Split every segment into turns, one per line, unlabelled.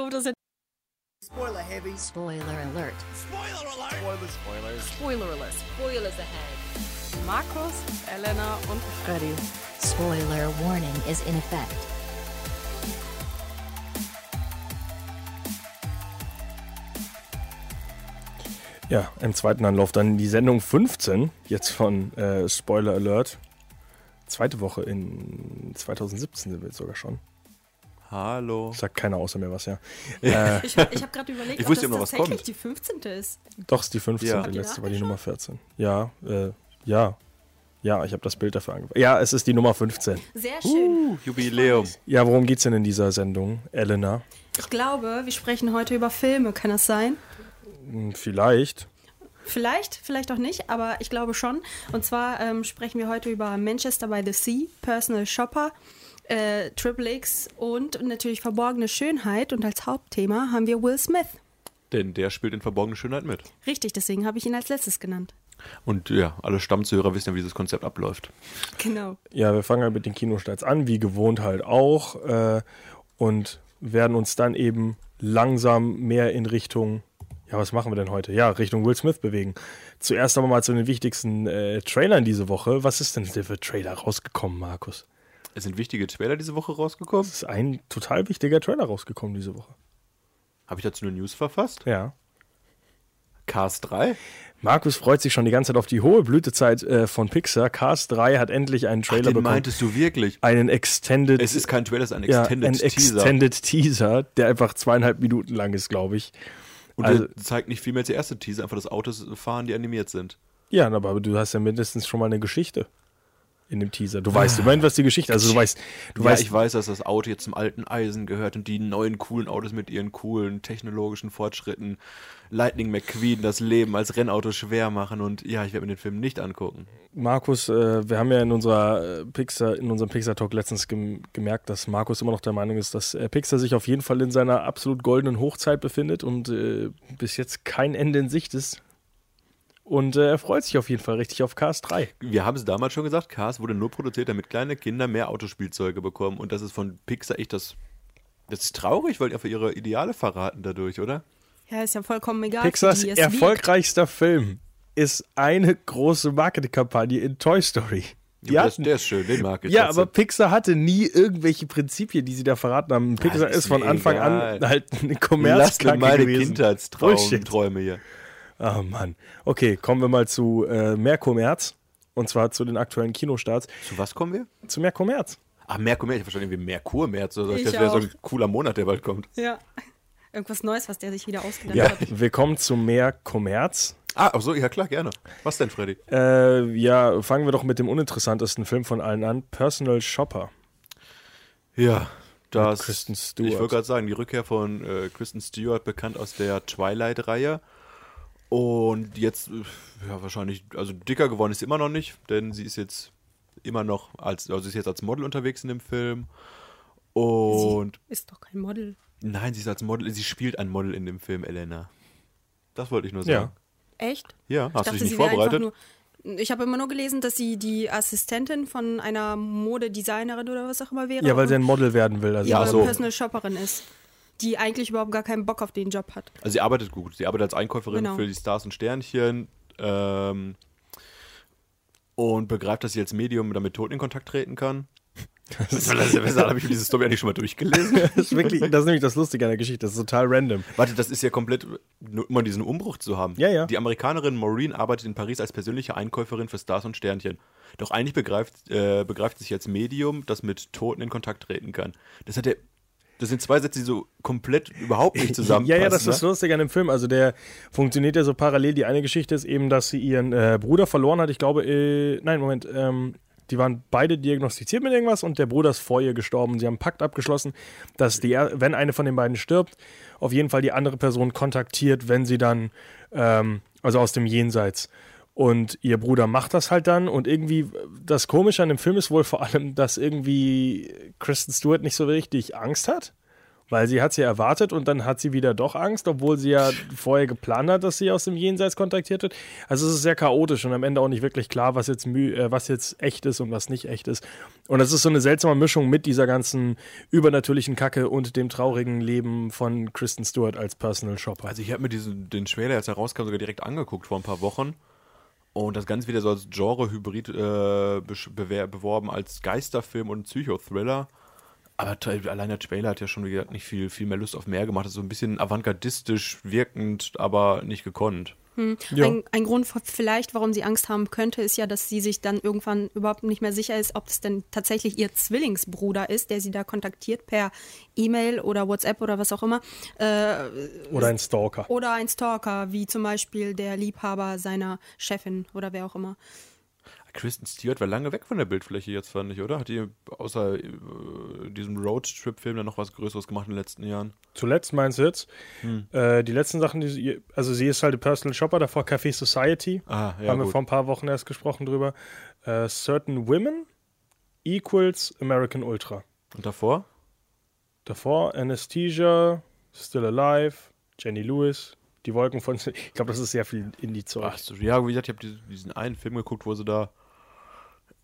Oh,
Spoiler heavy.
Spoiler alert.
Spoiler alert. Spoilers. Spoilers.
Spoilerless. Spoilers ahead. Markus, Elena und Freddy.
Spoiler warning is in effect.
Ja, im zweiten Anlauf dann die Sendung 15, jetzt von äh, Spoiler Alert. Zweite Woche in 2017 sind wir jetzt sogar schon.
Hallo.
Sagt keiner außer mir was, ja.
Äh, ich, ich habe gerade überlegt,
Ich wusste
ob
immer,
das
was
tatsächlich
kommt.
die 15. ist.
Doch, ist die 15,
Ja.
die
Habt
ihr
letzte war die Nummer 14. Ja, äh, ja. Ja, ich habe das Bild dafür angefangen. Ja, es ist die Nummer 15.
Sehr schön.
Uh, Jubiläum.
Ja, worum geht's denn in dieser Sendung, Elena?
Ich glaube, wir sprechen heute über Filme, kann das sein?
Hm, Vielleicht.
Vielleicht, vielleicht auch nicht, aber ich glaube schon. Und zwar ähm, sprechen wir heute über Manchester by the Sea, Personal Shopper, äh, Triple X und natürlich verborgene Schönheit. Und als Hauptthema haben wir Will Smith.
Denn der spielt in Verborgene Schönheit mit.
Richtig, deswegen habe ich ihn als letztes genannt.
Und ja, alle Stammzuhörer wissen ja, wie dieses Konzept abläuft.
Genau.
Ja, wir fangen halt mit den Kinostarts an, wie gewohnt halt auch. Äh, und werden uns dann eben langsam mehr in Richtung, ja, was machen wir denn heute? Ja, Richtung Will Smith bewegen. Zuerst aber mal zu den wichtigsten äh, Trailern diese Woche. Was ist denn der für Trailer rausgekommen, Markus?
Es sind wichtige Trailer diese Woche rausgekommen.
Es ist ein total wichtiger Trailer rausgekommen diese Woche.
Habe ich dazu eine News verfasst?
Ja.
Cars 3?
Markus freut sich schon die ganze Zeit auf die hohe Blütezeit äh, von Pixar. Cars 3 hat endlich einen
Ach,
Trailer
den
bekommen.
meintest du wirklich.
einen Extended
Es ist kein Trailer, es ist ein
ja,
Extended
ein
Teaser.
Extended Teaser, der einfach zweieinhalb Minuten lang ist, glaube ich.
Und
also-
der zeigt nicht viel mehr als der erste Teaser, einfach das Autos fahren, die animiert sind.
Ja, aber du hast ja mindestens schon mal eine Geschichte in dem Teaser. Du weißt immerhin, was die Geschichte Also du weißt, du
Ah, ja,
weißt,
ich weiß, dass das Auto jetzt zum alten Eisen gehört und die neuen coolen Autos mit ihren coolen technologischen Fortschritten Lightning McQueen das Leben als Rennauto schwer machen und ja, ich werde mir den Film nicht angucken.
Markus, äh, wir haben ja in unserer äh, Pixar, in unserem Pixar-Talk letztens gem gemerkt, dass Markus immer noch der Meinung ist, dass äh, Pixar sich auf jeden Fall in seiner absolut goldenen Hochzeit befindet und äh, bis jetzt kein Ende in Sicht ist. Und äh, er freut sich auf jeden Fall richtig auf Cars 3.
Wir haben es damals schon gesagt, Cars wurde nur produziert, damit kleine Kinder mehr Autospielzeuge bekommen und das ist von Pixar echt das das ist traurig, weil die einfach ihre Ideale verraten dadurch, oder?
Ja, ist ja vollkommen egal. für
Pixars
die es
erfolgreichster Film ist eine große Marketingkampagne in Toy Story. Die
Ja, das,
hatten-
der ist schön, den mag ich.
Ja,
trotzdem.
aber Pixar hatte nie irgendwelche Prinzipien, die sie da verraten haben. Pixar
ist
ist von
mir
Anfang
egal.
an halt eine
Lasst mir
Kommerzkacke
meine
gewesen. Bullshit.
Kindheitsträume hier.
Ah Mann. Okay, kommen wir mal zu äh, mehr Kommerz. Und zwar zu den aktuellen Kinostarts.
Zu was kommen wir?
Zu mehr Kommerz.
Ach, Merkur, März. Ich verstehe irgendwie Merkur, März. oder so.
Ich
Das wäre so
auch.
ein cooler Monat, der bald kommt.
Ja. Irgendwas Neues, was der sich wieder ausgedacht
Ja,
hat.
wir kommen zu mehr Kommerz.
Ah, ach so, ja klar, gerne. Was denn, Freddy?
Äh, ja, fangen wir doch mit dem uninteressantesten Film von allen an: Personal Shopper.
Ja, das.
Kristen Stewart.
Ich wollte gerade sagen, die Rückkehr von äh, Kristen Stewart, bekannt aus der Twilight-Reihe. Und jetzt, äh, ja, wahrscheinlich, also dicker geworden ist sie immer noch nicht, denn sie ist jetzt immer noch als, also sie ist jetzt als Model unterwegs in dem Film. Und
Ist doch kein Model.
nein, sie ist als Model, sie spielt ein Model in dem Film, Elena. Das wollte ich nur sagen.
Echt?
Ja, hast du dich
dachte,
nicht
sie wäre
vorbereitet?
einfach Nur, ich habe immer nur gelesen, dass sie die Assistentin von einer Modedesignerin oder was auch immer wäre.
Ja, weil
Und-
sie ein Model werden will. Also
ja,
Ja,
aber
so.
Personal Shopperin ist, die eigentlich überhaupt gar keinen Bock auf den Job hat.
Also sie arbeitet gut. Sie arbeitet als Einkäuferin
Genau.
für die Stars und Sternchen ähm, und begreift, dass sie als Medium damit Toten in Kontakt treten kann. Weshalb habe ich mir diese Story eigentlich schon mal durchgelesen?
Das ist wirklich, das ist nämlich das Lustige an der Geschichte. Das ist total random.
Warte, das ist ja komplett, nur immer diesen Umbruch zu haben.
Ja, ja.
Die Amerikanerin Maureen arbeitet in Paris als persönliche Einkäuferin für Stars und Sternchen. Doch eigentlich begreift, äh, begreift sich als Medium, das mit Toten in Kontakt treten kann. Das hat ja, das sind zwei Sätze, die so komplett überhaupt nicht
Ja,
zusammenpassen.
ja, das
ne?
ist lustig an dem Film. Also der funktioniert ja so parallel. Die eine Geschichte ist eben, dass sie ihren äh, Bruder verloren hat. Ich glaube, äh, nein, Moment, ähm, die waren beide diagnostiziert mit irgendwas und der Bruder ist vor ihr gestorben. Sie haben einen Pakt abgeschlossen, dass die, er- wenn eine von den beiden stirbt, auf jeden Fall die andere Person kontaktiert, wenn sie dann, ähm, also aus dem Jenseits. Und ihr Bruder macht das halt dann. Und irgendwie, das Komische an dem Film ist wohl vor allem, dass irgendwie Kristen Stewart nicht so richtig Angst hat Weil sie hat sie erwartet und dann hat sie wieder doch Angst, obwohl sie ja vorher geplant hat, dass sie aus dem Jenseits kontaktiert wird. Also es ist sehr chaotisch und am Ende auch nicht wirklich klar, was jetzt, mü- äh, was jetzt echt ist und was nicht echt ist. Und das ist so eine seltsame Mischung mit dieser ganzen übernatürlichen Kacke und dem traurigen Leben von Kristen Stewart als Personal Shopper.
Also ich habe mir diesen, den Trailer, als er rauskam, sogar direkt angeguckt vor ein paar Wochen. Und das Ganze wieder so als Genre-Hybrid äh, besch- bewer- beworben, als Geisterfilm und Psychothriller. Aber t- allein der Trailer hat ja schon, wie gesagt, nicht viel, viel mehr Lust auf mehr gemacht. Das ist so ein bisschen avantgardistisch wirkend, aber nicht gekonnt.
Ja.
Ein, ein Grund für- vielleicht, warum sie Angst haben könnte, ist ja, dass sie sich dann irgendwann überhaupt nicht mehr sicher ist, ob es denn tatsächlich ihr Zwillingsbruder ist, der sie da kontaktiert per E-Mail oder WhatsApp oder was auch immer. Äh,
Oder ein Stalker.
oder ein Stalker, wie zum Beispiel der Liebhaber seiner Chefin oder wer auch immer.
Kristen Stewart war lange weg von der Bildfläche jetzt, fand ich, oder? Hat die außer äh, diesem Roadtrip-Film dann noch was Größeres gemacht in den letzten Jahren?
Zuletzt meinst du jetzt?
Hm.
Äh, die letzten Sachen, die sie, also sie ist halt eine Personal Shopper, davor Café Society.
Ah, ja,
haben wir
gut.
vor ein paar Wochen erst gesprochen drüber. Äh, Certain Women equals American Ultra.
Und davor?
Davor Anesthesia, Still Alive, Jenny Lewis, Die Wolken von. Ich glaube, das ist sehr viel Indie-Zeug.
Ach so, ja, wie gesagt, ich habe diesen, diesen einen Film geguckt, wo sie da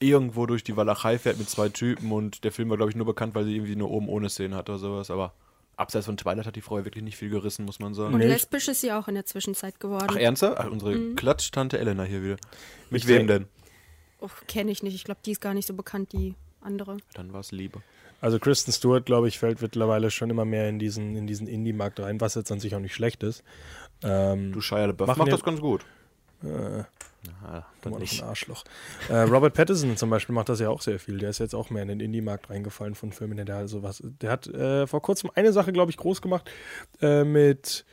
irgendwo durch die Walachei fährt mit zwei Typen und der Film war, glaube ich, nur bekannt, weil sie irgendwie nur oben ohne Szene hatte oder sowas. Aber abseits von Twilight hat die Frau ja wirklich nicht viel gerissen, muss man sagen.
Und
Nee, ich-
lesbisch ist sie auch in der Zwischenzeit geworden.
Ach, ernsthaft? Ach, unsere Klatschtante Elena hier wieder. Mit
Ich
wem
denk-
denn?
Kenne ich nicht. Ich glaube, die ist gar nicht so bekannt, die andere.
Dann war es Liebe.
Also Kristen Stewart, glaube ich, fällt mittlerweile schon immer mehr in diesen, in diesen Indie-Markt rein, was jetzt an sich auch nicht schlecht ist. Ähm,
Du Shia LaBeouf
Machen
macht
wir-
das ganz gut. Na, dann
Boah, das ist
nicht.
ein Arschloch. Äh, Robert Pattinson zum Beispiel macht das ja auch sehr viel. Der ist jetzt auch mehr in den Indie-Markt reingefallen von Filmen. Der, hat sowas. der hat äh, vor kurzem eine Sache, glaube ich, groß gemacht äh, mit.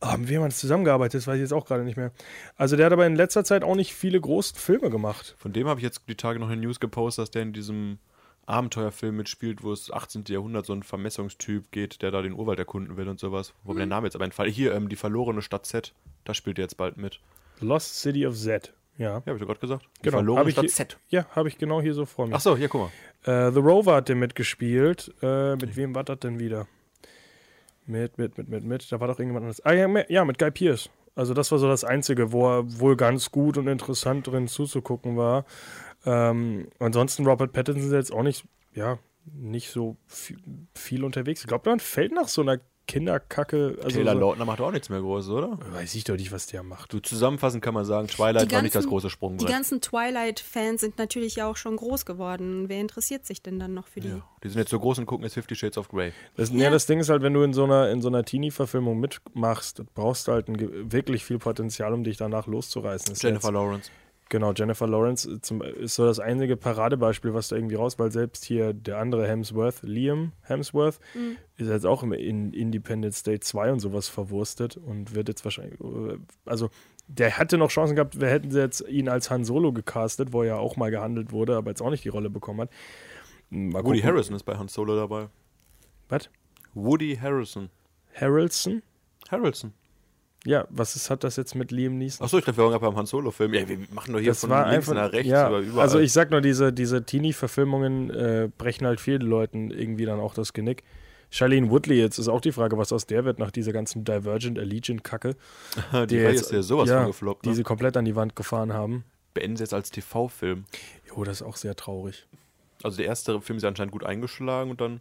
Ah, mit wem hat es zusammengearbeitet? Das weiß ich jetzt auch gerade nicht mehr. Also, der hat aber in letzter Zeit auch nicht viele große Filme gemacht.
Von dem habe ich jetzt die Tage noch eine News gepostet, dass der in diesem Abenteuerfilm mitspielt, wo es 18. Jahrhundert so ein Vermessungstyp geht, der da den Urwald erkunden will und sowas. Wo mir
Mhm.
der Name jetzt aber entfallen. Hier, ähm, die verlorene Stadt Z, da spielt er jetzt bald mit.
Lost City of Z. Ja,
Ja, habe ich doch gerade gesagt. Die
genau. Hab
verlorene
ich
Stadt
hier-
Z.
Ja, habe ich genau hier so vor mir.
Achso, hier, guck mal.
Äh, The Rover hat den mitgespielt. Äh, mit wem war das denn wieder? Mit, mit, mit, mit, mit. Da war doch irgendjemand anders. Ah, ja, me- ja, mit Guy Pierce. Also, das war so das Einzige, wo er wohl ganz gut und interessant drin zuzugucken war. Ähm, ansonsten, Robert Pattinson ist jetzt auch nicht, ja, nicht so viel, viel unterwegs. Ich glaube, man fällt nach so einer Kinderkacke. Also
Taylor
so,
Lautner macht auch nichts mehr Großes, oder?
weiß ich doch nicht, was der macht.
Du, zusammenfassend kann man sagen, Twilight war nicht das große
die
Sprungbrett.
ganzen Twilight-Fans sind natürlich ja auch schon groß geworden. Wer interessiert sich denn dann noch für die?
ja. die sind jetzt so groß und gucken jetzt Fifty Shades of Grey.
Das, ja. das Ding ist halt, wenn du in so einer, in so einer Teenie-Verfilmung mitmachst, brauchst du halt ein, ge- wirklich viel Potenzial, um dich danach loszureißen. Ist
Jennifer
jetzt-
Lawrence.
Genau, Jennifer Lawrence äh, zum, ist so das einzige Paradebeispiel, was da irgendwie raus, weil selbst hier der andere Hemsworth, Liam Hemsworth, ist jetzt auch im, in Independence Day 2 und sowas verwurstet und wird jetzt wahrscheinlich, äh, also der hatte noch Chancen gehabt, wir hätten sie jetzt ihn als Han Solo gecastet, wo er ja auch mal gehandelt wurde, aber jetzt auch nicht die Rolle bekommen hat. Mal
Woody
gucken.
Harrison ist bei Han Solo dabei.
Was?
Woody Harrison.
Harrelson?
Harrelson.
Ja, was ist, hat das jetzt mit Liam Neeson?
Achso, ich dachte, wir waren gerade beim Han Solo-Film. Ja, wir machen doch hier
das
von
war
links
einfach,
nach rechts
ja,
über überall.
Also ich sag nur, diese, diese Teenie-Verfilmungen äh, brechen halt vielen Leuten irgendwie dann auch das Genick. Charlene Woodley jetzt ist auch die Frage, was aus der wird nach dieser ganzen Divergent, Allegiant-Kacke.
die
der
war jetzt ja sowas
ja,
von gefloppt.
Die
Ne?
sie komplett an die Wand gefahren haben.
Beenden sie jetzt als TV-Film.
Jo, das ist auch sehr traurig.
Also der erste Film ist ja anscheinend gut eingeschlagen und dann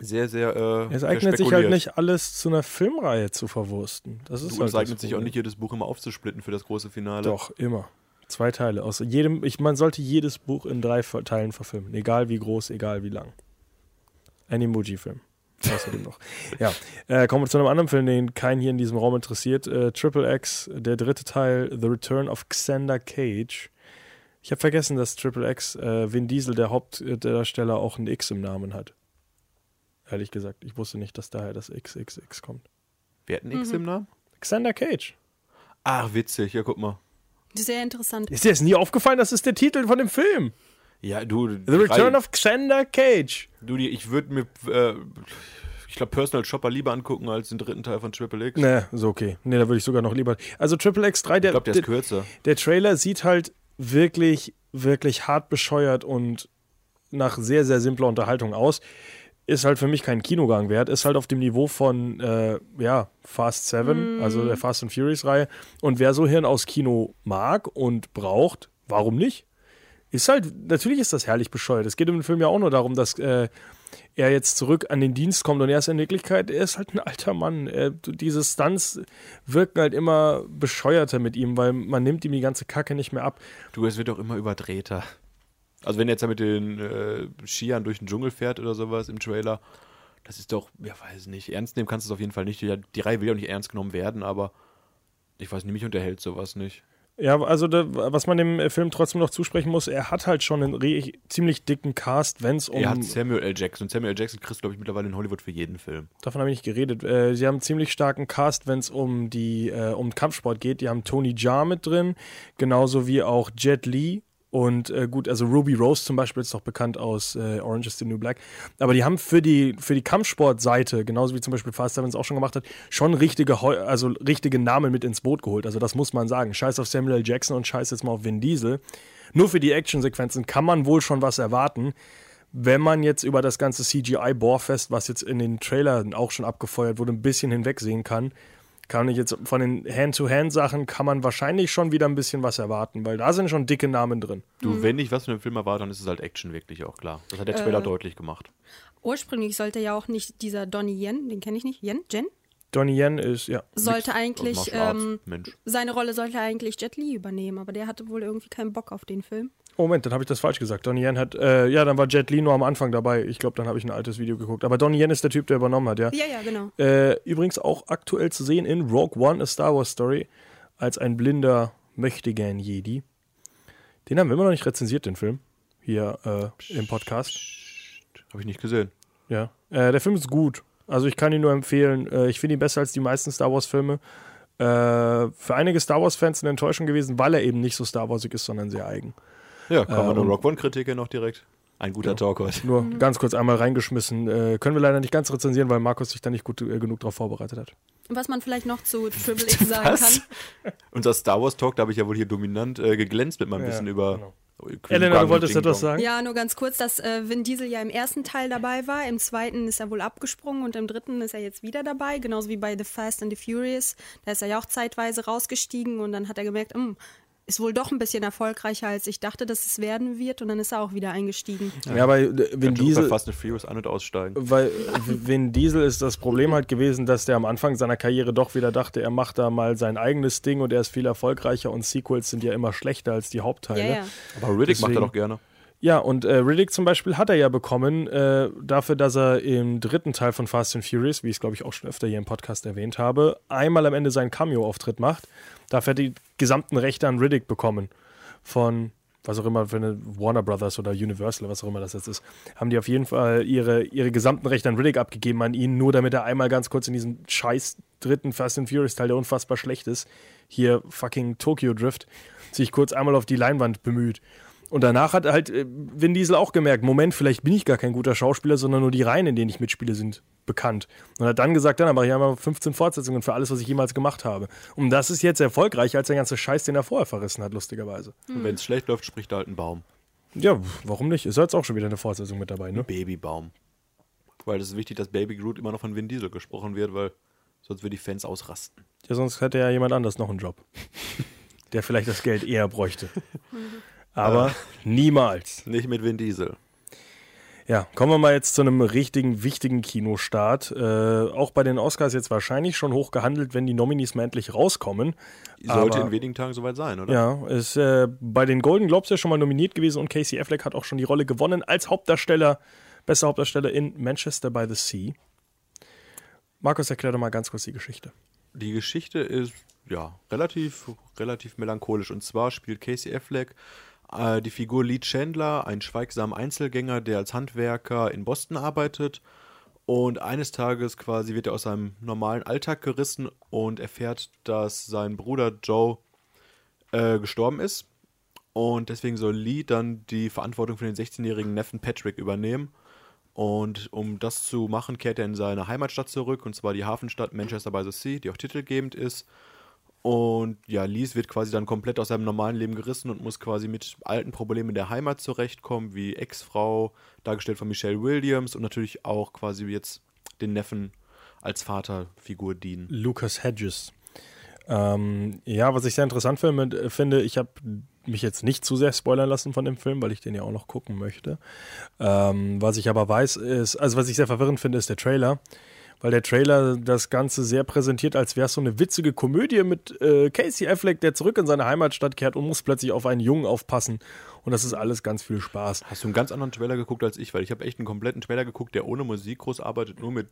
sehr, sehr äh,
Es eignet sich halt
verspekuliert.
nicht alles zu einer Filmreihe zu verwursten. Das ist
Du,
halt
und es
das
eignet sich auch
Problem.
nicht, jedes Buch immer aufzusplitten für das große Finale.
Doch, immer. Zwei Teile. Aus jedem, ich, man sollte jedes Buch in drei Ver- Teilen verfilmen. Egal wie groß, egal wie lang. Ein Emoji-Film. Außerdem noch. Ja. Äh, kommen wir zu einem anderen Film, den keinen hier in diesem Raum interessiert. Äh, Triple X, der dritte Teil, The Return of Xander Cage. Ich habe vergessen, dass Triple X äh, Vin Diesel, der Hauptdarsteller, auch ein X im Namen hat. Ehrlich gesagt, ich wusste nicht, dass daher das XXX kommt.
Wir hatten X im Namen?
Xander Cage.
Ach, witzig. Ja, guck mal.
Sehr interessant.
Ist dir das nie aufgefallen? Das ist der Titel von dem Film.
Ja, du.
The Return of Xander Cage.
Du, die, ich würde mir, äh, ich glaube, Personal Shopper lieber angucken als den dritten Teil von Triple X.
Ne, so okay. Ne, da würde ich sogar noch lieber. Also Triple X3,
Ich
der,
glaube, der
der,
ist kürzer.
der Trailer sieht halt wirklich, wirklich hart bescheuert und nach sehr, sehr simpler Unterhaltung aus. ist halt für mich kein Kinogang wert, ist halt auf dem Niveau von äh, ja, Fast Seven, also der Fast and Furious Reihe. Und wer so Hirn aus Kino mag und braucht, warum nicht? Ist halt, natürlich ist das herrlich bescheuert. Es geht im Film ja auch nur darum, dass äh, er jetzt zurück an den Dienst kommt und er ist in Wirklichkeit, er ist halt ein alter Mann. Er, diese Stunts wirken halt immer bescheuerter mit ihm, weil man nimmt ihm die ganze Kacke nicht mehr ab.
Du, es wird doch immer überdrehter. Also wenn er jetzt da mit den äh, Skiern durch den Dschungel fährt oder sowas im Trailer, das ist doch, ja weiß nicht, ernst nehmen kannst du es auf jeden Fall nicht. Die, die Reihe will ja auch nicht ernst genommen werden, aber ich weiß nicht, mich unterhält sowas nicht.
Ja, also da, was man dem Film trotzdem noch zusprechen muss, er hat halt schon einen re- ziemlich dicken Cast, wenn es um...
er hat Samuel L. Jackson. Samuel L. Jackson kriegst du, glaube ich, mittlerweile in Hollywood für jeden Film.
Davon habe ich nicht geredet. Äh, sie haben einen ziemlich starken Cast, wenn es um die äh, um Kampfsport geht. Die haben Tony Jaa mit drin, genauso wie auch Jet Li und äh, gut, also Ruby Rose zum Beispiel ist doch bekannt aus äh, Orange is the New Black. Aber die haben für die für die Kampfsportseite, genauso wie zum Beispiel Fast Seven es auch schon gemacht hat, schon richtige Heu- also richtige Namen mit ins Boot geholt. Also das muss man sagen. Scheiß auf Samuel L. Jackson und scheiß jetzt mal auf Vin Diesel. Nur für die Actionsequenzen kann man wohl schon was erwarten wenn man jetzt über das ganze CGI-Bohrfest, was jetzt in den Trailern auch schon abgefeuert wurde, ein bisschen hinwegsehen kann, kann ich jetzt von den Hand-to-Hand-Sachen kann man wahrscheinlich schon wieder ein bisschen was erwarten, weil da sind schon dicke Namen drin.
Du, wenn ich was von dem Film erwarte, dann ist es halt Action wirklich auch klar. Das hat der Trailer deutlich gemacht.
Ursprünglich sollte ja auch nicht dieser Donnie Yen, den kenne ich nicht, Yen, Jen,
Donnie Yen ist, ja.
sollte eigentlich,
Martial Arts,
ähm,
Mensch.
seine Rolle sollte eigentlich Jet Li übernehmen, aber der hatte wohl irgendwie keinen Bock auf den Film.
Oh, Moment, dann habe ich das falsch gesagt. Donnie Yen hat, äh, ja, dann war Jet Li nur am Anfang dabei. Ich glaube, dann habe ich ein altes Video geguckt. Aber Donnie Yen ist der Typ, der übernommen hat, ja.
Ja, ja, genau.
Äh, übrigens auch aktuell zu sehen in Rogue One, A Star Wars Story, als ein blinder Möchtegern Jedi. Den haben wir immer noch nicht rezensiert, den Film. Hier äh, im Podcast.
Habe ich nicht gesehen.
Ja. Äh, der Film ist gut. Also ich kann ihn nur empfehlen. Äh, ich finde ihn besser als die meisten Star Wars-Filme. Äh, für einige Star Wars-Fans eine Enttäuschung gewesen, weil er eben nicht so Star Warsig ist, sondern sehr eigen.
Ja, kann man nur Rock One-Kritiker noch direkt. Ein guter Talk heute.
Nur ganz kurz einmal reingeschmissen. Äh, können wir leider nicht ganz rezensieren, weil Markus sich da nicht gut äh, genug drauf vorbereitet hat.
Was man vielleicht noch zu Triple X sagen kann.
Unser Star Wars Talk, da habe ich ja wohl hier dominant äh, geglänzt mit meinem
Ja,
Wissen über.
genau.
Queen
Elena,
Guang
du
und
wolltest
Ding
etwas
Dong.
sagen?
Ja, nur ganz kurz, dass äh, Vin Diesel ja im ersten Teil dabei war, im zweiten ist er wohl abgesprungen und im dritten ist er jetzt wieder dabei, genauso wie bei The Fast and the Furious. Da ist er ja auch zeitweise rausgestiegen und dann hat er gemerkt, "Hm, ist wohl doch ein bisschen erfolgreicher, als ich dachte, dass es werden wird und dann ist er auch wieder eingestiegen.
Ja, aber äh, Vin
Wenn Diesel
Diesel,
fast eine Furious an- und aussteigen.
weil äh, Vin Diesel ist das Problem halt gewesen, dass der am Anfang seiner Karriere doch wieder dachte, er macht da mal sein eigenes Ding und er ist viel erfolgreicher und Sequels sind ja immer schlechter als die Hauptteile.
Ja, ja.
Aber Riddick macht
Deswegen-
er doch gerne.
Ja, und äh, Riddick zum Beispiel hat er ja bekommen, äh, dafür, dass er im dritten Teil von Fast and Furious, wie ich es glaube ich auch schon öfter hier im Podcast erwähnt habe, einmal am Ende seinen Cameo-Auftritt macht. Dafür hat er die gesamten Rechte an Riddick bekommen. Von, was auch immer, für eine Warner Brothers oder Universal, was auch immer das jetzt ist, haben die auf jeden Fall ihre, ihre gesamten Rechte an Riddick abgegeben an ihn, nur damit er einmal ganz kurz in diesem scheiß dritten Fast and Furious Teil, der unfassbar schlecht ist, hier fucking Tokyo Drift, sich kurz einmal auf die Leinwand bemüht. Und danach hat halt äh, Vin Diesel auch gemerkt, Moment, vielleicht bin ich gar kein guter Schauspieler, sondern nur die Reihen, in denen ich mitspiele, sind bekannt. Und hat dann gesagt, dann mache ich einmal 15 Fortsetzungen für alles, was ich jemals gemacht habe. Und das ist jetzt erfolgreicher als der ganze Scheiß, den er vorher verrissen hat, lustigerweise.
Hm.
Und Wenn es schlecht läuft, spricht er halt ein Baum.
Ja, warum nicht? Ist jetzt auch schon wieder eine Fortsetzung mit dabei, ne?
Babybaum. Weil es ist wichtig, dass Baby Groot immer noch von Vin Diesel gesprochen wird, weil sonst würden die Fans ausrasten.
Ja, sonst hätte ja jemand anders noch einen Job. der vielleicht das Geld eher bräuchte. Aber niemals.
Nicht mit Vin Diesel.
Ja, kommen wir mal jetzt zu einem richtigen, wichtigen Kinostart. Äh, auch bei den Oscars jetzt wahrscheinlich schon hoch gehandelt, wenn die Nominees mal endlich rauskommen.
Sollte
Aber-
in wenigen Tagen soweit sein, oder?
Ja, ist äh, bei den Golden Globes ja schon mal nominiert gewesen und Casey Affleck hat auch schon die Rolle gewonnen als Hauptdarsteller, bester Hauptdarsteller in Manchester by the Sea. Markus, erklär doch mal ganz kurz die Geschichte.
Die Geschichte ist ja relativ, relativ melancholisch. Und zwar spielt Casey Affleck äh, die Figur Lee Chandler, einen schweigsamen Einzelgänger, der als Handwerker in Boston arbeitet. Und eines Tages quasi wird er aus seinem normalen Alltag gerissen und erfährt, dass sein Bruder Joe äh, gestorben ist. Und deswegen soll Lee dann die Verantwortung für den 16-jährigen Neffen Patrick übernehmen. Und um das zu machen, kehrt er in seine Heimatstadt zurück, und zwar die Hafenstadt Manchester by the Sea, die auch titelgebend ist. Und ja, Lies wird quasi dann komplett aus seinem normalen Leben gerissen und muss quasi mit alten Problemen der Heimat zurechtkommen, wie Ex-Frau, dargestellt von Michelle Williams und natürlich auch quasi jetzt den Neffen als Vaterfigur dienen.
Lucas Hedges. Ähm, ja, was ich sehr interessant film- äh, finde, ich habe mich jetzt nicht zu sehr spoilern lassen von dem Film, weil ich den ja auch noch gucken möchte. Ähm, was ich aber weiß ist, also was ich sehr verwirrend finde, ist der Trailer, weil der Trailer das Ganze sehr präsentiert, als wäre es so eine witzige Komödie mit äh, Casey Affleck, der zurück in seine Heimatstadt kehrt und muss plötzlich auf einen Jungen aufpassen. Und das ist alles ganz viel Spaß.
Hast du einen ganz anderen Trailer geguckt als ich, weil ich habe echt einen kompletten Trailer geguckt, der ohne Musik groß arbeitet, nur mit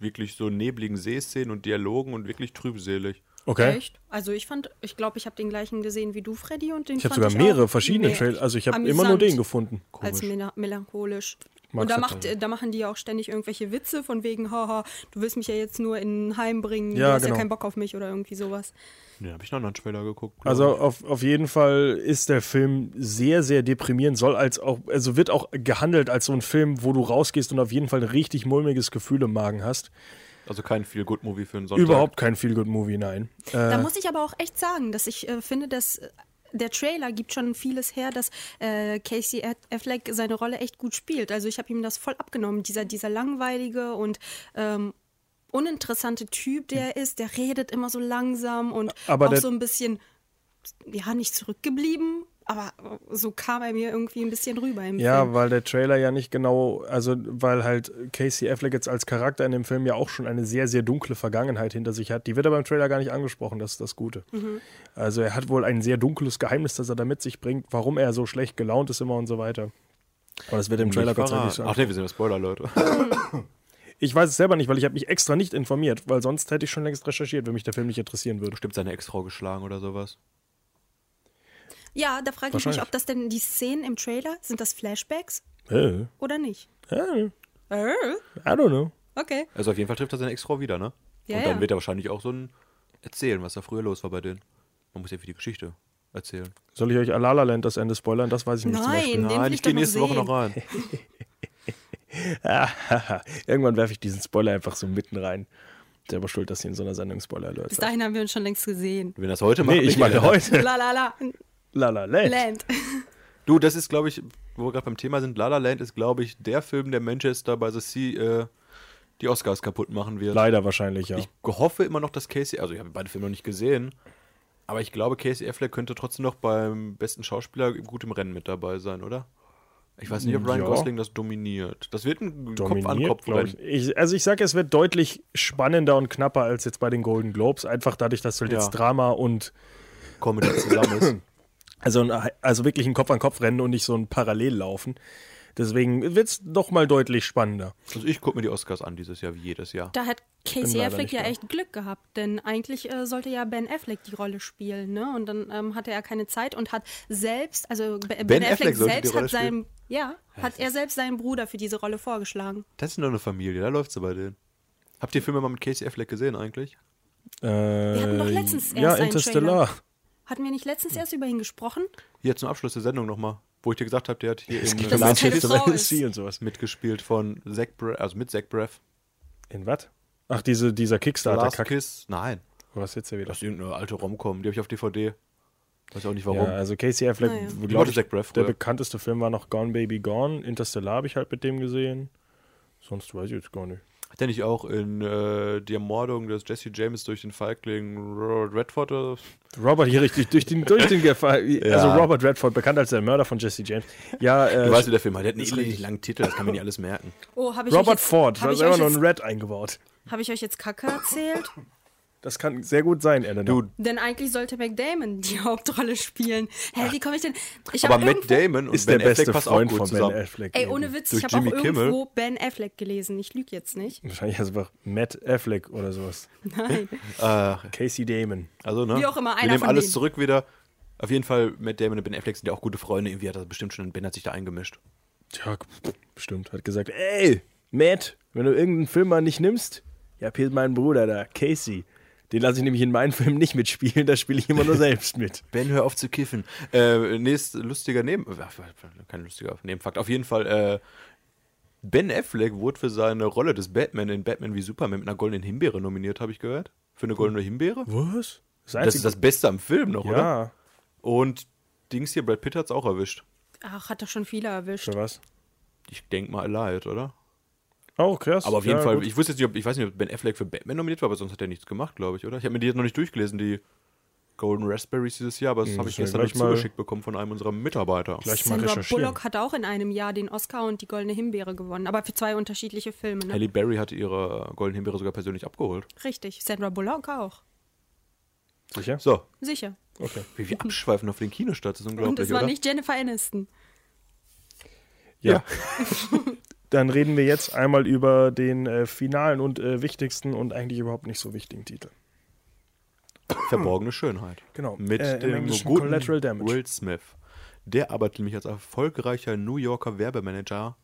wirklich so nebligen Seeszenen und Dialogen und wirklich trübselig.
Okay.
Echt? Also ich fand, ich glaube, ich habe den gleichen gesehen wie du, Freddy, und den
Ich habe
fand
sogar mehrere
auch
verschiedene
mehr
Trailer, also ich habe immer nur
amüsant
den gefunden.
Als mela- melancholisch.
Magst
und da,
du
macht,
das?
äh, da machen die ja auch ständig irgendwelche Witze von wegen, haha, du willst mich ja jetzt nur in ein Heim bringen,
Ja,
du hast
genau.
ja keinen Bock auf mich oder irgendwie sowas.
Ne, habe ich noch einen anderen Trailer geguckt. glaub
Also
ich.
auf, auf jeden Fall ist der Film sehr, sehr deprimierend, soll als auch, also wird auch gehandelt als so ein Film, wo du rausgehst und auf jeden Fall ein richtig mulmiges Gefühl im Magen hast.
also kein viel Good Movie für einen Sonntag.
Überhaupt kein Feel-Good-Movie, nein.
Da muss ich aber auch echt sagen, dass ich äh, finde, dass äh, der Trailer gibt schon vieles her, dass äh, Casey Ad- Affleck seine Rolle echt gut spielt. Also ich habe ihm das voll abgenommen, dieser, dieser langweilige und ähm, uninteressante Typ, der er ist, der redet immer so langsam und
Aber
auch
der-
so ein bisschen, ja, nicht zurückgeblieben, aber so kam er mir irgendwie ein bisschen rüber im
Ja,
Film.
weil der Trailer ja nicht genau, also weil halt Casey Affleck jetzt als Charakter in dem Film ja auch schon eine sehr, sehr dunkle Vergangenheit hinter sich hat. Die wird aber im Trailer gar nicht angesprochen, das ist das Gute.
Mhm.
Also er hat wohl ein sehr dunkles Geheimnis, das er da mit sich bringt, warum er so schlecht gelaunt ist immer und so weiter. Aber das wird im Trailer Gott sei Dank nicht so
Um Ach ne, wir sind ja Spoiler, Leute.
Ich weiß es selber nicht, weil ich habe mich extra nicht informiert, weil sonst hätte ich schon längst recherchiert, wenn mich der Film nicht interessieren würde.
Bestimmt seine Ex-Frau geschlagen oder sowas.
Ja, da frage ich mich,
Wahrscheinlich.
ob das denn die Szenen im Trailer, sind das Flashbacks
Äh,
oder nicht?
äh,
Äh,
I don't know.
Okay.
Also auf jeden Fall trifft er seine Ex-Frau wieder, ne?
Ja,
und dann
ja.
wird er wahrscheinlich auch so ein erzählen, was da früher los war bei denen. Man muss ja für die Geschichte erzählen.
Soll ich euch Alala Land das Ende spoilern? Das weiß ich nicht zum Beispiel.
Nein, den will ich
ich
doch
gehe
noch
nächste Woche
sehen.
noch rein.
Irgendwann werfe ich diesen Spoiler einfach so mitten rein. Selber schuld, dass sie in so einer Sendung Spoiler erläutert.
Bis dahin haben wir uns schon längst gesehen.
Wenn das heute macht,
Nee, ich
Michael,
meine
dann-
heute.
La la la,
La La Land.
Land.
Du, das ist, glaube ich, wo wir gerade beim Thema sind, La La Land ist, glaube ich, der Film, der Manchester by the Sea äh, die Oscars kaputt machen wird.
Leider wahrscheinlich, ja.
Ich hoffe immer noch, dass Casey, also ich habe beide Filme noch nicht gesehen, aber ich glaube, Casey Affleck könnte trotzdem noch beim besten Schauspieler gut im Rennen mit dabei sein, oder? Ich weiß nicht, ob Ryan
Ja.
Gosling das dominiert. Das wird ein
Dominiert, glaube ich.
Kopf-an-Kopf-Rennen.
ich. Also ich sage, es wird deutlich spannender und knapper als jetzt bei den Golden Globes. Einfach dadurch, dass halt
Ja.
jetzt Drama und
Comedy zusammen ist.
Also, ein, also wirklich ein Kopf-an-Kopf-Rennen und nicht so ein Parallellaufen. Deswegen wird es doch mal deutlich spannender.
Also ich gucke mir die Oscars an dieses Jahr wie jedes Jahr.
Da hat
bin
Casey
leider
Affleck
nicht
ja
da.
echt Glück gehabt, denn eigentlich äh, sollte ja Ben Affleck die Rolle spielen, ne? Und dann ähm, hatte er keine Zeit und hat selbst, also B- Ben,
Ben
Affleck,
Affleck sollte die
selbst
Rolle
hat seinem, ja, hat er selbst seinen Bruder für diese Rolle vorgeschlagen.
Das ist nur eine Familie, da läuft sie bei denen. Habt ihr Filme mal mit Casey Affleck gesehen eigentlich?
Wir
hatten doch letztens
Äh, Ja,
erst einen
Interstellar.
Hatten wir nicht letztens erst über ihn gesprochen?
Hier zum Abschluss der Sendung nochmal, wo ich dir gesagt habe, der hat hier in
Das
äh,
ist
Last
keine
Kiss
Frau
of the
ist.
Sea und sowas.
mitgespielt von Zach Braff, also mit Zach Braff.
In was? Ach, diese, dieser
Last
Kickstarter-Kack.
Kiss? Nein.
Was jetzt ja wieder?
Das ist irgendeine alte Romcom, die habe ich auf DVD. Weiß auch nicht warum.
Ja, also Casey Affleck,
Naja.
glaub
Ich wollte
ich,
Zach Braff
der
früher.
bekannteste Film war noch Gone Baby Gone. Interstellar habe ich halt mit dem gesehen. Sonst weiß ich jetzt gar nicht.
Hat der nicht auch in äh, die Ermordung des Jesse James durch den Feigling Robert Redford? oder so?
Robert hier richtig durch den, durch den Gefall. Also Robert Redford, bekannt als der Mörder von Jesse James. Ja, äh,
Du weißt, wie der Film hat. Der hat einen eklig langen Titel, das kann man nicht alles merken.
Oh, habe ich euch
Robert
jetzt,
Ford, da
habe
ist
ich,
immer
euch
noch ein
jetzt-
Red eingebaut.
hab ich euch jetzt Kacke erzählt?
Das kann sehr gut sein, Elena.
Du,
denn eigentlich sollte McDamon die Hauptrolle spielen. Hä, wie komme ich denn? Ich
aber
hab
Matt
irgendwo-
Damon und
ist
Ben
der beste
Affleck passt auch
Freund
gut
von
zusammen.
Ben Affleck.
Ey,
eben.
ohne Witz, ich
Durch
habe auch
Jimmy Kimmel.
irgendwo Ben Affleck gelesen. Ich lüge jetzt nicht.
Wahrscheinlich heißt es einfach Matt Affleck oder sowas.
Nein.
Ach,
Casey Damon.
Ah, also, ne?
Wie auch immer,
Wir
einer
nehmen
von
alles
denen.
zurück wieder. Auf jeden Fall, Matt Damon und Ben Affleck sind ja auch gute Freunde. Irgendwie hat er bestimmt schon, Ben hat sich da eingemischt.
Tja, bestimmt. Hat gesagt, ey, Matt, wenn du irgendeinen Film mal nicht nimmst, ich hab hier meinen Bruder da, Casey. Den lasse ich nämlich in meinen Filmen nicht mitspielen, da spiele ich immer nur selbst mit.
Ben, hör auf zu kiffen. Äh, nächst lustiger Neben... äh, ach, Kein lustiger Nebenfakt. Auf jeden Fall, äh, Ben Affleck wurde für seine Rolle des Batman in Batman wie Superman mit einer goldenen Himbeere nominiert, habe ich gehört. Für eine goldene Himbeere?
Was?
Das ist das Beste am Film noch, oder?
Ja,
Und Dings hier, Brad Pitt hat's auch erwischt.
Ach, hat doch schon viele erwischt.
für was?
Ich denk mal Light, oder?
Oh, krass.
Aber auf jeden
ja,
Fall,
gut.
ich wusste jetzt nicht, ob, ich weiß nicht, ob Ben Affleck für Batman nominiert war, aber sonst hat er nichts gemacht, glaube ich, oder? Ich habe mir die jetzt noch nicht durchgelesen, die Golden Raspberries dieses Jahr, aber das habe ich
müssen
gestern
wir
noch
Hm, gleich mal-
zugeschickt bekommen von einem unserer Mitarbeiter.
Gleich mal
Sandra
recherchieren.
Bullock hat auch in einem Jahr den Oscar und die Goldene Himbeere gewonnen, aber für zwei unterschiedliche Filme. Ne?
Halle Berry hat ihre Golden Himbeere sogar persönlich abgeholt.
Richtig, Sandra Bullock auch.
Sicher?
So,
Sicher.
Okay.
wie wir abschweifen auf den Kinostart, das ist unglaublich,
Mhm. Und es war
oder?
nicht Jennifer Aniston.
Ja.
Ja.
Dann reden wir jetzt einmal über den äh, finalen und äh, wichtigsten und eigentlich überhaupt nicht so wichtigen Titel.
Verborgene Schönheit.
Genau.
Mit
Äh, im
dem
Englischen
guten
Collateral Damage.
Will Smith. Der arbeitet nämlich als erfolgreicher New Yorker Werbemanager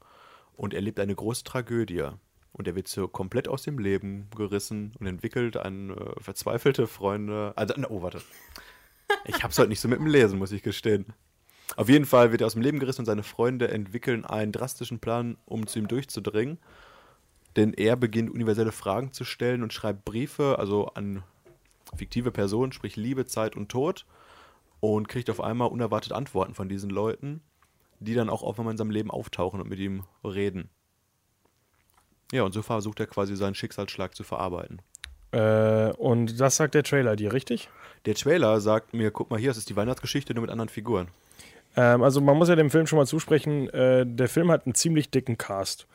und erlebt eine große Tragödie. Und er wird so komplett aus dem Leben gerissen und entwickelt an äh, verzweifelte Freunde. Also, na, oh, warte. Ich hab's heute nicht so mit dem Lesen, muss ich gestehen. Auf jeden Fall wird er aus dem Leben gerissen und seine Freunde entwickeln einen drastischen Plan, um zu ihm durchzudringen. Denn er beginnt universelle Fragen zu stellen und schreibt Briefe, also an fiktive Personen, sprich Liebe, Zeit und Tod, und kriegt auf einmal unerwartet Antworten von diesen Leuten, die dann auch auf einmal in seinem Leben auftauchen und mit ihm reden. Ja, und so versucht er quasi seinen Schicksalsschlag zu verarbeiten.
Äh, und das sagt der Trailer dir, richtig?
Der Trailer sagt mir, guck mal hier, es ist die Weihnachtsgeschichte nur mit anderen Figuren.
Ähm, also man muss ja dem Film schon mal zusprechen, äh, der Film hat einen ziemlich dicken Cast.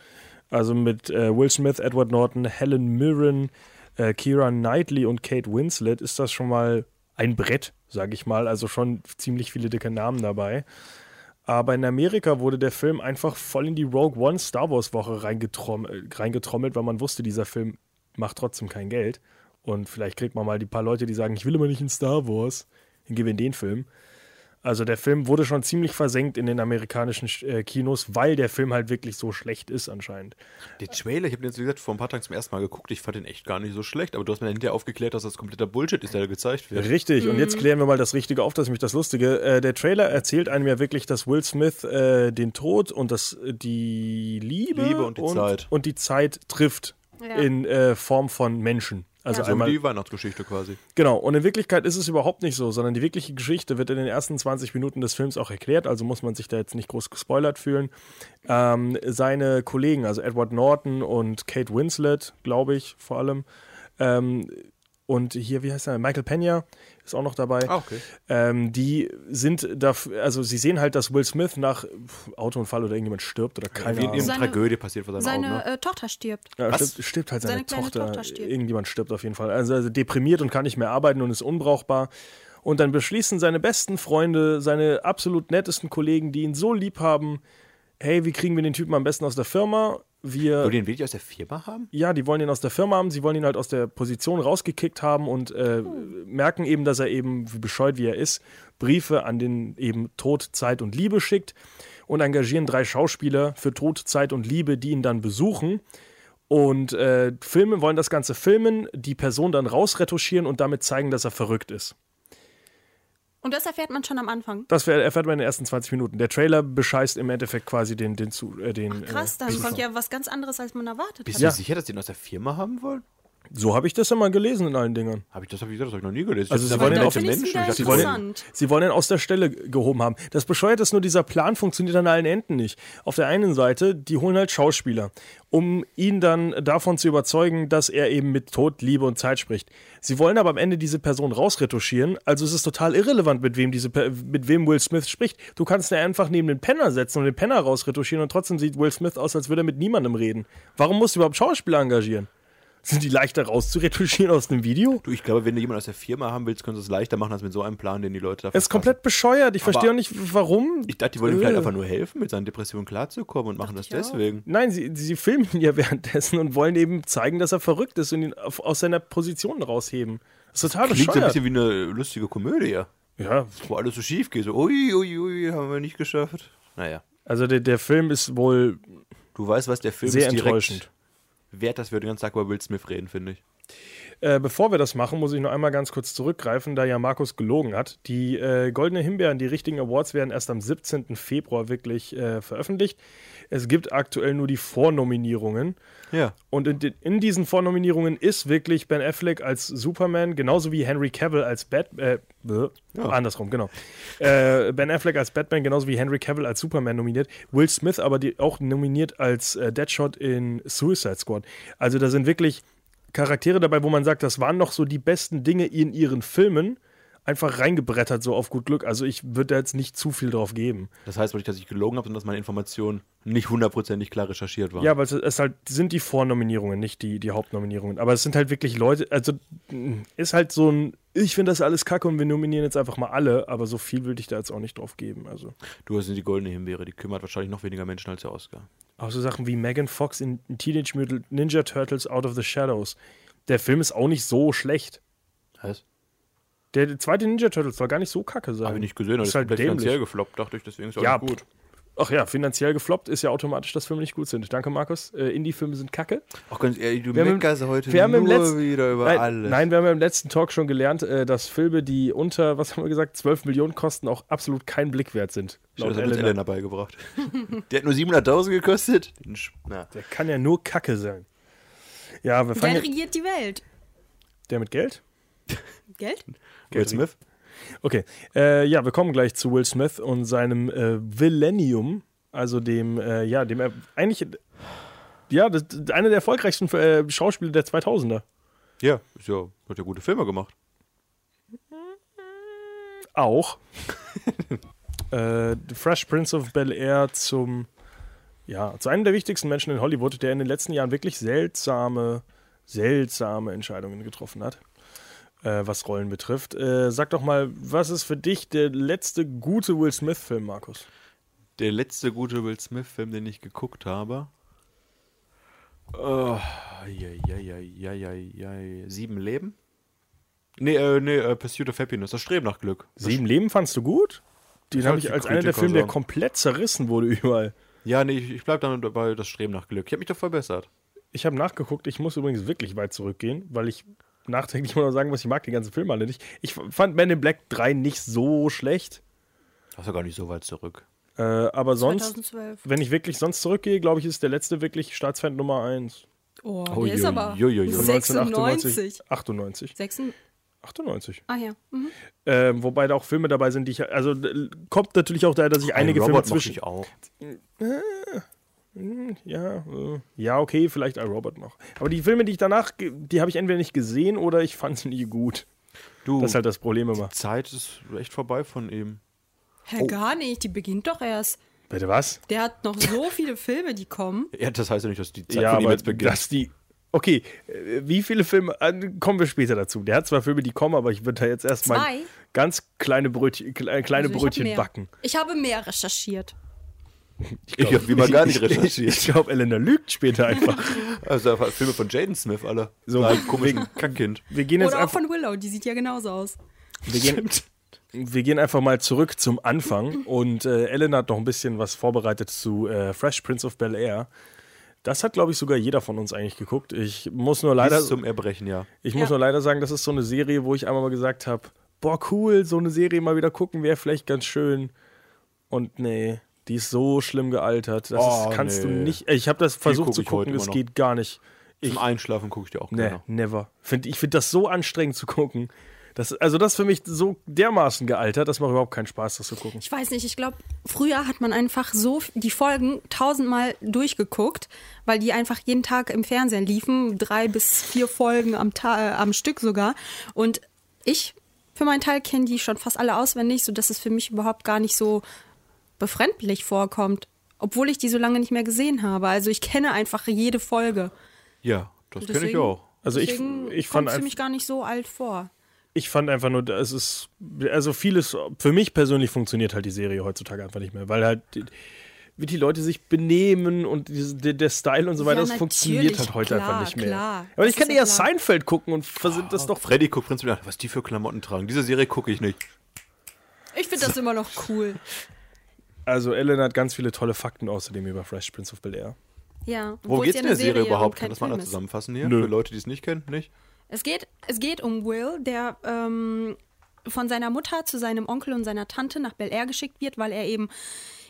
Also mit äh, Will Smith, Edward Norton, Helen Mirren, äh, Kira Knightley und Kate Winslet ist das schon mal ein Brett, sage ich mal. Also schon ziemlich viele dicke Namen dabei. Aber in Amerika wurde der Film einfach voll in die Rogue One Star Wars Woche reingetrommelt, reingetrommelt weil man wusste, dieser Film macht trotzdem kein Geld. Und vielleicht kriegt man mal die paar Leute, die sagen, ich will immer nicht in Star Wars. Dann gehen wir in den Film. Also der Film wurde schon ziemlich versenkt in den amerikanischen äh, Kinos, weil der Film halt wirklich so schlecht ist anscheinend.
Der Trailer, ich habe den jetzt, wie gesagt, vor ein paar Tagen zum ersten Mal geguckt, ich fand den echt gar nicht so schlecht, aber du hast mir dann hinterher aufgeklärt, dass das kompletter Bullshit ist, der da gezeigt wird.
Richtig, und jetzt klären wir mal das Richtige auf, das ist nämlich das Lustige. Äh, der Trailer erzählt einem ja wirklich, dass Will Smith äh, den Tod und das, äh, die Liebe,
Liebe und die Zeit.
und die Zeit trifft
Ja.
in äh, Form von Menschen. Also
So wie
einmal,
die Weihnachtsgeschichte quasi.
genau, und in Wirklichkeit ist es überhaupt nicht so, sondern die wirkliche Geschichte wird in den ersten 20 Minuten des Films auch erklärt, also muss man sich da jetzt nicht groß gespoilert fühlen. ähm, seine Kollegen, also Edward Norton und Kate Winslet, glaube ich, vor allem. Ähm, und hier, wie heißt er? Michael Pena ist auch noch dabei.
Ah, okay.
Ähm, die sind dafür, also sie sehen halt, dass Will Smith nach pf, Autounfall oder irgendjemand stirbt oder keine
Wie in
Ahnung.
irgendeiner
Seine-
Tragödie passiert vor seinen
Seine
Augen. Ne?
äh, Tochter stirbt.
Ja,
Was?
stirbt, stirbt halt seine,
Seine kleine
Tochter.
Tochter stirbt.
Irgendjemand stirbt auf jeden Fall. Also, also deprimiert und kann nicht mehr arbeiten und ist unbrauchbar. Und dann beschließen seine besten Freunde, seine absolut nettesten Kollegen, die ihn so lieb haben, hey, wie kriegen wir den Typen am besten aus der Firma? Wir
Wollt ihr den wirklich aus der Firma haben?
ja, die wollen ihn aus der Firma haben, sie wollen ihn halt aus der Position rausgekickt haben und äh, merken eben, dass er eben, wie bescheuert wie er ist, Briefe an den eben Tod, Zeit und Liebe schickt und engagieren drei Schauspieler für Tod, Zeit und Liebe, die ihn dann besuchen und äh, filmen, wollen das Ganze filmen, die Person dann rausretuschieren und damit zeigen, dass er verrückt ist.
Und das erfährt man schon am Anfang.
Das wär- erfährt man in den ersten 20 Minuten. Der Trailer bescheißt im Endeffekt quasi den, den, zu, äh, den
Krass,
äh,
dann kommt ja was ganz anderes, als man erwartet
Bist
hat.
du sicher, dass die den aus der Firma haben wollen?
So habe ich das immer gelesen in allen Dingern.
Hab ich das, hab ich, gesagt, das hab ich noch nie gelesen.
Also
Ich
sie
dachte,
wollen
das
ihn
sind
Finde
alte
auf-
ich
Menschen. Ich dachte,
Sie
die
wollen,
wollen
interessant.
ihn, sie wollen ihn aus der Stelle gehoben haben. Das bescheuert ist nur, dieser Plan funktioniert an allen Enden nicht. Auf der einen Seite, die holen halt Schauspieler, um ihn dann davon zu überzeugen, dass er eben mit Tod, Liebe und Zeit spricht. Sie wollen aber am Ende diese Person rausretuschieren, also es ist total irrelevant, mit wem, diese, Per- mit wem Will Smith spricht. Du kannst ihn einfach neben den Penner setzen und den Penner rausretuschieren und trotzdem sieht Will Smith aus, als würde er mit niemandem reden. Warum musst du überhaupt Schauspieler engagieren? Sind die leichter rauszuretuschieren aus einem Video?
Du, ich glaube, wenn du jemanden aus der Firma haben willst, können sie es leichter machen, als mit so einem Plan, den die Leute da
Es ist komplett bescheuert. Ich verstehe
Aber-
auch nicht, warum.
Ich dachte, die wollen ihm vielleicht
Äh.
einfach nur helfen, mit seinen Depressionen klarzukommen und machen das deswegen.
Nein, sie, sie filmen ihn ja währenddessen und wollen eben zeigen, dass er verrückt ist und ihn auf, aus seiner Position rausheben. Das ist total
Klingt so ein
bescheuert.
bisschen wie eine lustige Komödie,
Ja,
wo alles so schief geht. So, ui, ui, ui, haben wir nicht geschafft. Naja,
also der, der Film ist wohl
du weißt, was der Film
sehr
ist direkt
enttäuschend.
wert, dass wir den ganzen Tag über Will Smith reden, finde ich.
Äh, bevor wir das machen, muss ich noch einmal ganz kurz zurückgreifen, da ja Markus gelogen hat. Die äh, Goldene Himbeeren, die richtigen Awards werden erst am 17. Februar wirklich äh, veröffentlicht. Es gibt aktuell nur die Vornominierungen.
Ja.
Und in, den- in diesen Vornominierungen ist wirklich Ben Affleck als Superman, genauso wie Henry Cavill als Batman, äh, bäh, andersrum, genau. Äh, ben Affleck als Batman, genauso wie Henry Cavill als Superman nominiert. Will Smith aber die, auch nominiert als äh, Deadshot in Suicide Squad. Also da sind wirklich Charaktere dabei, wo man sagt, das waren noch so die besten Dinge in ihren Filmen. Einfach reingebrettert, so auf gut Glück. Also, ich würde da jetzt nicht zu viel drauf geben.
Das heißt wirklich, dass ich gelogen habe und dass meine Informationen nicht hundertprozentig klar recherchiert waren.
Ja, aber es ist halt, sind die Vornominierungen, nicht die, die Hauptnominierungen. Aber es sind halt wirklich Leute, also mh, ist halt so ein, ich finde das alles kacke und wir nominieren jetzt einfach mal alle, aber so viel würde ich da jetzt auch nicht drauf geben. Also
Du hast die goldene Himbeere, die kümmert wahrscheinlich noch weniger Menschen als der Oscar.
auch so Sachen wie Megan Fox in Teenage Mutant Ninja Turtles Out of the Shadows. Der Film ist auch nicht so schlecht.
Heißt?
Der zweite Ninja Turtles soll gar nicht so kacke sein.
Habe ich nicht gesehen, das
ist
ist
halt
komplett finanziell
dämlich.
gefloppt, dachte ich, deswegen ist auch
Ja,
nicht gut.
Ach ja, finanziell gefloppt ist ja automatisch, dass Filme nicht gut sind. Danke, Markus. Äh, Indie-Filme sind kacke.
Auch ganz ehrlich, du
Wir haben im-
meckerst heute
wir haben im
nur
letzten-
wieder über
nein,
alles.
Nein, wir haben ja im letzten Talk schon gelernt, äh, dass Filme, die unter, was haben wir gesagt, 12 Millionen kosten, auch absolut keinen Blick wert sind.
Schön,
Laut
das hat uns
Elena.
Elena beigebracht. Der hat nur 700.000 gekostet. Den Sch- Na.
Der kann ja nur Kacke sein. Ja, wir fangen.
Wer
Der,
regiert die Welt?
der mit Geld?
Geld?
Will Smith?
Okay. Äh, ja, wir kommen gleich zu Will Smith und seinem äh, Millennium, also dem, äh, ja, dem er eigentlich. Ja, das, einer der erfolgreichsten äh, Schauspieler der 2000er.
Ja, ist ja, hat ja gute Filme gemacht.
auch äh, The Fresh Prince of Bel Air zum ja zu einem der wichtigsten Menschen in Hollywood, der in den letzten Jahren wirklich seltsame seltsame Entscheidungen getroffen hat, äh, was Rollen betrifft. Äh, sag doch mal, was ist für dich der letzte gute Will Smith Film, Markus?
Der letzte gute Will Smith-Film, den ich geguckt habe. Oh, ja, ja, ja, ja, ja, ja, ja. Sieben Leben? Nee, äh, nee, äh, Pursuit of Happiness, das Streben nach Glück. Das
Sieben Leben fandst du gut? Den
Das
habe
hat
ich
die
als einer der
Kritiker
Filme, der
sagen.
komplett zerrissen wurde überall.
Ja, nee, ich, ich bleib dann dabei, das Streben nach Glück. Ich habe mich doch verbessert.
Ich habe nachgeguckt, ich muss übrigens wirklich weit zurückgehen, weil ich nachträglich mal noch sagen muss, ich mag die ganzen Filme alle nicht. Ich f- fand Man in Black 3 nicht so schlecht,
Das ist ja gar nicht so weit zurück.
äh, aber sonst,
2012.
wenn ich wirklich sonst zurückgehe, glaube ich, ist der letzte wirklich Staatsfeind Nummer 1.
Oh,
Oh,
der ist
jo,
aber
jo, jo, jo.
96.
98.
96.
98.
Ah ja. Mhm.
Ähm, wobei da auch Filme dabei sind, die ich, also äh, kommt natürlich auch daher, dass ich einige
Ein
Filme
Robot mochte
zwischen,
ich auch.
Ja, äh, ja, okay, vielleicht iRobot noch. Aber die Filme, die ich danach, ge- die habe ich entweder nicht gesehen oder ich fand sie nie gut.
Du,
Das ist halt das Problem immer.
die Zeit ist echt vorbei von ihm.
Hä,
Oh.
gar nicht. Die beginnt doch erst.
Bitte was?
Der hat noch so viele Filme, die kommen.
Ja, das heißt ja nicht, dass die Zeit von ihm jetzt beginnt.
dass die. Okay, äh, wie viele Filme, äh, kommen wir später dazu. Der hat zwei Filme, die kommen, aber ich würde da jetzt erstmal
Zwei?
ganz kleine Brötchen, kle- äh, kleine
Also ich hab
Brötchen
mehr.
backen.
Ich habe mehr recherchiert.
ich habe wie mal gar nicht recherchiert.
Ich, ich glaube, Elena lügt später einfach.
Also Filme von Jaden Smith alle.
So,
So ein
wegen-
komischen Kackkind.
Wir gehen jetzt
Oder auch
einfach,
von Willow, die sieht ja genauso aus.
wir gehen, wir gehen einfach mal zurück zum Anfang und äh, Elena hat noch ein bisschen was vorbereitet zu äh, Fresh Prince of Bel Air. Das hat, glaube ich, sogar jeder von uns eigentlich geguckt. Ich muss nur leider.
Bis zum Erbrechen, ja.
Ich muss
Ja.
nur leider sagen, das ist so eine Serie, wo ich einmal mal gesagt habe, boah, cool, so eine Serie mal wieder gucken wäre vielleicht ganz schön. Und nee, die ist so schlimm gealtert. Das
Oh,
ist, kannst du
nee.
nicht. Ich habe das versucht
guck
zu
ich heute
gucken,
immer
es
noch. Genau.
geht gar nicht.
Zum Einschlafen gucke ich dir auch
Nee,
gerne.
never. Find, ich finde das so anstrengend zu gucken. Das, also das ist für mich so dermaßen gealtert, das macht überhaupt keinen Spaß, das zu gucken.
Ich weiß nicht, ich glaube, früher hat man einfach so f- die Folgen tausendmal durchgeguckt, weil die einfach jeden Tag im Fernsehen liefen, drei bis vier Folgen am, Ta äh, am Stück sogar. Und ich für meinen Teil kenne die schon fast alle auswendig, sodass es für mich überhaupt gar nicht so befremdlich vorkommt, obwohl ich die so lange nicht mehr gesehen habe. Also ich kenne einfach jede Folge.
Ja, das kenne ich
Deswegen-
auch.
Also ich,
Deswegen
ich fand
kommt's für
einfach-
mich gar nicht so alt vor.
ich fand einfach nur, es ist, also vieles, für mich persönlich funktioniert halt die Serie heutzutage einfach nicht mehr, weil halt, die, wie die Leute sich benehmen und diese- der, der Style und so weiter,
Ja,
das funktioniert halt
natürlich,
heute
klar,
einfach nicht mehr.
klar.
Aber
Das
ich
ist
kann eher
ja klar.
Seinfeld gucken und versinnt das doch.
Freddy guckt prinzipiell an, was die für Klamotten tragen. Diese Serie gucke ich nicht.
Ich finde das immer noch cool.
Also Ellen hat ganz viele tolle Fakten außerdem über Fresh Prince of Bel Air.
Ja.
Wo
obwohl es
geht's
ja
in
eine
der Serie
und
überhaupt?
kein
Kann das mal
Film
einer
ist.
zusammenfassen hier?
Nö.
Für Leute, die es nicht kennen, nicht?
Es geht, es geht um Will, der ähm, von seiner Mutter zu seinem Onkel und seiner Tante nach Bel Air geschickt wird, weil er eben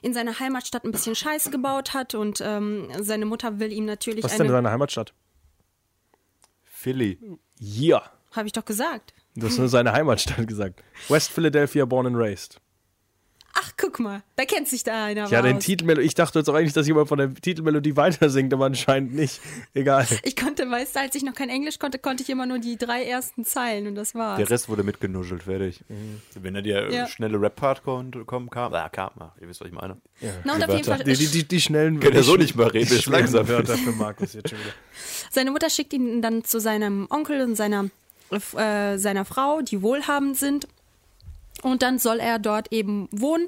in seiner Heimatstadt ein bisschen Scheiße gebaut hat und ähm, seine Mutter will ihm natürlich
Was ist denn
eine.
seine Heimatstadt?
Philly.
Ja. Yeah.
Habe ich doch gesagt.
Das ist nur seine Heimatstadt gesagt. West Philadelphia, born and raised.
Ach, guck mal, da kennt sich da einer.
Ja,
mal
den
aus.
Titelmelodie. Ich dachte jetzt auch eigentlich, dass jemand von der Titelmelodie weiter singt, aber anscheinend nicht. Egal.
Ich konnte, weißt du, als ich noch kein Englisch konnte, konnte ich immer nur die drei ersten Zeilen und das war's.
Der Rest wurde mitgenuschelt, fertig. Wenn da der äh,
Ja.
schnelle Rap-Part kon- kommen kam, ah, kam, ah, ihr wisst, was ich meine.
Na, und auf jeden Fall,
Die, die, die, die schnellen
Kann ja so nicht mehr reden,
die
ist langsam.
schnellen Wörter für Markus jetzt schon wieder.
seine Mutter schickt ihn dann zu seinem Onkel und seiner, äh, seiner Frau, die wohlhabend sind. Und dann soll er dort eben wohnen.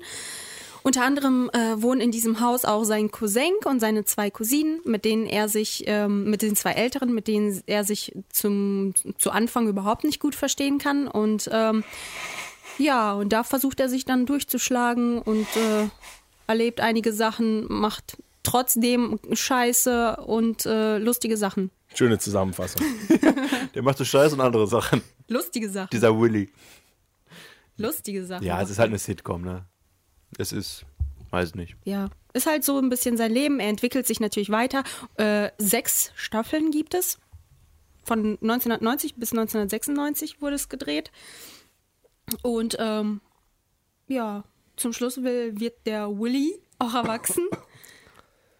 Unter anderem äh, wohnen in diesem Haus auch sein Cousin und seine zwei Cousinen, mit denen er sich, ähm, mit den zwei Älteren, mit denen er sich zum, zu Anfang überhaupt nicht gut verstehen kann. Und ähm, ja, und da versucht er sich dann durchzuschlagen und äh, erlebt einige Sachen, macht trotzdem Scheiße und äh, lustige Sachen.
Schöne Zusammenfassung.
Der macht so Scheiß und andere Sachen.
Lustige Sachen.
Dieser Willy.
Lustige Sachen.
Ja, es ist halt eine Sitcom, ne? Es ist, weiß nicht.
Ja. Ist halt so ein bisschen sein Leben. Er entwickelt sich natürlich weiter. Äh, sechs Staffeln gibt es. Von 1990 bis 1996 wurde es gedreht. Und ähm, ja, zum Schluss will, wird der Willy auch erwachsen.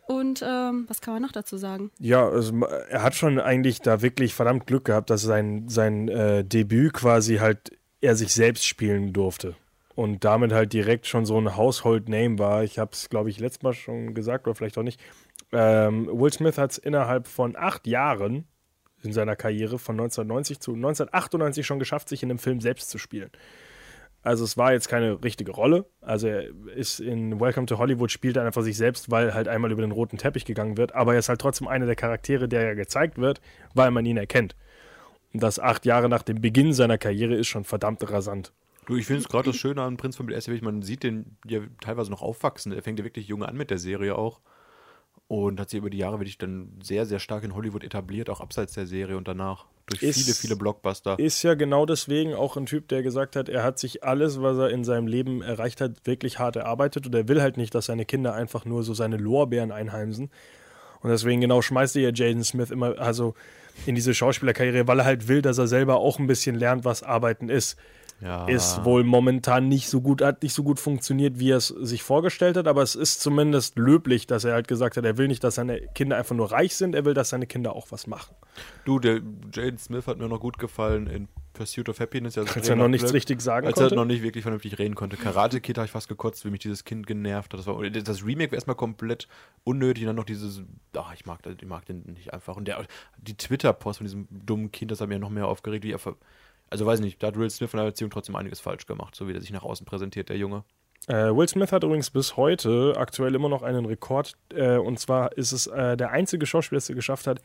Und ähm, was kann man noch dazu sagen?
Ja, also, ma- er hat schon eigentlich da wirklich verdammt Glück gehabt, dass sein, sein äh, Debüt quasi halt er sich selbst spielen durfte. Und damit halt direkt schon so ein Household Name war. Ich habe es, glaube ich, letztes Mal schon gesagt oder vielleicht auch nicht. Ähm, Will Smith hat es innerhalb von acht Jahren in seiner Karriere von 1990 zu 1998 schon geschafft, sich in einem Film selbst zu spielen. Also es war jetzt keine richtige Rolle. Also er ist in Welcome to Hollywood spielt er einfach sich selbst, weil halt einmal über den roten Teppich gegangen wird. Aber er ist halt trotzdem einer der Charaktere, der ja gezeigt wird, weil man ihn erkennt. Und das acht Jahre nach dem Beginn seiner Karriere ist schon verdammt rasant.
Du, ich finde es gerade das Schöne an Prinz von Bel-Air, man sieht den ja teilweise noch aufwachsen. Er fängt ja wirklich jung an mit der Serie auch. Und hat sich über die Jahre wirklich dann sehr, sehr stark in Hollywood etabliert, auch abseits der Serie und danach. Durch
Ist-
viele, viele Blockbuster.
Ist ja genau deswegen auch ein Typ, der gesagt hat, er hat sich alles, was er in seinem Leben erreicht hat, wirklich hart erarbeitet und er will halt nicht, dass seine Kinder einfach nur so seine Lorbeeren einheimsen. Und deswegen genau schmeißt er ja Jaden Smith immer also in diese Schauspielerkarriere, weil er halt will, dass er selber auch ein bisschen lernt, was Arbeiten ist.
ja.
Ist wohl momentan nicht so gut, hat nicht so gut funktioniert, wie er es sich vorgestellt hat, aber es ist zumindest löblich, dass er halt gesagt hat, er will nicht, dass seine Kinder einfach nur reich sind, er will, dass seine Kinder auch was machen.
Du, der Jaden Smith hat mir noch gut gefallen in Pursuit of Happiness. Also
Als er noch nichts richtig sagen
als
konnte.
er noch nicht wirklich vernünftig reden konnte. Karate Kid habe ich fast gekotzt, wie mich dieses Kind genervt hat. Das, war, das Remake war erstmal komplett unnötig. Und dann noch dieses, ach, ich mag, das- ich mag den nicht einfach. Und der, die Twitter-Post von diesem dummen Kind, das hat mir noch mehr aufgeregt. Wie er, ver- also weiß nicht, da hat Will Smith von der Erziehung trotzdem einiges falsch gemacht, so wie der sich nach außen präsentiert, der Junge.
Äh, Will Smith hat übrigens bis heute aktuell immer noch einen Rekord. Äh, und zwar ist es äh, der einzige Schauspieler, der es geschafft hat,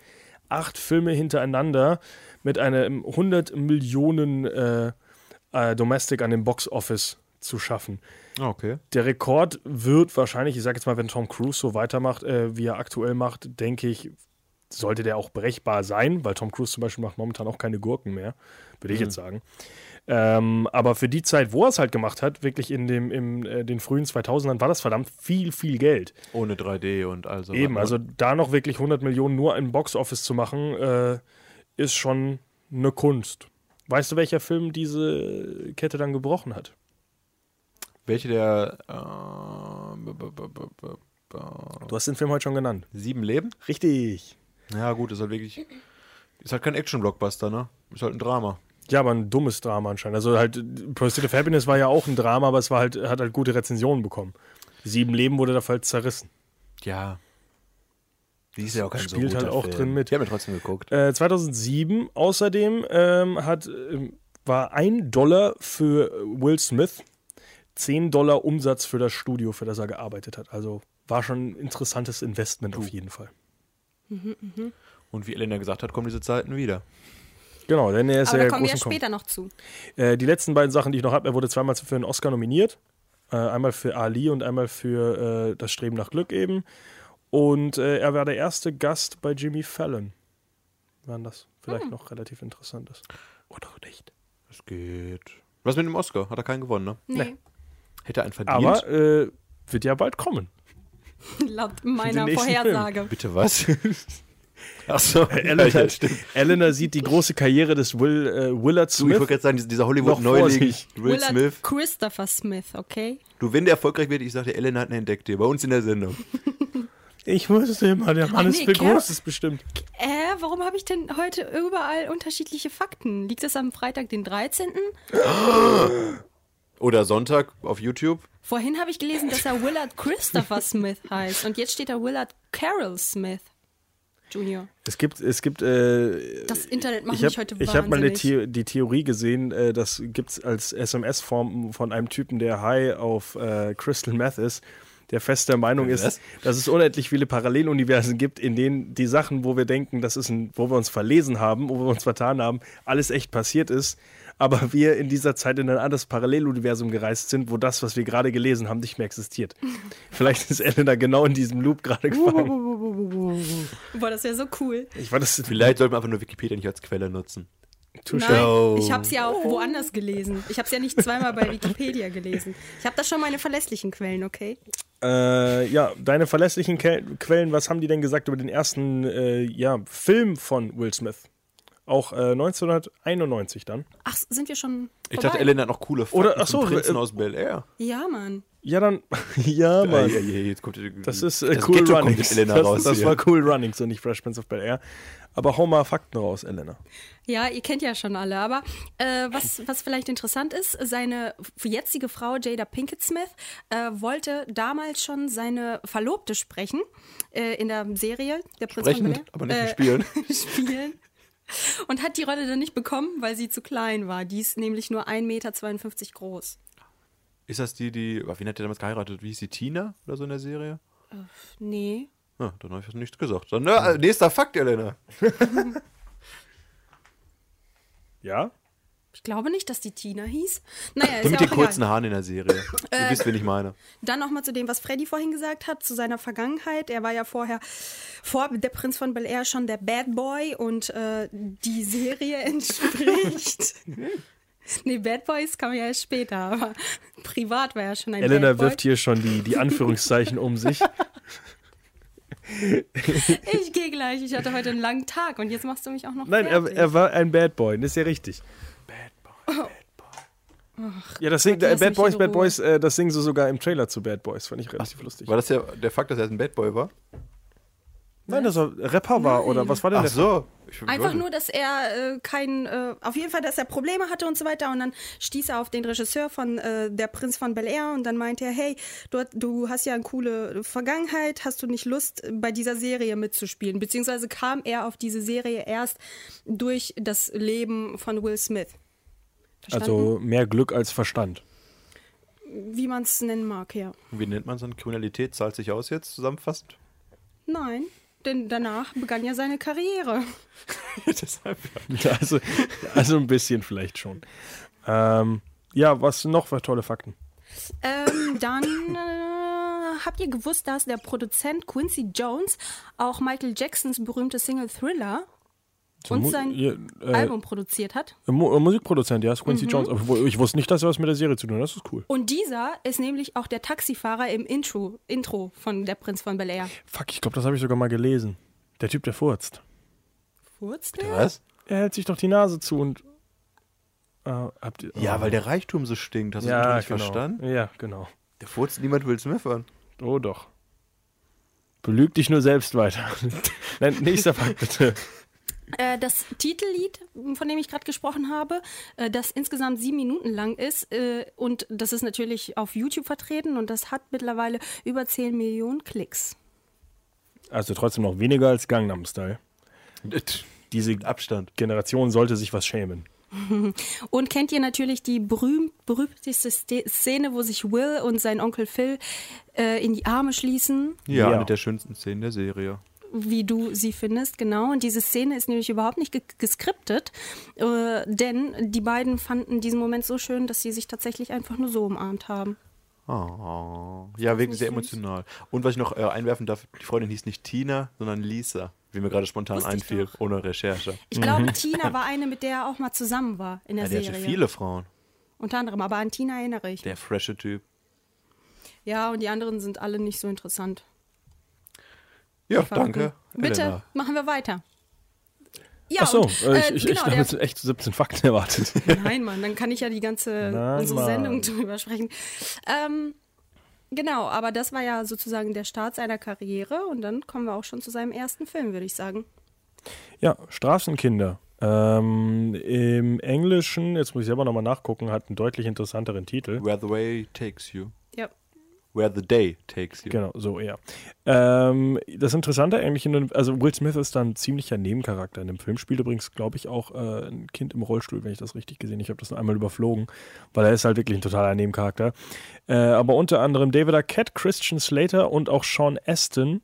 acht Filme hintereinander mit einem 100 Millionen äh, äh, Domestic an dem Box Office zu schaffen.
Ah, okay.
Der Rekord wird wahrscheinlich, ich sage jetzt mal, wenn Tom Cruise so weitermacht, äh, wie er aktuell macht, denke ich, sollte der auch brechbar sein, weil Tom Cruise zum Beispiel macht momentan auch keine Gurken mehr, würde ich jetzt sagen. Ähm, aber für die Zeit, wo er es halt gemacht hat, wirklich in dem, im, äh, den frühen 2000ern, war das verdammt viel, viel Geld.
Ohne 3D und also.
Eben, also da noch wirklich 100 Millionen nur im Boxoffice zu machen, äh, ist schon eine Kunst. Weißt du, welcher Film diese Kette dann gebrochen hat?
Welche der. Äh, b- b- b- b- b- b-
Du hast den Film heute schon genannt.
sieben Leben?
Richtig.
Ja, gut, ist halt wirklich. Ist halt kein Action-Blockbuster, ne? Ist halt ein Drama.
Ja, aber ein dummes Drama anscheinend. Also halt, Pursuit of Happiness war ja auch ein Drama, aber es war halt, hat halt gute Rezensionen bekommen. Sieben Leben wurde dafür halt zerrissen.
Ja. Die ist ja auch kein
spielt halt auch drin mit.
Ich habe mir trotzdem geguckt.
Äh, 2007 außerdem ähm, hat, ähm, war ein Dollar für Will Smith, 10 Dollar Umsatz für das Studio, für das er gearbeitet hat. Also war schon ein interessantes Investment auf jeden Fall.
Und wie Elena gesagt hat, kommen diese Zeiten wieder.
Genau, denn er ist
Aber da
ja der
kommen wir ja
großen Kom-
später noch zu.
Äh, die letzten beiden Sachen, die ich noch habe, er wurde zweimal für einen Oscar nominiert. Äh, einmal für Ali und einmal für äh, Das Streben nach Glück eben. Und äh, er war der erste Gast bei Jimmy Fallon. wenn das vielleicht
Hm.
noch relativ interessant ist. Oder auch nicht.
Es geht. Was mit dem Oscar? Hat er keinen gewonnen, ne?
Nee,
Hätte er einen verdient?
Aber äh, wird ja bald kommen.
laut meiner
nächsten Film.
Vorhersage.
Bitte was? Achso,
Eleanor,
ja, stimmt.
Eleanor sieht die große Karriere des Will, äh, Willard
Du, ich wollte
Smith.
gerade sagen, dieser- dieser
Noch vor
Hollywood-Neuling
sich.
Will
Willard
Smith.
Christopher Smith, okay?
Du, wenn der erfolgreich wird, ich sag dir, Ellen hat ihn entdeckt hier bei uns in der Sendung.
Ich wusste immer, der Mann
Ach
ist
nee,
für
Kerl.
Großes bestimmt.
Äh, warum habe ich denn heute überall unterschiedliche Fakten? Liegt es am Freitag, den 13.?
Oder Sonntag auf YouTube.
Vorhin habe ich gelesen, dass er Willard Christopher Smith heißt und jetzt steht er Willard Carroll Smith Junior.
Es gibt, es gibt, äh,
Das Internet macht
ich habe
mich heute
hab mal eine
wahnsinnig.
The die Theorie gesehen, äh, das gibt's als SMS-Form von einem Typen, der high auf äh, Crystal Meth ist, der fest der Meinung ist,
Was?
dass es unendlich viele Paralleluniversen gibt, in denen die Sachen, wo wir denken, das ist ein, wo wir uns verlesen haben, wo wir uns vertan haben, alles echt passiert ist, aber wir in dieser Zeit in ein anderes Paralleluniversum gereist sind, wo das, was wir gerade gelesen haben, nicht mehr existiert. Vielleicht ist Elena genau in diesem Loop gerade gefangen.
Boah, das wäre so cool.
Ich war das
Vielleicht sollte man einfach nur Wikipedia nicht als Quelle nutzen.
Nein, ich habe es ja auch woanders gelesen. Ich habe es ja nicht zweimal bei Wikipedia gelesen. Ich habe da schon meine verlässlichen Quellen, okay?
Äh, ja, deine verlässlichen Ke Quellen, was haben die denn gesagt über den ersten äh, ja, Film von Will Smith? Auch äh, 1991 dann.
Ach, sind wir schon
Ich
vorbei?
dachte, Ellen hat noch coole Fakten
Oder- ach
zum
so,
Prinzen
äh,
aus Bel Air.
Ja, Mann.
Ja, dann. ja,
Äh,
Mann.
ja, ja, jetzt kommt,
Das ist äh,
das
Cool
Ghetto kommt
Runnings.
mit Elena
das,
raus.
das
hier.
war Cool Runnings und nicht Fresh Prince of Bel Air. Aber hau mal Fakten raus, Elena.
Ja, ihr kennt ja schon alle, aber äh, was, was vielleicht interessant ist, seine jetzige Frau Jada Pinkett Smith äh, wollte damals schon seine Verlobte sprechen äh, in der Serie Der Prinz von
Brechend,
Bel-Air.
aber nicht im
Äh,
Spielen.
spielen. Und hat die Rolle dann nicht bekommen, weil sie zu klein war. Die ist nämlich nur 1,52 Meter groß.
Ist das die, die. Wen hat der damals geheiratet? Wie hieß die Tina oder so in der Serie?
Nee.
Ah, dann habe ich nichts gesagt. Dann, äh, nächster Fakt, Elena.
Ja?
Ich glaube nicht, dass die Tina hieß. Naja,
Die
ist
mit
ja
den
auch
kurzen
egal. Äh.
Haaren in der Serie. Ihr wisst, wen ich meine.
Dann nochmal zu dem, was Freddy vorhin gesagt hat, zu seiner Vergangenheit. Er war ja vorher, vor der Prinz von Bel Air, schon der Bad Boy und äh, die Serie entspricht. nee, Bad Boys kam ja erst später, aber privat war er schon ein
Elena
Bad Boy.
wirft hier schon die, die Anführungszeichen um sich.
Ich gehe gleich, ich hatte heute einen langen Tag und jetzt machst du mich auch noch
Nein, er,
fertig.
er war ein Bad Boy, das ist ja richtig. Bad Boy, Bad Boy. ja, das singt, äh,
Oh. lass
Bad
mich
Boys,
in
Bad
Ruhe.
Boys, äh, das singen sie sogar im Trailer zu Bad Boys, fand ich relativ lustig.
War das der, der Fakt, dass er ein Bad Boy war?
Nein, dass er Rapper war oder was war denn
Ach
das?
so. Ich-
Einfach
Leute.
nur, dass er äh, kein, äh, auf jeden Fall, dass er Probleme hatte und so weiter. Und dann stieß er auf den Regisseur von äh, Der Prinz von Bel Air und dann meinte er, hey, du, hat- du hast ja eine coole Vergangenheit, hast du nicht Lust, bei dieser Serie mitzuspielen? Beziehungsweise kam er auf diese Serie erst durch das Leben von Will Smith. Verstanden?
Also mehr Glück als Verstand.
Wie man es nennen mag, ja.
Wie nennt man so eine Kriminalität? Zahlt sich aus jetzt zusammenfassend?
Nein, denn danach begann ja seine Karriere.
Deshalb,
Also, also ein bisschen vielleicht schon. Ähm, ja, was noch für tolle Fakten?
Ähm, dann äh, habt ihr gewusst, dass der Produzent Quincy Jones auch Michael Jacksons berühmte Single Thriller und
Mu-
sein
ihr, äh,
Album produziert hat?
Mu äh, Musikproduzent, ja, ist Quincy Jones. Obwohl, ich wusste nicht, dass er was mit der Serie zu tun hat. Das ist cool.
Und dieser ist nämlich auch der Taxifahrer im Intro, Intro von Der Prinz von Bel Air.
Fuck, ich glaube, das habe ich sogar mal gelesen. Der Typ, der furzt.
Furzt der?
was?
Er hält sich doch die Nase zu und. Äh, habt ihr,
Ja, weil der Reichtum so stinkt. Hast du das
ja,
nicht
genau.
verstanden?
Ja, genau.
Der furzt niemand Will Smith an.
Oh doch. Belüg dich nur selbst weiter. Nein, nächster Fakt bitte.
Äh, das Titellied, von dem ich gerade gesprochen habe, äh, das insgesamt sieben Minuten lang ist äh, und das ist natürlich auf YouTube vertreten und das hat mittlerweile über 10 Millionen Klicks.
Also trotzdem noch weniger als Gangnam Style.
Diese Abstand.
Generation sollte sich was schämen.
Und kennt ihr natürlich die berühmt, berühmteste Ste- Szene, wo sich Will und sein Onkel Phil äh, in die Arme schließen,
Ja,
Ja.
mit der schönsten Szene der Serie.
wie du sie findest, genau. Und diese Szene ist nämlich überhaupt nicht ge geskriptet, äh, denn die beiden fanden diesen Moment so schön, dass sie sich tatsächlich einfach nur so umarmt haben.
Ah, Oh. Ja, wirklich sehr emotional. Und was ich noch äh, einwerfen darf, die Freundin hieß nicht Tina, sondern Lisa. wie mir gerade spontan
Wusste ich
einfiel,
doch.
ohne Recherche.
Ich glaube, Tina war eine, mit der er auch mal zusammen war in der
Ja, der hatte
Serie.
viele Frauen.
Unter anderem, aber an Tina erinnere ich.
Der freshe Typ.
Ja, und die anderen sind alle nicht so interessant.
Ja,
Fakten.
danke.
Hm. Bitte,
Elena.
machen wir weiter. Ja,
Ach so,
und,
äh, ich, ich,
genau,
ich habe
der-
jetzt echt 17 Fakten erwartet.
Nein, Mann, dann kann ich ja die ganze
Na,
unsere
Mann.
Sendung drüber sprechen. Ähm, genau, aber das war ja sozusagen der Start seiner Karriere und dann kommen wir auch schon zu seinem ersten Film, würde ich sagen.
Ja, Straßenkinder. Ähm, Im Englischen, jetzt muss ich selber nochmal nachgucken, hat einen deutlich interessanteren Titel.
Where the way takes you.
Ja.
Where the day takes you.
Genau, so eher. Ähm, das Interessante eigentlich, in dem, also Will Smith ist da ein ziemlicher Nebencharakter in dem Film, spielt übrigens, glaube ich, auch äh, ein Kind im Rollstuhl, wenn ich das richtig gesehen habe. Ich habe das nur einmal überflogen, weil er ist halt wirklich ein totaler Nebencharakter. Äh, aber unter anderem David Arquette, Christian Slater und auch Sean Astin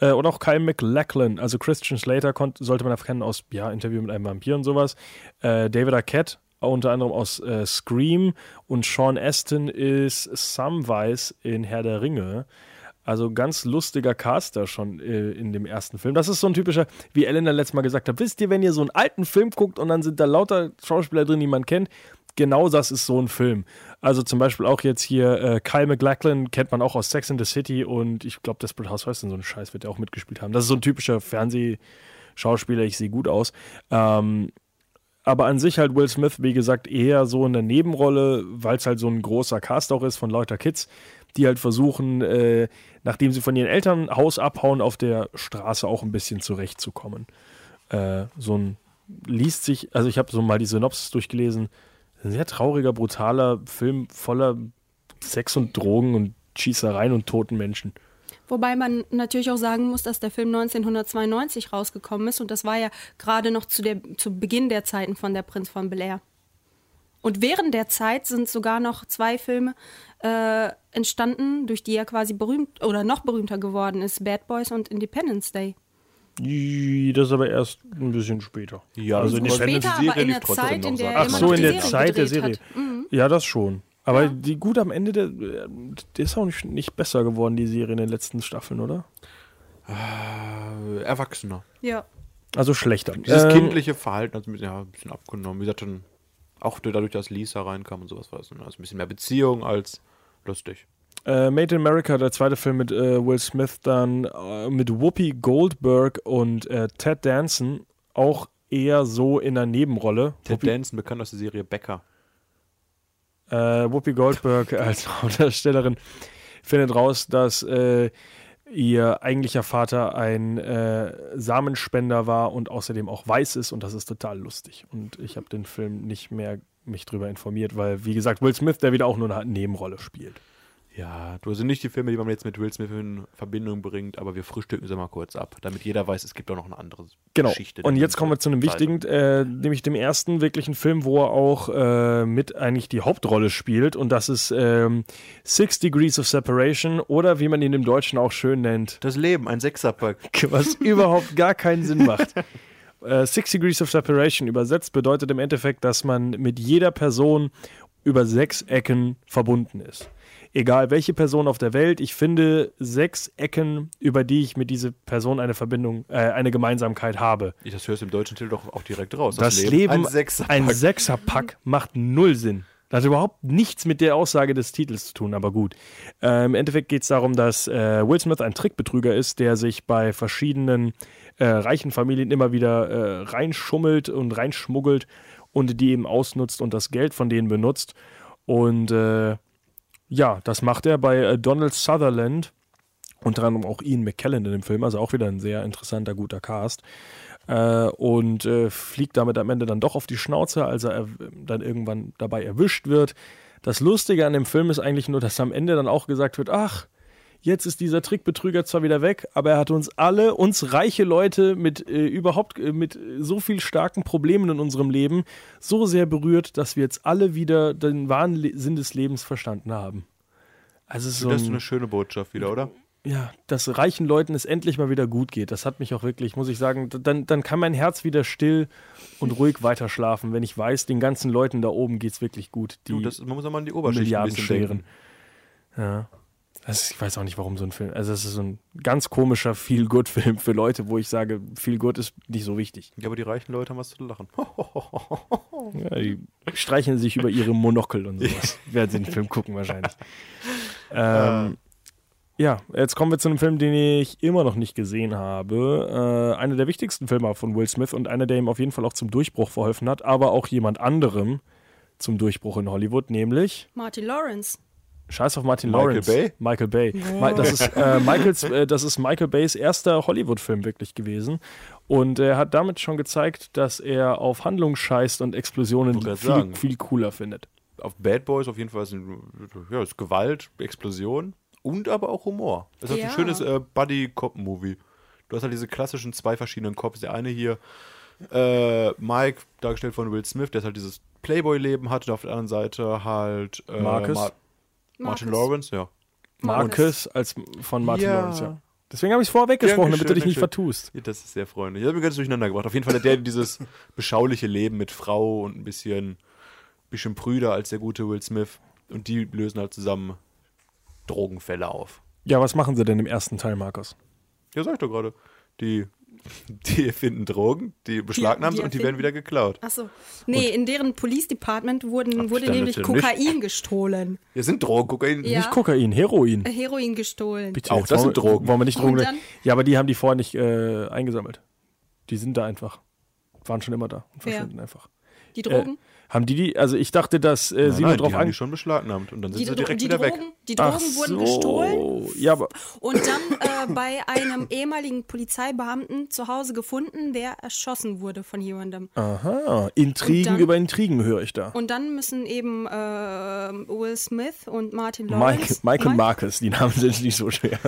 äh, und auch Kyle MacLachlan. Also Christian Slater konnt, sollte man erkennen aus ja, Interview mit einem Vampir und sowas. Äh, David Arquette unter anderem aus äh, Scream und Sean Astin ist Samwise in Herr der Ringe. Also ganz lustiger Cast da schon äh, in dem ersten Film. Das ist so ein typischer, wie Elena letztes Mal gesagt hat, wisst ihr, wenn ihr so einen alten Film guckt und dann sind da lauter Schauspieler drin, die man kennt, genau das ist so ein Film. Also zum Beispiel auch jetzt hier äh, Kyle MacLachlan kennt man auch aus Sex in the City und ich glaube Desperate Housewives und so ein Scheiß wird er auch mitgespielt haben. Das ist so ein typischer Fernsehschauspieler, ich sehe gut aus. Ähm, aber an sich halt Will Smith, wie gesagt, eher so eine Nebenrolle, weil es halt so ein großer Cast auch ist von lauter Kids, die halt versuchen, äh, nachdem sie von ihren Eltern Haus abhauen, auf der Straße auch ein bisschen zurechtzukommen. Äh, so ein liest sich, also ich habe so mal die Synopsis durchgelesen, ein sehr trauriger, brutaler Film voller Sex und Drogen und Schießereien und toten Menschen.
Wobei man natürlich auch sagen muss, dass der Film 1992 rausgekommen ist und das war ja gerade noch zu, der, zu Beginn der Zeiten von Der Prinz von Bel Air. Und während der Zeit sind sogar noch zwei Filme äh, entstanden, durch die er quasi berühmt oder noch berühmter geworden ist: Bad Boys und Independence Day.
Ih, Das ist aber erst ein bisschen später.
Ja, das
also in
ist
der
später,
Fantasy-
Serie
aber in
lief
der
trotzdem
Zeit,
noch,
in der
sagt
er
Ach
immer
man.
so,
noch
in
die
der
Serie
Zeit der Serie.
gedreht hat. Mhm.
Ja, das schon. Aber die gut am Ende, der, der ist auch nicht, nicht besser geworden, die Serie in den letzten Staffeln, oder?
Äh, Erwachsener.
Ja.
Also schlechter.
Dieses
Ähm,
kindliche Verhalten hat ein bisschen, ja, ein bisschen abgenommen. Wie gesagt, schon, auch dadurch, dass Lisa reinkam und sowas war es. Also ein bisschen mehr Beziehung als lustig.
Äh, Made in America, der zweite Film mit äh, Will Smith, dann äh, mit Whoopi Goldberg und äh, Ted Danson, auch eher so in der Nebenrolle.
Ted
Whoopi,
Danson, bekannt aus der Serie Becker.
äh, Whoopi Goldberg als Hauptdarstellerin findet raus, dass äh, ihr eigentlicher Vater ein äh, Samenspender war und außerdem auch weiß ist und das ist total lustig. Und ich habe den Film nicht mehr mich drüber informiert, weil, wie gesagt, Will Smith, der wieder auch nur eine Nebenrolle spielt.
Ja, du sind nicht die Filme, die man jetzt mit Will Smith in Verbindung bringt, aber wir frühstücken sie mal kurz ab, damit jeder weiß, es gibt auch noch eine andere
Genau.
Geschichte. Also.
Und jetzt kommen wir zu einem wichtigen, äh, nämlich dem ersten wirklichen Film, wo er auch äh, mit eigentlich die Hauptrolle spielt. Und das ist ähm, Six Degrees of Separation oder wie man ihn im Deutschen auch schön nennt,
Das Leben, ein Sechserpack.
was überhaupt gar keinen Sinn macht. Äh, Six Degrees of Separation übersetzt bedeutet im Endeffekt, dass man mit jeder Person über sechs Ecken verbunden ist. Egal welche Person auf der Welt, ich finde sechs Ecken, über die ich mit dieser Person eine Verbindung, äh, eine Gemeinsamkeit habe.
Ich- Das hörst du im deutschen Titel doch auch direkt raus.
Das, Leben,
ein Sechserpack.
ein Sechserpack macht null Sinn. Das hat überhaupt nichts mit der Aussage des Titels zu tun, aber gut. Äh, Im Endeffekt geht es darum, dass äh, Will Smith ein Trickbetrüger ist, der sich bei verschiedenen äh, reichen Familien immer wieder äh, reinschummelt und reinschmuggelt und die eben ausnutzt und das Geld von denen benutzt. Und äh, ja, das macht er bei äh, Donald Sutherland, unter anderem auch Ian McKellen in dem Film, also auch wieder ein sehr interessanter, guter Cast äh, und äh, fliegt damit am Ende dann doch auf die Schnauze, als er äh, dann irgendwann dabei erwischt wird. Das Lustige an dem Film ist eigentlich nur, dass am Ende dann auch gesagt wird, ach, jetzt ist dieser Trickbetrüger zwar wieder weg, aber er hat uns alle, uns reiche Leute mit äh, überhaupt äh, mit äh, so viel starken Problemen in unserem Leben so sehr berührt, dass wir jetzt alle wieder den wahren Le Sinn des Lebens verstanden haben. Also es ist so
Das ist
ein-
eine schöne Botschaft wieder, oder?
ja, dass reichen Leuten es endlich mal wieder gut geht. Das hat mich auch wirklich, muss ich sagen, d- dann, dann kann mein Herz wieder still und ruhig weiter schlafen, wenn ich weiß, den ganzen Leuten da oben geht es wirklich gut. Die
Du, das, man muss auch mal an die Oberschicht ein
Milliarden
bisschen
schweren.
denken.
Ja. Das ist, ich weiß auch nicht, warum so ein Film. Also, das ist so ein ganz komischer Feel-Good-Film für Leute, wo ich sage, Feel-Good ist nicht so wichtig.
Ja, aber die reichen Leute haben was zu lachen.
Ja, die streicheln sich über ihre Monokel und sowas. Werden sie den Film gucken, wahrscheinlich. ähm, ja, jetzt kommen wir zu einem Film, den ich immer noch nicht gesehen habe. Äh, einer der wichtigsten Filme von Will Smith und einer, der ihm auf jeden Fall auch zum Durchbruch verholfen hat, aber auch jemand anderem zum Durchbruch in Hollywood, nämlich.
Martin Lawrence.
Scheiß auf Martin
Michael
Lawrence.
Bay?
Michael Bay. Ma- Das, ist, äh, Michaels, äh, das ist Michael Bays erster Hollywood-Film wirklich gewesen. Und er hat damit schon gezeigt, dass er auf Handlung scheißt und Explosionen
Wollte grad
viel,
sagen.
viel cooler findet.
Auf Bad Boys auf jeden Fall ist, ein, ja, ist Gewalt, Explosion und aber auch Humor. Das ist
Ja.
ein schönes äh, Buddy-Cop-Movie. Du hast halt diese klassischen zwei verschiedenen Cops. Der eine hier, äh, Mike, dargestellt von Will Smith, der halt dieses Playboy-Leben hat. Und auf der anderen Seite halt äh,
Marcus?
Marcus.
Martin Lawrence, ja.
Marcus als von Martin
Ja.
Lawrence, ja. Deswegen habe ich es vorher weggesprochen, damit du dich nicht
Dankeschön,
vertust.
Ja, das ist sehr freundlich. Ich habe mir ganz durcheinander gebracht. Auf jeden Fall hat der dieses beschauliche Leben mit Frau und ein bisschen, bisschen prüder als der gute Will Smith. Und die lösen halt zusammen Drogenfälle auf.
Ja, was machen sie denn im ersten Teil, Markus?
Ja, sag ich doch gerade. Die, die finden Drogen, die beschlagnahmen sie und die werden
erfinden-
wieder geklaut.
Achso. Nee, in deren Police Department wurden,
Ach,
wurde
stand
nämlich
natürlich nicht.
Kokain gestohlen.
Hier sind Drogen, Kokain.
Ja.
Nicht Kokain, Heroin.
Heroin gestohlen.
Bitte,
Auch
jetzt
das
wollen
sind
wir-
Drogen.
Wollen wir nicht
Und
Drogen?
dann-
Ja, aber die haben die vorher nicht äh, eingesammelt. Die sind da einfach. Waren schon immer da und
Ja.
verschwinden einfach.
Die Drogen?
Äh, haben die die? Also ich dachte, dass äh,
Nein,
sie
nein,
nur drauf
die haben die
an.
schon beschlagnahmt und dann sind
die,
sie
Dro-
direkt
die
wieder
Drogen,
weg.
die
Ach
Drogen wurden
so.
gestohlen
Ja, aber
und dann äh, bei einem ehemaligen Polizeibeamten zu Hause gefunden, der erschossen wurde von jemandem.
aha, Intrigen
Und dann-
über Intrigen höre ich da.
Und dann müssen eben äh, Will Smith und Martin
Mike,
Lawrence.
Mike und
Mike,
Marcus, die Namen sind nicht so schwer.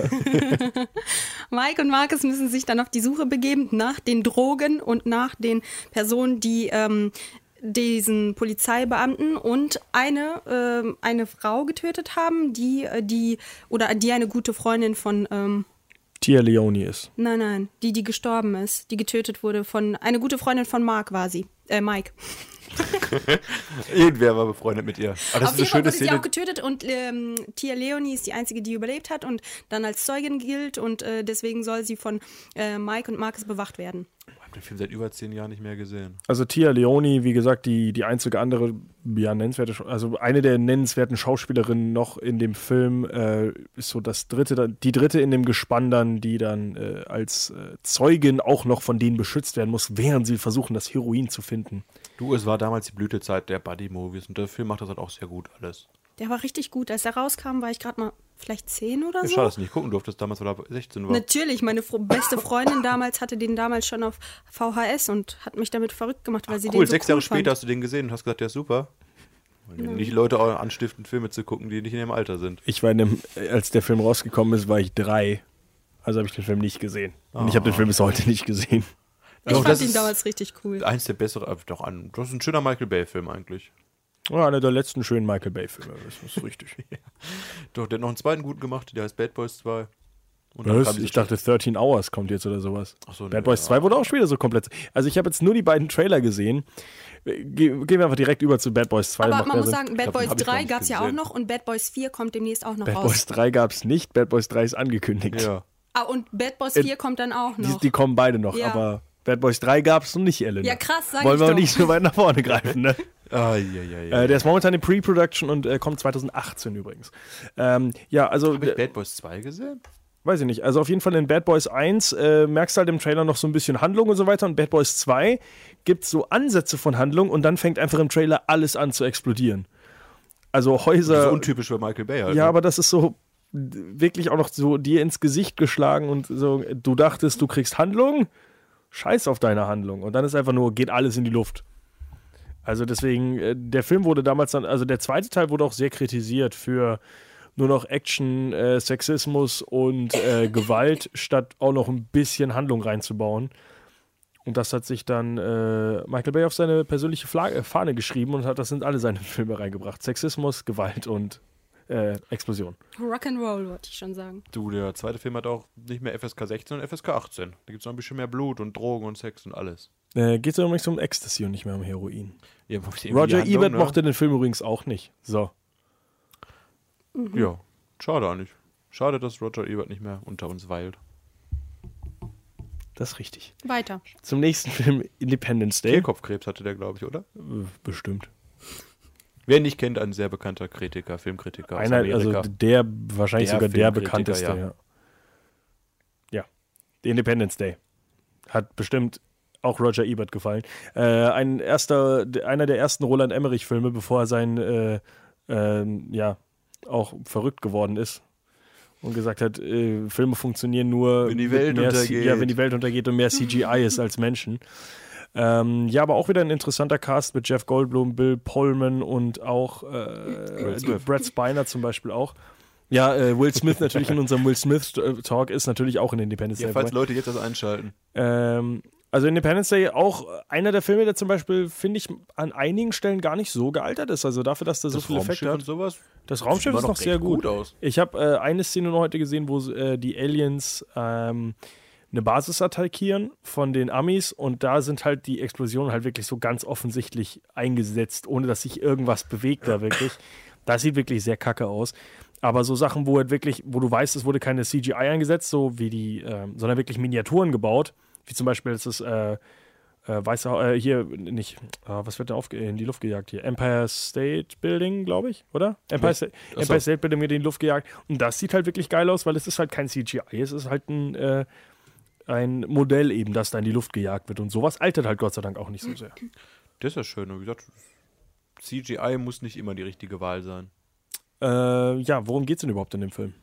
Mike und Marcus müssen sich dann auf die Suche begeben nach den Drogen und nach den Personen, die ähm, diesen Polizeibeamten und eine, ähm, eine Frau getötet haben, die, äh, die oder die eine gute Freundin von ähm,
Tia Leoni ist.
Nein, nein, die, die gestorben ist, die getötet wurde von eine gute Freundin von Mark war sie. Äh, Mike.
Irgendwer war befreundet mit ihr. Aber das
Auf
ist eine
jeden Fall
schöne
wurde sie
Szene.
auch getötet und ähm, Tia Leonie ist die einzige, die überlebt hat und dann als Zeugin gilt und äh, deswegen soll sie von äh, Mike und Marcus bewacht werden.
Ich habe den Film seit über zehn Jahren nicht mehr gesehen.
Also Tia Leoni, wie gesagt, die, die einzige andere, ja, nennenswerte, Sch- also eine der nennenswerten Schauspielerinnen noch in dem Film, äh, ist so das dritte, dann- die dritte in dem Gespann dann, die dann äh, als äh, Zeugin auch noch von denen beschützt werden muss, während sie versuchen, das Heroin zu finden.
Du, es war damals die Blütezeit der Buddy-Movies und der Film macht das halt auch sehr gut alles.
Der war richtig gut. Als er rauskam, war ich gerade mal vielleicht zehn oder
Ja,
so.
schade, dass du nicht gucken durftest damals, weil er 16 war.
Natürlich, meine fro- beste Freundin damals hatte den damals schon auf VHS und hat mich damit verrückt gemacht, weil sie den
cool,
so
sechs
cool
Jahre
fand. genau.
später hast du den gesehen und hast gesagt, der ist super. Weil wir Nicht Leute auch anstiften, Filme zu gucken, die nicht in ihrem Alter sind.
Ich war in dem, äh, als der Film rausgekommen ist, war ich drei. Also habe ich den Film nicht gesehen. Und ich habe den Film bis heute nicht gesehen.
Ich
Doch,
fand
Oh, das
ihn
ist
damals richtig cool.
Eins der besseren, äh, doch an. Das ist ein schöner Michael Bay-Film eigentlich.
Ja, einer der letzten schönen Michael Bay-Filme, das ist richtig.
Doch, der hat noch einen zweiten guten gemacht, der heißt Bad Boys 2. Und dann
Was?
kam
Ich
diese-
dachte, 13 Hours kommt jetzt oder sowas.
Ach so,
Bad
nee,
Boys
ja.
2 wurde auch später so komplett. Also ich habe jetzt nur die beiden Trailer gesehen. Äh, Ge gehen wir einfach direkt über zu Bad Boys 2.
Aber
macht
man
mehr
muss
Sinn.
sagen, Bad
glaub, den
Boys
hab ich gar
3
nicht
gab es ja auch
gesehen.
noch und Bad Boys 4 kommt demnächst auch noch
Bad
raus.
Boys 3 gab es nicht, Bad Boys 3 ist angekündigt.
Ja.
Ah, und Bad Boys
Äh,
4 kommt dann auch
Die,
noch.
die kommen beide noch,
Ja.
aber Bad Boys 3 gab es noch nicht, Elena.
Ja, krass, sag
Wollen
ich
wir
doch.
nicht so weit nach vorne greifen, ne?
Ah, ja, ja, ja.
Äh, der ist momentan in Pre-Production und äh, kommt 2018 übrigens. Ähm, ja, also.
Habe ich Bad Boys 2 gesehen?
weiß ich nicht. Also auf jeden Fall in Bad Boys 1 äh, merkst du halt im Trailer noch so ein bisschen Handlung und so weiter. Und Bad Boys 2 gibt so Ansätze von Handlung und dann fängt einfach im Trailer alles an zu explodieren. Also
Das ist
Häuser.
untypisch für Michael Bay. Halt.
ja,
ne?
aber das ist so d- wirklich auch noch so dir ins Gesicht geschlagen und so, du dachtest, du kriegst Handlung, scheiß auf deine Handlung. Und dann ist einfach nur, geht alles in die Luft. Also deswegen, äh, der Film wurde damals dann, also der zweite Teil wurde auch sehr kritisiert für nur noch Action, äh, Sexismus und äh, Gewalt, statt auch noch ein bisschen Handlung reinzubauen. Und das hat sich dann äh, Michael Bay auf seine persönliche Fla äh, Fahne geschrieben und hat das in alle seine Filme reingebracht. Sexismus, Gewalt und äh, Explosion.
Rock'n'Roll, wollte ich schon sagen.
Du, der zweite Film hat auch nicht mehr FSK 16 und FSK 18. Da gibt es noch ein bisschen mehr Blut und Drogen und Sex und alles.
Äh, Geht es übrigens um Ecstasy und nicht mehr um Heroin.
Ja, aber die-
Roger
die Handlung,
Ebert
ne?
mochte den Film übrigens auch nicht. So.
Ja, schade eigentlich. Schade, dass Roger Ebert nicht mehr unter uns weilt.
Das ist richtig.
Weiter.
Zum nächsten Film, Independence Day. Äh,
Kehlkopfkrebs hatte der, glaube ich, oder?
Bestimmt.
Wer ihn nicht kennt, ein sehr bekannter Kritiker, Filmkritiker
Einer, also der, wahrscheinlich
Der
sogar
Filmkritiker,
der bekannteste.
ja.
Ja. ja. The Independence Day. Hat bestimmt auch Roger Ebert gefallen. Äh, ein erster, einer der ersten Roland Emmerich-Filme, bevor er sein, äh, ähm, ja, auch verrückt geworden ist. Und gesagt hat, äh, Filme funktionieren nur,
Wenn die
mit
Welt
mehr C-
untergeht.
Ja, wenn die Welt untergeht und mehr CGI ist als Menschen. Ähm, ja, aber auch wieder ein interessanter Cast mit Jeff Goldblum, Bill Pullman und auch äh,
Smith.
Brad Spiner zum Beispiel auch. Ja, äh, Will Smith natürlich in unserem Will Smith äh, Talk ist natürlich auch in Independence
ja,
Day.
falls
dabei.
Leute jetzt das einschalten.
Ähm, also Independence Day auch einer der Filme, der zum Beispiel, finde ich, an einigen Stellen gar nicht so gealtert ist. Also dafür, dass da so viel Effekt hat.
und sowas.
Das Raumschiff
Sieht
ist
immer
noch
noch
sehr
recht
gut.
gut aus.
Ich habe äh, eine Szene nur heute gesehen, wo äh, die Aliens ähm, eine Basis attackieren von den Amis und da sind halt die Explosionen halt wirklich so ganz offensichtlich eingesetzt, ohne dass sich irgendwas bewegt da wirklich. Das sieht wirklich sehr kacke aus. Aber so Sachen, wo halt wirklich, wo du weißt, es wurde keine CGI eingesetzt, so wie die, ähm, sondern wirklich Miniaturen gebaut, wie zum Beispiel das ist, äh, äh, weiße, Hau- äh, hier nicht, ah, was wird da aufge in die Luft gejagt hier? Empire State Building, glaube ich, oder? Empire, Sta
so.
Empire State Building wird in die Luft gejagt. Und das sieht halt wirklich geil aus, weil es ist halt kein CGI, es ist halt ein, äh, ein Modell eben, das da in die Luft gejagt wird. Und sowas altert halt Gott sei Dank auch nicht so sehr.
Das ist ja schön. Und Wie gesagt, CGI muss nicht immer die richtige Wahl sein.
Äh, ja, worum geht's denn überhaupt in dem Film?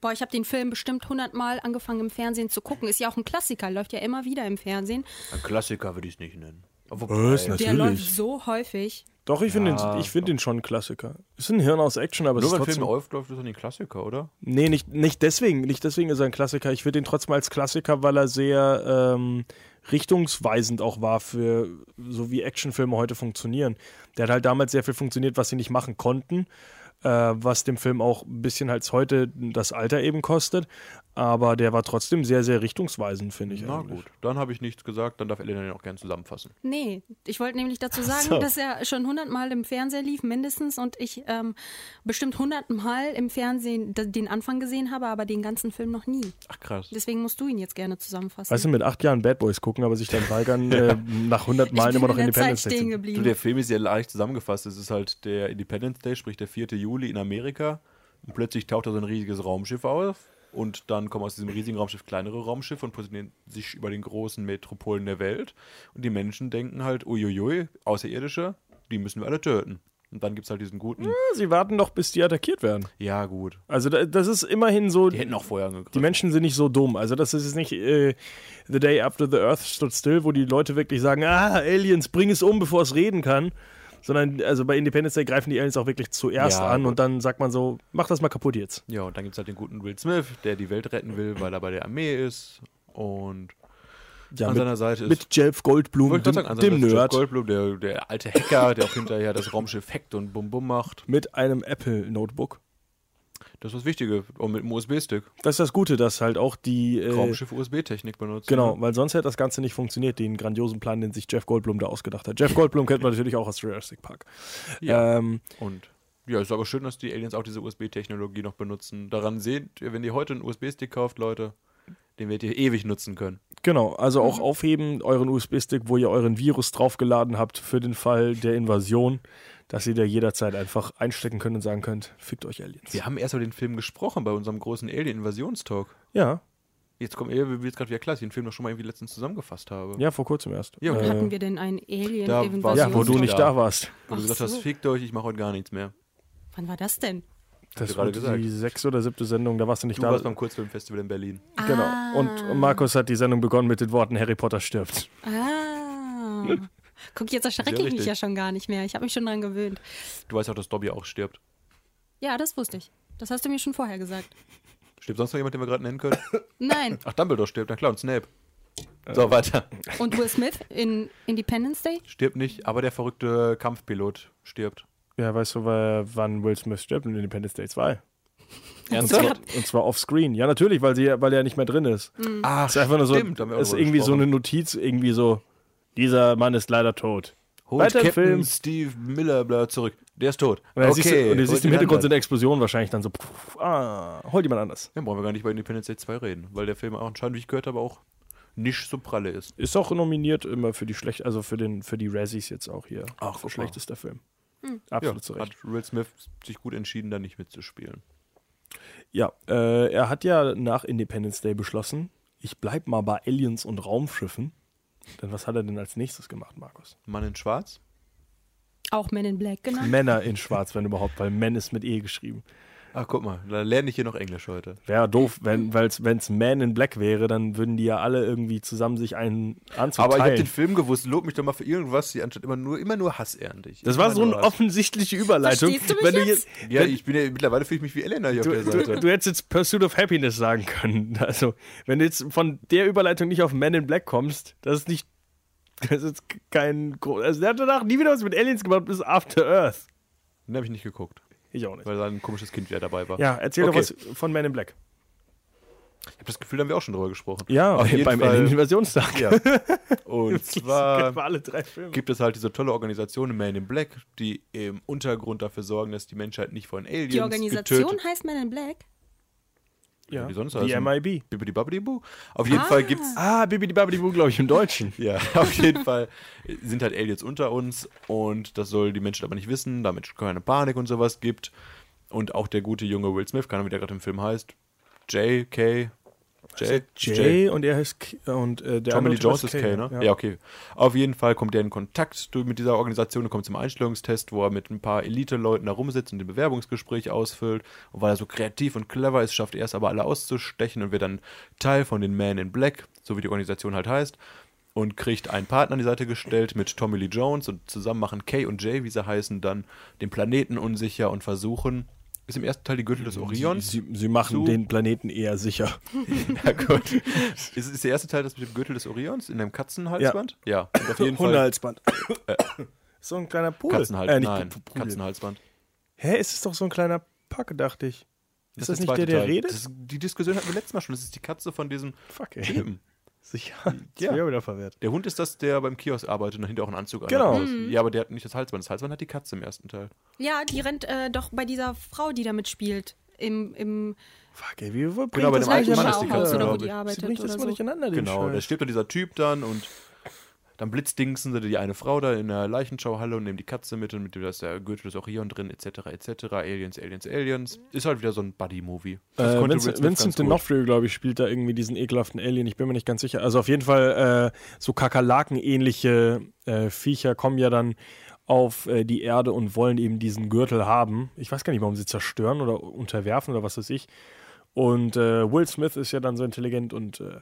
Boah, ich habe den Film bestimmt hundertmal angefangen im Fernsehen zu gucken. Ist ja auch ein Klassiker, läuft ja immer wieder im Fernsehen.
Ein Klassiker würde ich es nicht nennen.
Was?
Der läuft so häufig.
Doch, ich finde den, ich find den schon ein Klassiker. Ist ein Hirn aus Action, aber es
Nur
ist
weil
trotzdem...
Film läuft, läuft es an den Klassiker, oder?
Nee, nicht, nicht deswegen. Nicht deswegen ist er ein Klassiker. Ich würde ihn trotzdem als Klassiker, weil er sehr ähm, richtungsweisend auch war für so wie Actionfilme heute funktionieren. Der hat halt damals sehr viel funktioniert, was sie nicht machen konnten, äh, was dem Film auch ein bisschen als heute das Alter eben kostet. Aber der war trotzdem sehr, sehr richtungsweisend, finde ich.
Na
eigentlich.
gut, dann habe ich nichts gesagt, dann darf Elena den auch gerne zusammenfassen.
Nee, ich wollte nämlich dazu sagen, dass er schon hundertmal im Fernsehen lief, mindestens. Und ich ähm, bestimmt hundertmal im Fernsehen d- den Anfang gesehen habe, aber den ganzen Film noch nie.
Ach krass.
Deswegen musst du ihn jetzt gerne zusammenfassen.
Weißt du, mit acht Jahren Bad Boys gucken, aber sich dann weigern, äh, nach 100
ich
Malen
bin
immer noch
in der Zeit
Independence Day
stehen
zu
Du,
geblieben.
Also der Film ist ja leicht zusammengefasst. Es ist halt der Independence Day, sprich der 4. Juli in Amerika. Und plötzlich taucht da so ein riesiges Raumschiff auf. Und dann kommen aus diesem riesigen Raumschiff kleinere Raumschiffe und positionieren sich über den großen Metropolen der Welt. Und die Menschen denken halt, uiuiui, Außerirdische, die müssen wir alle töten. Und dann gibt es halt diesen guten,
Sie warten doch, bis die attackiert werden.
ja gut,
Also da, das ist immerhin so...
die hätten auch vorher
Die
angegriffen.
Menschen sind nicht so dumm. Also, das ist jetzt nicht äh, The Day After the Earth Stood Still, wo die Leute wirklich sagen: Ah, Aliens, bring es um, bevor es reden kann. Sondern, also bei Independence Day greifen die Aliens auch wirklich zuerst
Ja,
an
gut.
und dann sagt man so: Mach das mal kaputt jetzt.
Ja, und dann gibt es halt den guten Will Smith, der die Welt retten will, weil er bei der Armee ist. Und
Ja,
an
mit,
seiner Seite ist
mit Jeff Goldblum,
Wollte
dem,
ich gerade sagen,
dem
also Jeff
Nerd,
Goldblum, der, der alte Hacker, der auch hinterher das Raumschiff hackt und bum bum macht.
mit einem Apple-Notebook.
Das ist das Wichtige. Und mit einem USB-Stick.
Das ist das Gute, dass halt auch die. Äh,
Raumschiff USB-Technik benutzt.
genau, weil sonst hätte das Ganze nicht funktioniert, den grandiosen Plan, den sich Jeff Goldblum da ausgedacht hat. Jeff Goldblum kennt man natürlich auch aus Jurassic Park.
Ja.
Ähm,
Und ja, ist aber schön, dass die Aliens auch diese USB-Technologie noch benutzen. Daran seht ihr, wenn ihr heute einen USB-Stick kauft, Leute, den werdet ihr ewig nutzen können.
Genau, also
Mhm.
auch aufheben euren USB-Stick, wo ihr euren Virus draufgeladen habt für den Fall der Invasion, dass ihr da jederzeit einfach einstecken könnt und sagen könnt, fickt euch Aliens.
Wir haben erst über den Film gesprochen bei unserem großen Alien-Invasionstalk.
Ja,
Jetzt kommt ihr, wie jetzt gerade wieder klar, dass ich den Film noch schon mal irgendwie letztens zusammengefasst habe.
ja, vor kurzem erst. Äh,
Ja, okay.
Hatten wir denn einen alien
Da war-
invasion
ja, wo du
Ach
nicht
so.
da warst.
Wo du gesagt hast,
so.
fickt euch, ich mache heute gar nichts mehr.
Wann war das denn?
Das
ich
war
gerade
die sechste oder siebte Sendung, da warst du nicht
Du
da.
warst beim Kurzfilmfestival in Berlin.
genau. Und Markus hat die Sendung begonnen mit den Worten Harry Potter stirbt.
Ah. Guck, jetzt erschrecke
Sehr
ich mich
richtig.
ja schon gar nicht mehr. Ich habe mich schon dran gewöhnt.
Du weißt auch, dass Dobby auch stirbt.
Ja, das wusste ich. Das hast du mir schon vorher gesagt.
Stirbt sonst noch jemand, den wir gerade nennen können?
Nein.
Ach, Dumbledore stirbt, na klar, und Snape. So, weiter.
Und Will Smith in Independence Day?
Stirbt nicht, aber der verrückte Kampfpilot stirbt.
Ja, weißt du, wa- wann Will Smith stirbt in Independence Day 2?
Ernsthaft?
Und zwar offscreen. Ja, natürlich, weil, sie, weil er nicht mehr drin ist.
Ach,
Mhm. Ist einfach nur so,
haben wir auch
ist
drüber
irgendwie so
gesprochen.
eine Notiz, irgendwie so, dieser Mann ist leider tot.
Holt
Weiter im
Captain
Film.
Steve Miller bla, zurück. Der ist tot.
Und dann siehst du, und du siehst im Hintergrund sind
sind
Explosionen wahrscheinlich dann so, pff, ah, hol jemand anders.
Dann brauchen wir gar nicht über Independence Day 2 reden, weil der Film auch anscheinend, wie ich gehört habe, auch nicht so pralle ist.
Ist auch nominiert immer für die schlecht, also für den für die Razzies jetzt auch hier.
Ach,
für
guck mal.
schlechtester Film. Absolut zu Recht.
hat Will Smith sich gut entschieden, da nicht mitzuspielen.
Ja, äh, er hat ja nach Independence Day beschlossen, ich bleib mal bei Aliens und Raumschiffen. Denn was hat er denn als nächstes gemacht, Markus?
Mann in Schwarz?
Auch Men in Black genannt.
Männer in Schwarz, wenn überhaupt, weil Men ist mit E geschrieben.
Ach, guck mal, da lerne ich hier noch Englisch heute.
Wäre doof, wenn es Man in Black wäre, dann würden die ja alle irgendwie zusammen sich einen Anzug
Aber ich habe
teilen.
den Film gewusst, lob mich doch mal für irgendwas, die anstatt immer nur, immer nur Hass erntig.
das war
Immer
so eine
nur Hass.
offensichtliche Überleitung.
Verstehst du mich
wenn du
jetzt?
jetzt,
Ja, ich bin ja, mittlerweile fühle ich mich wie Elena hier auf
Du,
der
du,
Seite.
du hättest jetzt Pursuit of Happiness sagen können. Also, wenn du jetzt von der Überleitung nicht auf Men in Black kommst, das ist nicht. Das ist kein. gro- Also, der hat danach nie wieder was mit Aliens gemacht, bis After Earth.
Den habe ich nicht geguckt,
Ich auch nicht.
weil da ein komisches Kind wieder dabei war.
Ja, erzähl
Okay.
doch was von Men in Black.
Ich habe das Gefühl, da haben wir auch schon drüber gesprochen.
Ja,
auf jeden
beim
Fall.
Invasionstag.
Ja. Und zwar
Über alle drei Filme.
gibt es halt diese tolle Organisation Man in Black, die im Untergrund dafür sorgen, dass die Menschheit nicht von Aliens
Die Organisation
getötet
heißt Men in Black.
Ja.
wie sonst
Die
heißen.
MIB.
Bibbidi Babbidi Boo. Auf jeden Fall gibt's
Ah, Bibidi Babidi Boo, glaube ich, im Deutschen.
Ja, auf jeden Fall sind halt Aliens unter uns und das soll die Menschen aber nicht wissen, damit es keine Panik und sowas gibt. Und auch der gute junge Will Smith, keine Ahnung, wie der gerade im Film heißt. J, K, J,
Jay und er heißt. K und äh, der
Tommy
andere
Lee
Typ
Jones
ist
ist K, ne? Ja.
Ja.
okay. Auf jeden Fall kommt er in Kontakt du- mit dieser Organisation und kommt zum Einstellungstest, wo er mit ein paar Elite-Leuten da rumsitzt und ein Bewerbungsgespräch ausfüllt. Und weil er so kreativ und clever ist, schafft er es aber alle auszustechen und wird dann Teil von den Man in Black, so wie die Organisation halt heißt, und kriegt einen Partner an die Seite gestellt mit Tommy Lee Jones und zusammen machen Kay und Jay, wie sie heißen, dann den Planeten unsicher und versuchen. Ist im ersten Teil die Gürtel des Orions.
Sie, sie machen
Zu-
den Planeten eher sicher.
Ja, gut. Ist, ist der erste Teil das mit dem Gürtel des Orions in einem Katzenhalsband? Ja. Und auf jeden Fall
Hundehalsband. so ein kleiner Pudel. Äh,
Katzenhalsband.
nicht
Nein, halt.
P- Pudel.
Katzenhalsband.
Hä, ist es doch so ein kleiner Pack, dachte ich. Ist
der
das, nicht
zweite
der, der
Teil.
redet?
Das ist, die Diskussion hatten wir letztes Mal schon. Das ist die Katze von diesem
Fuck, ey.
Typen.
Sicher. Jetzt
Ja.
bin ich auch wieder verwehrt.
Der Hund ist das, der beim Kiosk arbeitet und hinter auch einen Anzug
Genau.
anhat. Ja, aber der hat nicht das Halsband. Das Halsband hat die Katze im ersten Teil.
Ja, die rennt äh, doch bei dieser Frau, die da mitspielt. Im, im
Fuck, ey, wie bringt
Genau, bei
das
dem alten
eigentlich
Mann ist die
miteinander?
Katze,
oder wo die
ich.
Sie
arbeitet
bringt das
oder
mal
so.
durcheinander, den
Genau, da
Scheiß.
stirbt doch dieser Typ dann und dann blitzdingsen sie die eine Frau da in der Leichenschauhalle und nehmen die Katze mit und mit dem da ist der Gürtel des Orion drin, etc., etc. Aliens, Aliens, Aliens. Ist halt wieder so ein Buddy-Movie. Das
Äh,
konnte Will
Vincent,
Smith
Vincent
ganz gut.
D'Onofrio, glaube ich, spielt da irgendwie diesen ekelhaften Alien. Ich bin mir nicht ganz sicher. Also auf jeden Fall äh, so Kakerlaken-ähnliche äh, Viecher kommen ja dann auf äh, die Erde und wollen eben diesen Gürtel haben. Ich weiß gar nicht, warum sie zerstören oder unterwerfen oder was weiß ich. Und äh, Will Smith ist ja dann so intelligent und äh,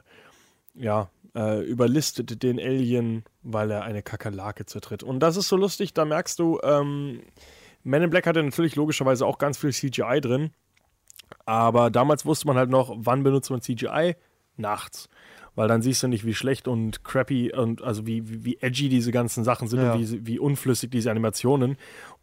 ja, äh, überlistet den Alien, weil er eine Kakerlake zertritt. Und das ist so lustig, da merkst du, ähm, Man in Black hatte natürlich logischerweise auch ganz viel CGI drin. Aber damals wusste man halt noch, wann benutzt man CGI? Nachts. Weil dann siehst du nicht, wie schlecht und crappy und also wie, wie, wie edgy diese ganzen Sachen sind
Ja.
und wie, wie unflüssig diese Animationen.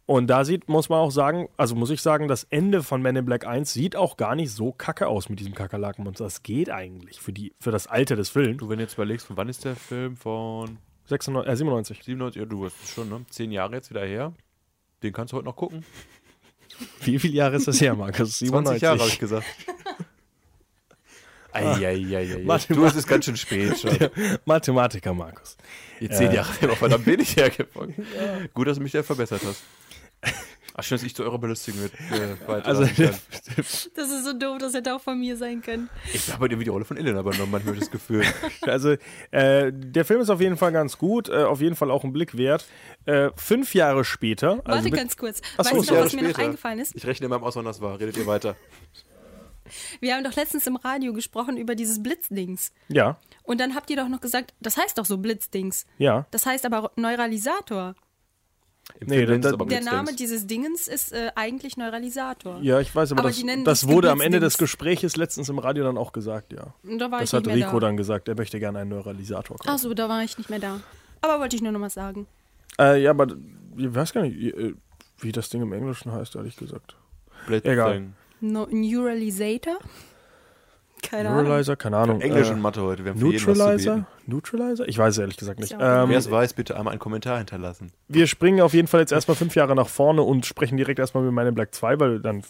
Und da sieht, muss man auch sagen, also muss ich sagen, das Ende von Men in Black 1 sieht auch gar nicht so kacke aus mit diesem Kakerlakenmonster. Das geht eigentlich für, die, für das Alter des Films.
Du, wenn du jetzt überlegst, von wann ist der Film? Von
96, äh, 97.
97, ja, du hast es schon, ne? Zehn Jahre jetzt wieder her. Den kannst du heute noch gucken.
Mhm. Wie viele Jahre ist das her, Markus?
20 Jahre, habe ich gesagt.
Ah.
Eieieiei. Du, es ist ganz schön spät schon.
Mathematiker, Markus.
Jetzt zehn Jahre, aber verdammt wenig hergefangen. Gut, dass du mich da verbessert hast. Ach, schön, dass ich zu eurer Belustigung mit, äh, weiter.
Also,
das ist so doof, das hätte auch von mir sein können.
ich habe dir die Rolle von Elena übernommen, manchmal das Gefühl.
Also, äh, der Film ist auf jeden Fall ganz gut, äh, auf jeden Fall auch ein Blick wert. Äh, fünf Jahre später, also
Warte
mit-
ganz kurz.
Ach so,
weißt du noch,
Jahre
was mir noch
später.
eingefallen ist?
Ich rechne immer im Ausland, was war. Redet ihr weiter.
Wir haben doch letztens im Radio gesprochen über dieses Blitzdings.
ja,
Und dann habt ihr doch noch gesagt, das heißt doch so Blitzdings.
ja.
Das heißt aber Neuralisator.
Im
Nee,
Film
dann-
nennt's
dann-
aber
Der
Blitzdings.
Name dieses Dingens ist äh, eigentlich Neuralisator.
Ja, ich weiß, aber,
Aber
das,
die nennen
das
sich
wurde am Ende des
Gebietsdings.
Gespräches letztens im Radio dann auch gesagt, ja.
Und Da war
Das
ich
hat
nicht mehr
Rico
da.
dann gesagt, er möchte gerne einen Neuralisator kaufen.
Achso, da war ich nicht mehr da. Aber wollte ich nur noch mal sagen.
Äh, ja, aber ich weiß gar nicht, äh, wie das Ding im Englischen heißt, ehrlich gesagt.
Blitzding.
Egal.
No, Neuralisator? Keine Ahnung.
Neuralizer, keine Ahnung.
Englisch
äh,
und Mathe heute. Wir haben für jeden was zu
Neutralizer?
bieten.
Neutralizer? Ich weiß es ehrlich gesagt nicht.
Ist ja
Wer
Ähm,
es weiß, bitte einmal einen Kommentar hinterlassen.
wir springen auf jeden Fall jetzt erstmal fünf Jahre nach vorne und sprechen direkt erstmal mit Man in Black 2, weil dann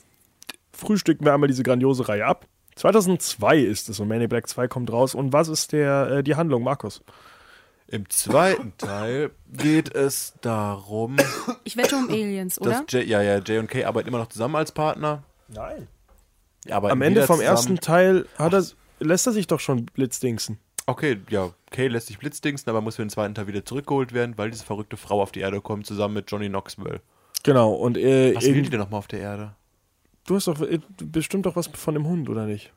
frühstücken wir einmal diese grandiose Reihe ab. 2002 ist es und Man in Black 2 kommt raus. Und was ist der, äh, die Handlung, Markus?
Im zweiten Teil geht es darum,
Ich wette um Aliens,
dass
oder?
Jay, ja, ja, Jay und Kay arbeiten immer noch zusammen als Partner.
Nein.
die arbeiten
Am Ende
wieder
vom
zusammen.
ersten Teil hat er, lässt er sich doch schon blitzdingsen.
Okay, ja, Kay lässt sich blitzdingsen, aber muss für den zweiten Teil wieder zurückgeholt werden, weil diese verrückte Frau auf die Erde kommt, zusammen mit Johnny Knoxville.
Genau, und äh,
Was will die
irgend-
denn nochmal auf der Erde?
du hast doch äh, bestimmt doch was von dem Hund, oder nicht?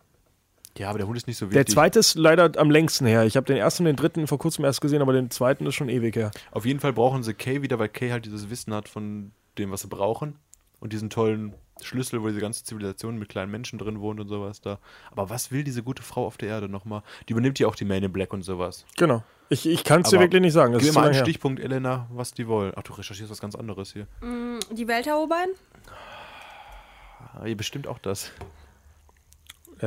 Ja, aber der Hund ist nicht so wichtig.
Der zweite ist leider am längsten her. Ich habe den ersten und den dritten vor kurzem erst gesehen, aber den zweiten ist schon ewig her.
Auf jeden Fall brauchen sie Kay wieder, weil Kay halt dieses Wissen hat von dem, was sie brauchen. Und diesen tollen Schlüssel, wo diese ganze Zivilisation mit kleinen Menschen drin wohnt und sowas da. Aber was will diese gute Frau auf der Erde nochmal? Die übernimmt ja auch die Man in Black und sowas.
Genau. Ich, ich kann es dir
Aber
wirklich nicht sagen. Das
Gib mir
ist zu
mal einen
lange her.
Stichpunkt, Elena, was die wollen. Ach, du recherchierst was ganz anderes hier.
Die Welt erobern?
Ah, ihr bestimmt auch das.
Äh,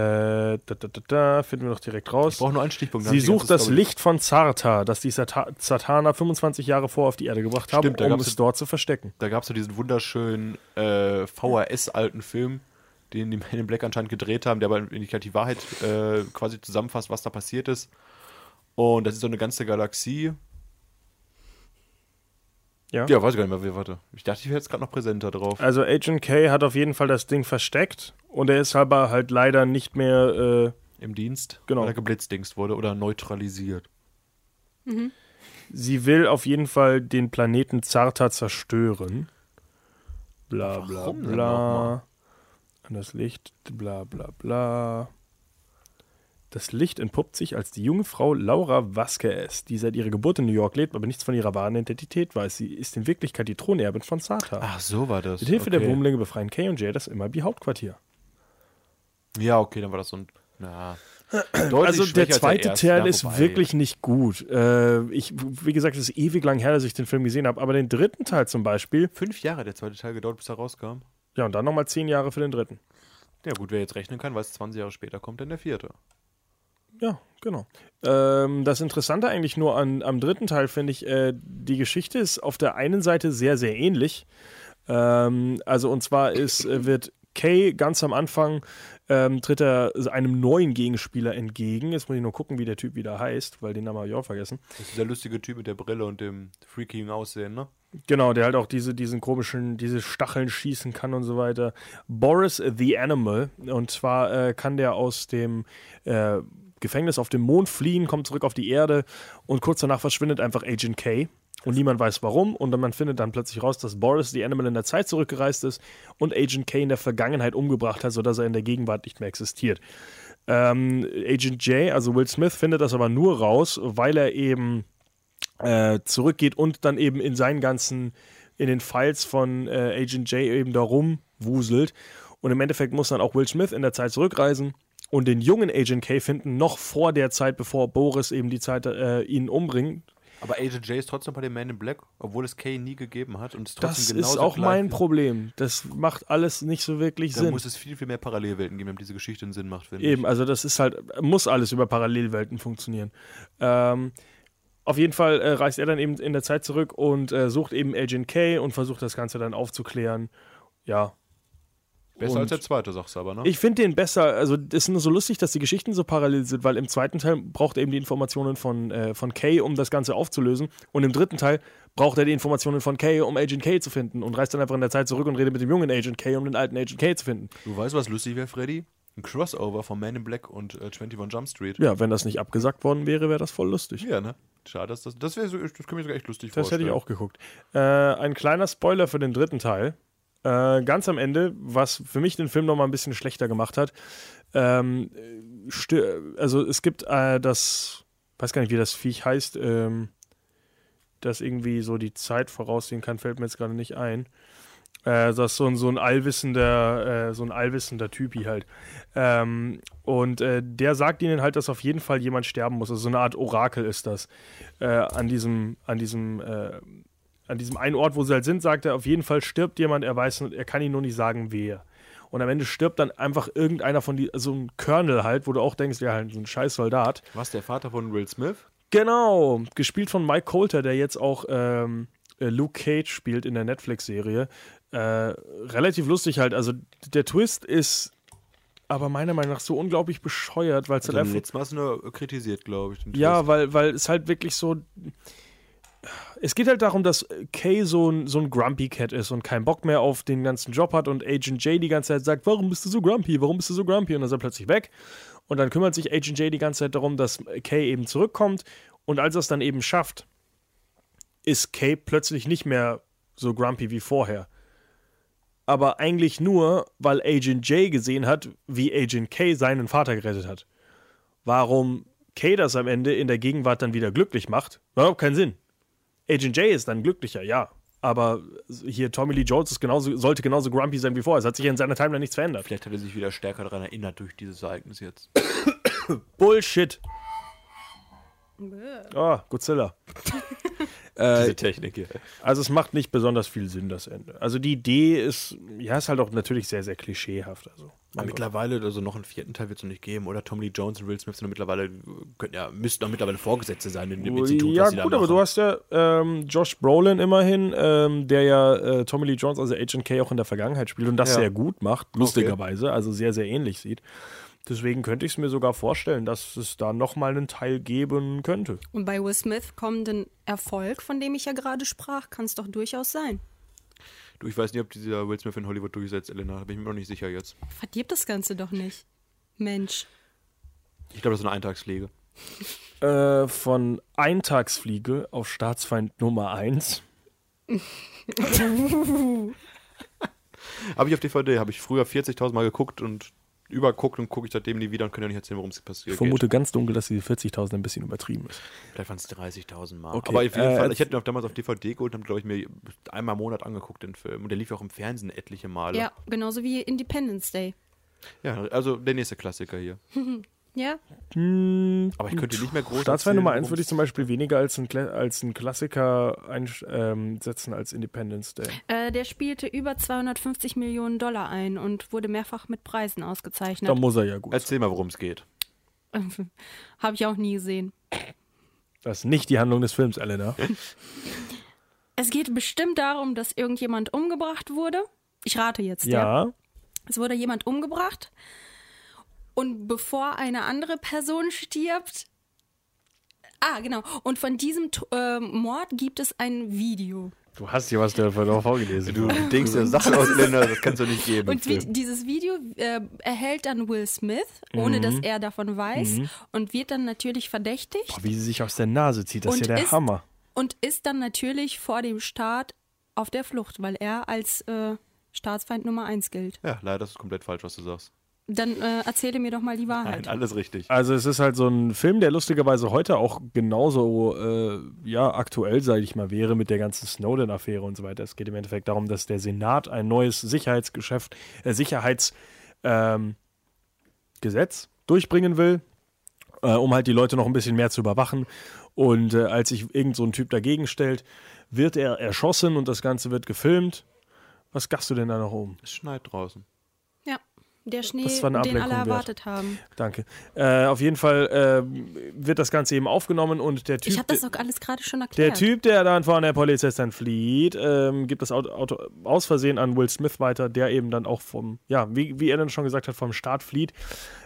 da, da, da, da, finden wir doch direkt raus.
Ich brauche nur einen Stichpunkt. dann
Sie
hab ich die
sucht
ganze
das
Story.
Licht von Zarta, das die Sata Satana 25 Jahre vor auf die Erde gebracht haben,
Stimmt, da
um
gab's-
es dort zu verstecken.
Da gab es so diesen wunderschönen äh, VHS-alten Film, den die Men in Black anscheinend gedreht haben, der aber in Wirklichkeit die Wahrheit äh, quasi zusammenfasst, was da passiert ist. Und das ist so eine ganze Galaxie.
Ja.
Ja, weiß ich gar nicht mehr, wer- warte. Ich dachte, ich wäre jetzt gerade noch präsenter drauf.
Also Agent K hat auf jeden Fall das Ding versteckt und er ist aber halt leider nicht mehr. Äh,
Im Dienst.
Genau.
Weil er geblitzdingst wurde oder neutralisiert.
sie will auf jeden Fall den Planeten Zarta zerstören. Bla bla
Warum denn nochmal?
bla. An das Licht, bla bla bla. Das Licht entpuppt sich als die junge Frau Laura Vasquez, die seit ihrer Geburt in New York lebt, aber nichts von ihrer wahren Identität weiß. Sie ist in Wirklichkeit die Thronerbin von Zarta.
Ach, so war das.
Mit Hilfe der
Okay.
Wurmlinge befreien Kay und Jay das Immerby Hauptquartier.
Ja, okay, dann war das so ein. Na. Deutlich
Also
schwächer
der
als
zweite
erste.
Teil
Ja,
ist
wobei.
wirklich nicht gut. Äh, ich, wie gesagt, es ist ewig lang her, dass ich den Film gesehen habe. Aber den dritten Teil zum Beispiel,
Fünf Jahre hat der zweite Teil gedauert, bis er rauskam.
ja, und dann nochmal zehn Jahre für den dritten.
Ja, gut, wer jetzt rechnen kann, weiß, 20 Jahre später kommt dann der vierte.
Ja, genau. Ähm, das Interessante eigentlich nur an, am dritten Teil finde ich, äh, die Geschichte ist auf der einen Seite sehr, sehr ähnlich. Ähm, also und zwar ist, äh, wird Kay ganz am Anfang ähm, tritt er einem neuen Gegenspieler entgegen. Jetzt muss ich nur gucken, wie der Typ wieder heißt, weil den Namen habe ich auch vergessen.
Das ist dieser lustige Typ mit der Brille und dem freakigen Aussehen, ne?
Genau, der halt auch diese, diesen komischen, diese Stacheln schießen kann und so weiter. Boris the Animal. Und zwar äh, kann der aus dem äh, Gefängnis auf dem Mond fliehen, kommt zurück auf die Erde und kurz danach verschwindet einfach Agent K. Und niemand weiß warum. Und dann, man findet dann plötzlich raus, dass Boris the Animal in der Zeit zurückgereist ist und Agent K in der Vergangenheit umgebracht hat, sodass er in der Gegenwart nicht mehr existiert. Ähm, Agent J, also Will Smith, findet das aber nur raus, weil er eben äh, zurückgeht und dann eben in seinen ganzen, in den Files von äh, Agent J eben da rumwuselt. Und im Endeffekt muss dann auch Will Smith in der Zeit zurückreisen und den jungen Agent K finden, noch vor der Zeit, bevor Boris eben die Zeit äh, ihn umbringt.
Aber Agent J ist trotzdem bei dem Man in Black, obwohl es Kay nie gegeben hat und es
Das
trotzdem
ist
genauso
auch
gleich
mein
ist.
Problem. Das macht alles nicht so wirklich
Da
Sinn.
muss es viel, viel mehr Parallelwelten geben, damit diese Geschichte einen Sinn macht, finde
Eben, also das ist halt, muss alles über Parallelwelten funktionieren. Ähm, auf jeden Fall äh, reist er dann eben in der Zeit zurück und äh, sucht eben Agent K und versucht das Ganze dann aufzuklären. Ja.
ich. Besser
und-
als der zweite, sagst du aber, ne?
Ich finde den besser, also das ist nur so lustig, dass die Geschichten so parallel sind, weil im zweiten Teil braucht er eben die Informationen von, äh, von Kay, um das Ganze aufzulösen. Und im dritten Teil braucht er die Informationen von Kay, um Agent K zu finden. Und reist dann einfach in der Zeit zurück und redet mit dem jungen Agent K, um den alten Agent K zu finden.
du weißt, was lustig wäre, Freddy? Ein Crossover von Man in Black und äh, 21 Jump Street.
Ja, wenn das nicht abgesagt worden wäre, wäre das voll lustig.
Ja, ne? Schade, dass das. Das wäre so, das könnte mir sogar echt lustig
Das hätte
vorstellen.
ich auch geguckt. Äh, ein kleiner Spoiler für den dritten Teil. Äh, ganz am Ende, was für mich den Film nochmal ein bisschen schlechter gemacht hat. Ähm, stö- also es gibt äh, das, weiß gar nicht, wie das Viech heißt, ähm, das irgendwie so die Zeit voraussehen kann, fällt mir jetzt gerade nicht ein. Äh, das ist so ein, so ein allwissender, äh, so ein allwissender Typi halt. Ähm, und äh, der sagt ihnen halt, dass auf jeden Fall jemand sterben muss. Also so eine Art Orakel ist das äh, an diesem, an diesem, äh, an diesem einen Ort, wo sie halt sind, sagt er, auf jeden Fall stirbt jemand, er weiß, nur- er kann ihnen nur nicht sagen, wer. Und am Ende stirbt dann einfach irgendeiner von die, so ein Colonel halt, wo du auch denkst, ja, halt so ein scheiß Soldat.
Was, der Vater von Will Smith?
Genau, gespielt von Mike Coulter, der jetzt auch ähm, äh, Luke Cage spielt in der Netflix-Serie. Äh, relativ lustig halt. Also der Twist ist aber meiner Meinung nach so unglaublich bescheuert, weil es halt
Dann
einfach.
letztes Mal hast du nur kritisiert, glaube ich. den
Ja,
Twist.
weil, weil es halt wirklich so. Es geht halt darum, dass Kay so ein, so ein Grumpy Cat ist und keinen Bock mehr auf den ganzen Job hat und Agent J die ganze Zeit sagt, warum bist du so grumpy, warum bist du so grumpy und dann ist er plötzlich weg. Und dann kümmert sich Agent J die ganze Zeit darum, dass Kay eben zurückkommt und als er es dann eben schafft, ist Kay plötzlich nicht mehr so grumpy wie vorher. Aber eigentlich nur, weil Agent J gesehen hat, wie Agent K seinen Vater gerettet hat warum Kay das am Ende in der Gegenwart dann wieder glücklich macht, macht überhaupt keinen Sinn. Agent J ist dann glücklicher, ja. Aber hier Tommy Lee Jones ist genauso, sollte genauso grumpy sein wie vorher. Es hat sich in seiner Timeline nichts verändert.
Vielleicht hat er sich wieder stärker daran erinnert durch dieses Ereignis jetzt.
Bullshit. Ah, Godzilla.
Diese Technik hier.
Also es macht nicht besonders viel Sinn, das Ende. Also die Idee ist, ja, ist halt auch natürlich sehr, sehr klischeehaft. Also.
Aber mittlerweile, also noch einen vierten Teil wird es noch nicht geben. Oder Tommy Lee Jones und Will Smith sind doch mittlerweile, könnten ja, müssten doch mittlerweile Vorgesetzte sein in dem Institut,
ja,
was sie da
gut, aber du
machen.
hast ja ähm, Josh Brolin immerhin, ähm, der ja äh, Tommy Lee Jones, also Agent K, auch in der Vergangenheit spielt und das
Ja.
sehr gut macht, lustigerweise, also sehr, sehr ähnlich sieht. Deswegen könnte ich es mir sogar vorstellen, dass es da nochmal einen Teil geben könnte.
Und bei Will Smith kommenden Erfolg, von dem ich ja gerade sprach, kann es doch durchaus sein.
Du, ich weiß nicht, ob dieser Will Smith in Hollywood durchsetzt, Elena. Da bin ich mir noch nicht sicher jetzt.
Verdirbt das Ganze doch nicht. Mensch.
Ich glaube, das ist eine Eintagspflege.
Äh, von Eintagsfliege auf Staatsfeind Nummer 1.
Habe ich auf DVD, habe ich früher 40.000 Mal geguckt und überguckt und gucke ich seitdem nie wieder und kann ja nicht erzählen, worum es passiert
Ich vermute ganz dunkel, dass diese 40.000 ein bisschen übertrieben ist.
geht. Vielleicht waren es 30.000 Mal.
Okay,
Aber auf jeden
äh,
Fall, ich hätte ihn auch damals auf DVD geholt und habe, glaube ich, mir einmal im Monat angeguckt, den Film. Und der lief ja auch im Fernsehen etliche Male.
Ja, genauso wie Independence Day.
ja also der nächste Klassiker hier.
Ja,
Aber ich könnte nicht mehr groß
Staatsfeind
erzählen,
Nummer 1
worum
würde ich zum Beispiel weniger als ein, Kla- als ein Klassiker einsch- ähm, setzen als Independence Day.
äh, der spielte über 250 Millionen Dollar ein und wurde mehrfach mit Preisen
Da
ausgezeichnet.
muss er ja gut.
Erzähl mal, worum es geht.
Habe ich auch nie gesehen.
Das ist nicht die Handlung des Films, Elena.
Es geht bestimmt darum, dass irgendjemand umgebracht wurde. Ich rate jetzt.
Ja.
Es wurde jemand umgebracht. Und bevor eine andere Person stirbt. Ah, genau. Und von diesem T- ähm, Mord gibt es ein Video.
Du hast hier was der davor vorgelesen.
Du denkst ja Sachen aus Ländern, das kannst du nicht geben.
Und wie, dieses Video äh, erhält dann Will Smith,
Mhm.
ohne dass er davon weiß, und wird dann natürlich verdächtigt
Boah, wie sie sich aus der Nase zieht, das ist
Und
ja der
ist-
Hammer.
und ist dann natürlich vor dem Staat auf der Flucht, weil er als äh, Staatsfeind Nummer eins gilt.
Ja, leider ist es komplett falsch, was du sagst.
Dann äh, erzähle mir doch mal die Wahrheit.
Nein, alles richtig.
Also es ist halt so ein Film, der lustigerweise heute auch genauso äh, ja, aktuell, sage ich mal, wäre mit der ganzen Snowden-Affäre und so weiter. Es geht im Endeffekt darum, dass der Senat ein neues Sicherheitsgeschäft, äh, Sicherheitsgesetz ähm, Gesetz durchbringen will, äh, um halt die Leute noch ein bisschen mehr zu überwachen. Und äh, als sich irgend so ein Typ dagegen stellt, wird er erschossen und das Ganze wird gefilmt. Was gachst du denn da noch um?
Es schneit draußen.
Ja, der Schnee,
Das war eine
den alle
Ablenkung wert.
erwartet haben.
Danke. Äh, auf jeden Fall äh, wird das Ganze eben aufgenommen und der Typ.
Ich habe das doch alles gerade schon
Der
erklärt.
Typ, der dann von der Polizei dann flieht, ähm, gibt das Auto, Auto aus Versehen an Will Smith weiter, der eben dann auch vom, ja, wie, wie er dann schon gesagt hat, vom Staat flieht,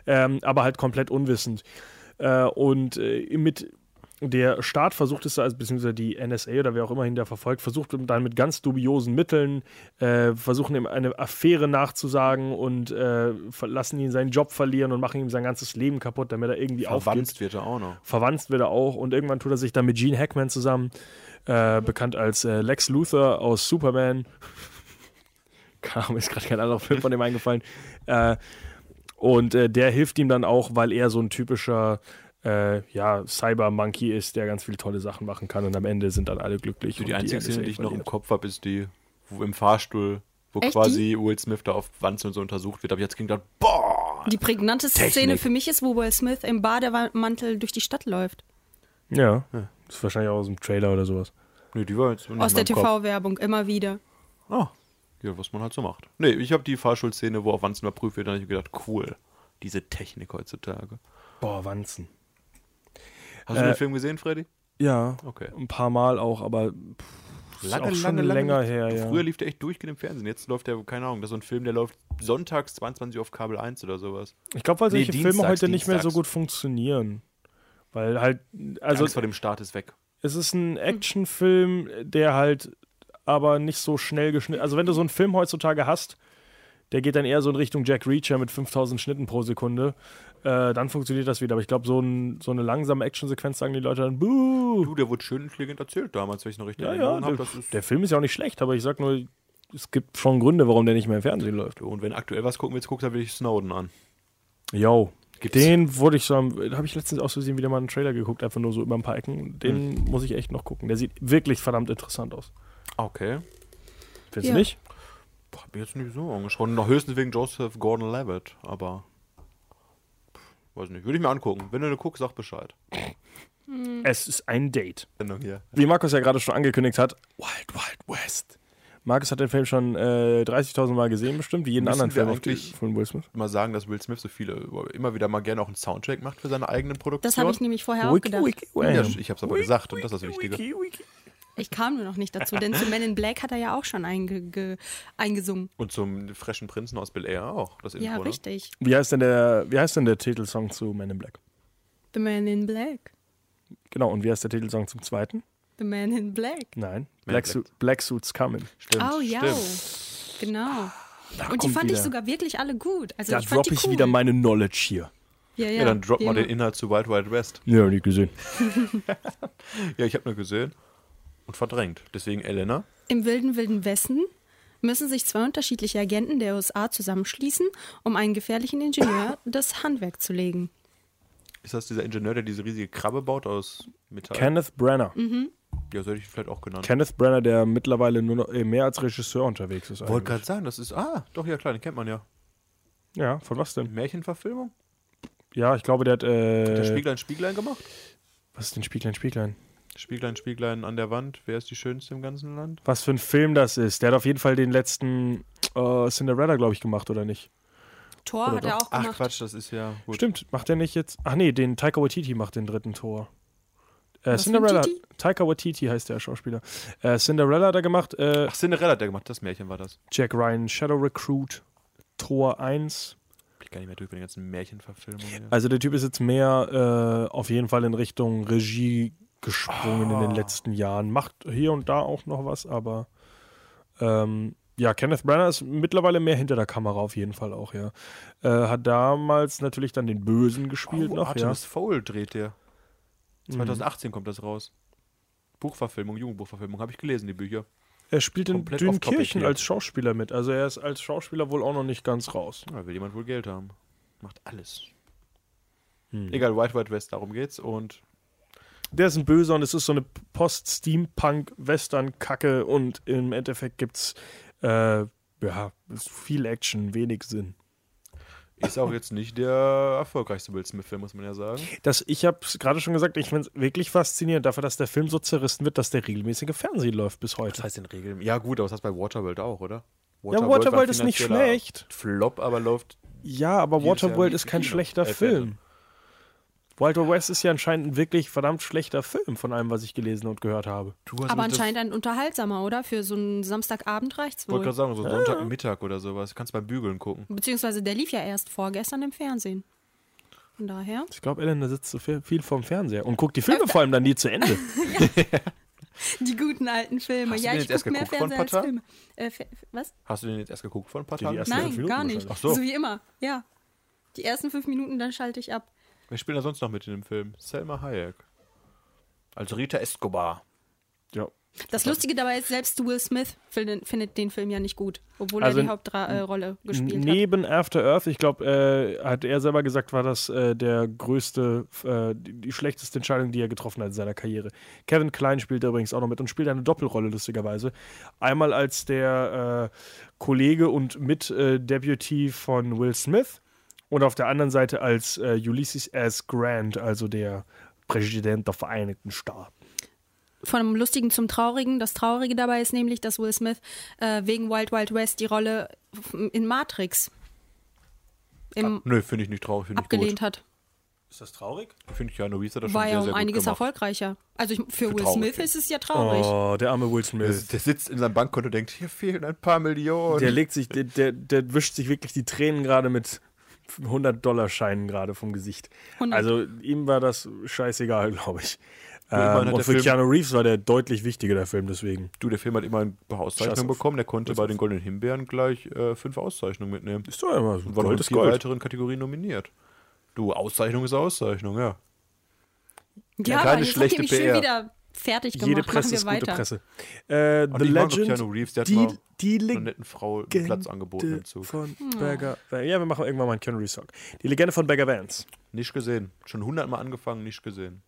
ähm, aber halt komplett unwissend. Äh, und äh, mit der Staat versucht es, also beziehungsweise die NSA oder wer auch immer hinter verfolgt, versucht dann mit ganz dubiosen Mitteln, äh, versuchen ihm eine Affäre nachzusagen und äh, ver- lassen ihn seinen Job verlieren und machen ihm sein ganzes Leben kaputt, damit er irgendwie aufgibt
Verwandt wird er auch noch.
verwandt wird er auch und irgendwann tut er sich dann mit Gene Hackman zusammen, äh, bekannt als äh, Lex Luthor aus Superman. Keine Ahnung, mir ist gerade kein anderer Film von dem eingefallen. Äh, und äh, der hilft ihm dann auch, weil er so ein typischer äh, ja, Cyber-Monkey ist, der ganz viele tolle Sachen machen kann und am Ende sind dann alle glücklich.
Die,
und
die einzige
NSA
Szene, die ich noch im
verliert.
Kopf habe, ist die wo im Fahrstuhl, wo
Echt,
quasi Will Smith da auf Wanzen und so untersucht wird. Aber jetzt ging dann, boah!
Die prägnanteste
Technik.
Szene für mich ist, wo Will Smith im Bademantel durch die Stadt läuft.
Ja, ist wahrscheinlich auch aus dem Trailer oder sowas.
Nee, die war jetzt nicht
Aus
in
der
meinem Kopf.
TV-Werbung, immer wieder.
Oh, Ja, was man halt so macht. Nee, ich habe die Fahrschulszene, wo auf Wanzen überprüft wird, dann habe ich mir gedacht, cool, diese Technik heutzutage.
Boah, Wanzen.
Hast du den Film gesehen, Freddy?
Ja,
Okay.
ein paar Mal auch, aber pff, ist auch schon länger
nicht.
her. Ja.
Früher lief der echt durchgehend im Fernsehen. Jetzt läuft der, keine Ahnung, das ist so ein Film, der läuft sonntags 22 Uhr auf Kabel 1 oder sowas.
Ich glaube, weil
Nee,
solche Filme
dienstags,
heute nicht mehr so
dienstags.
gut funktionieren. Weil halt, also
Angst vor dem Start ist weg.
es ist
Hm.
ein Actionfilm, der halt aber nicht so schnell geschnitten. Also wenn du so einen Film heutzutage hast, der geht dann eher so in Richtung Jack Reacher mit 5000 Schnitten pro Sekunde, äh, dann funktioniert das wieder. Aber ich glaube, so, ein, so eine langsame Actionsequenz sagen die Leute dann, buh.
Du, der wurde schön und elegant erzählt damals, wenn ich noch richtig
Ja,
in
ja,
Erinnerung habe.
der,
Das ist
der Film ist ja auch nicht schlecht, aber ich sag nur, es gibt schon Gründe, warum der nicht mehr im Fernsehen läuft.
und wenn aktuell was gucken willst, guckst du wirklich Snowden an.
Yo.
Gibt's.
Den wurde ich so, am- da habe ich letztens aus Versehen wieder mal einen Trailer geguckt, einfach nur so über ein paar Ecken. Den muss ich echt noch gucken. Der sieht wirklich verdammt interessant aus.
Okay.
Findest
Ja.
du nicht?
Boah, hab ich jetzt nicht so angeschaut. Noch höchstens wegen Joseph Gordon-Levitt, aber pff, weiß nicht. Würde ich mir angucken. Wenn du eine guckst, sag Bescheid.
Mhm.
Es ist ein Date.
Sendung hier.
Wie Markus ja gerade schon angekündigt hat, Wild Wild West. Markus hat den Film schon äh, 30.000 Mal gesehen, bestimmt, wie jeden
Müssen
anderen
wir
Film auf die,
eigentlich-
von Will Smith.
Mal sagen, dass Will Smith so viele immer wieder mal gerne auch einen Soundtrack macht für seine eigenen Produktionen.
Das habe ich nämlich vorher auch gedacht.
wham.
Ja, ich hab's aber gesagt und das ist das Wichtige.
Wiki, wiki.
Ich kam nur noch nicht dazu, denn zu Men in Black hat er ja auch schon einge ge eingesungen.
Und zum frischen Prinzen aus Bel Air auch, das Intro.
Ja,
ne?
richtig.
Wie heißt denn der, wie heißt denn der Titelsong zu Men in Black?
The Man in Black.
Genau, und wie heißt der Titelsong zum zweiten?
The Man in Black.
Nein.
in
Black,
Black.
Suit, Black Suits Coming.
Stimmt,
Oh ja.
stimmt.
Genau. Und die
kommt
fand ich
wieder.
sogar wirklich alle gut. Also
Da
ich fand
droppe
die
ich
cool.
wieder meine Knowledge hier.
Ja, ja,
Ja, dann drop
wie
mal den
immer.
Inhalt zu Wild Wild West.
Ja, nicht gesehen.
Ja, ich habe nur gesehen und verdrängt. Deswegen Elena.
Im wilden, wilden Westen müssen sich zwei unterschiedliche Agenten der USA zusammenschließen, um einen gefährlichen Ingenieur das Handwerk zu legen.
Ist das dieser Ingenieur, der diese riesige Krabbe baut aus Metall?
Äh. Kenneth Brenner.
Mhm.
ja, so hätte ich ihn vielleicht auch genannt.
Kenneth Brenner, der mittlerweile nur noch äh, mehr als Regisseur unterwegs ist.
Wollte
eigentlich.
gerade sagen, das ist. Ah, doch, ja, klar, den kennt man ja.
Ja, von was denn?
Märchenverfilmung?
Ja, ich glaube, der hat. Äh,
Der Spieglein, Spieglein gemacht?
was ist denn Spieglein, Spieglein?
Spieglein, Spieglein an der Wand. Wer ist die schönste im ganzen Land?
Was für ein Film das ist. Der hat auf jeden Fall den letzten äh, Cinderella, glaube ich, gemacht, oder nicht?
Thor hat er auch
Ach,
gemacht.
Quatsch, das ist ja. Gut.
Stimmt, macht der nicht jetzt. Ach nee, den Taika Waititi macht den dritten Tor. Äh,
Was für ein
Cinderella.
Titi?
Taika Waititi heißt der Schauspieler. Äh, Cinderella hat er gemacht. Äh,
Ach, Cinderella hat der gemacht, das Märchen war das.
Jack Ryan, Shadow Recruit, Tor 1.
Blick gar nicht mehr durch bei den ganzen Märchenverfilmungen.
Also der Typ ist jetzt mehr äh, auf jeden Fall in Richtung Regie gesprungen in den letzten Jahren. Macht hier und da auch noch was, aber ähm, ja, Kenneth Branagh ist mittlerweile mehr hinter der Kamera auf jeden Fall auch, ja. Äh, hat damals natürlich dann den Bösen gespielt
Oh,
noch, ja. Mhm.
Artemis Fowl dreht der. 2018 kommt das raus. Buchverfilmung, Jugendbuchverfilmung, habe ich gelesen, die Bücher.
Er spielt in
Komplett off-topic
Dünkirchen
hier.
als Schauspieler mit. Also er ist als Schauspieler wohl auch noch nicht ganz raus.
Da will jemand wohl Geld haben. Macht alles.
Hm.
Egal, White White West, darum geht's. Und
Der ist ein Böser und es ist so eine Post-Steampunk-Western-Kacke und im Endeffekt gibt's äh, ja, ist viel Action, wenig Sinn.
ist auch jetzt nicht der erfolgreichste Will Smith-Film, muss man ja sagen.
Das, ich habe es gerade schon gesagt, ich finde es wirklich faszinierend dafür, dass der Film so zerrissen wird, dass der regelmäßige Fernsehen läuft bis heute.
heißt in Regeln? Ja, gut, aber das heißt bei Waterworld auch, oder?
Waterworld
war ein
ist nicht
finanzieller
schlecht.
Flop, aber läuft.
Ja, aber
Jedes Jahr
Waterworld
im
ist kein
Kino.
schlechter
Äh,
Film. Wild Wild West ist ja anscheinend ein wirklich verdammt schlechter Film von allem, was ich gelesen und gehört habe.
Du hast
Aber
mich das-
anscheinend ein unterhaltsamer, oder? Für so einen Samstagabend reicht's
Ich wollte
wohl.
gerade sagen, so Sonntagmittag oder sowas. Kannst beim Bügeln gucken.
Beziehungsweise der lief ja erst vorgestern im Fernsehen. Von daher.
Ich glaube, Ellen, da sitzt so viel, viel vorm Fernseher und guckt die Filme vor allem dann nie zu Ende.
Die guten alten Filme.
Hast du
ja,
den
ich
jetzt erst
gucke mehr
geguckt vor ein
Fernsehen
paar
als Filme. Äh, Fe- was?
Hast du den jetzt erst geguckt vor ein paar
Die
Tagen?
erste- Erst fünf
Nein,
Minuten
gar nicht.
wahrscheinlich.
Ach so.
wie immer. Ja. Die ersten fünf Minuten, dann schalte ich ab.
Wer spielt da sonst noch mit in dem Film? Selma Hayek.
Also
Als Rita Escobar.
ja.
Das Lustige dabei ist, selbst Will Smith findet, findet den Film ja nicht gut, obwohl
Also
er die
n-
Hauptrolle gespielt hat.
Neben After Earth, ich glaube, äh, hat er selber gesagt, war das äh, der größte, äh, die, die schlechteste Entscheidung, die er getroffen hat in seiner Karriere. Kevin Klein spielt da übrigens auch noch mit und spielt eine Doppelrolle, lustigerweise. Einmal als der äh, Kollege und Mit-Deputy von Will Smith und auf der anderen Seite als äh, Ulysses S. Grant, also der Präsident der Vereinigten Staaten.
Vom Lustigen zum Traurigen. Das Traurige dabei ist nämlich, dass Will Smith äh, wegen Wild Wild West die Rolle f- in Matrix im,
Nö, finde ich nicht traurig, finde ich
Hm. abgelehnt
gut.
hat.
Ah, Ist das traurig?
Finde ich ja, Novice hat das schon
War ja
sehr,
um
sehr gut
einiges
gemacht.
erfolgreicher. Also ich, für, Will
traurig.
Smith ist es ja traurig.
Oh, der arme Will
Der,
Smith.
der sitzt in seinem Bankkonto und denkt, hier fehlen ein paar Millionen.
Der legt sich, der, der, der wischt sich wirklich die Tränen gerade mit 100-Dollar-Scheinen gerade vom Gesicht.
100.
Also ihm war das scheißegal, glaube ich.
Ja, ich meine,
Ähm, und
der
für
Film-
Keanu Reeves war der deutlich wichtiger, der Film, deswegen.
Du, der Film hat immer eine
Scheiß auf-
Auszeichnung bekommen. Der konnte bei den Goldenen Himbeeren gleich äh, fünf Auszeichnungen mitnehmen.
Ist doch immer so.
Und war noch in
Gold ist
vier
Gold.
weiteren Kategorien nominiert. Du, Auszeichnung ist Auszeichnung, ja.
ja,
keine
aber jetzt habt
schlechte
ihr mich
PR.
schön wieder fertig gemacht.
Jede Presse
Machen wir
ist
weiter.
gute Presse. Äh,
Und
The
ich mag noch
Legend,
Keanu Reeves, der hat
die,
mal
die
Eine
Legende
netten Frau einen Platz angeboten im Zug.
von
Hm.
Berger. Ja, wir machen irgendwann mal einen Keanu Reeves Song. Die Legende von Berger Vance.
Nicht gesehen. Schon hundertmal angefangen, nicht gesehen.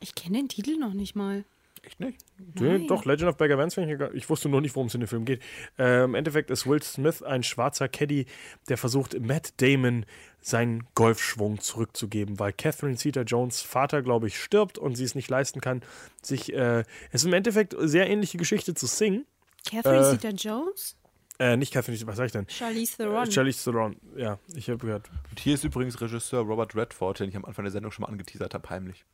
Ich kenne den Titel noch nicht mal.
Echt nicht?
Nee, doch, Legend of Bagger Vance, finde ich, egal. ich wusste nur nicht, worum es in dem Film geht. Äh, Im Endeffekt ist Will Smith ein schwarzer Caddy, der versucht, Matt Damon seinen Golfschwung zurückzugeben, weil Catherine Zeta-Jones Vater, glaube ich, stirbt und sie es nicht leisten kann, sich, äh, es ist im Endeffekt sehr ähnliche Geschichte zu Sing.
Catherine
Äh,
Zeta-Jones?
Äh, nicht Catherine, was sag ich denn?
Charlize
Äh,
Theron.
Charlize Theron, ja, ich habe gehört.
Und hier ist übrigens Regisseur Robert Redford, den ich am Anfang der Sendung schon mal angeteasert habe, heimlich.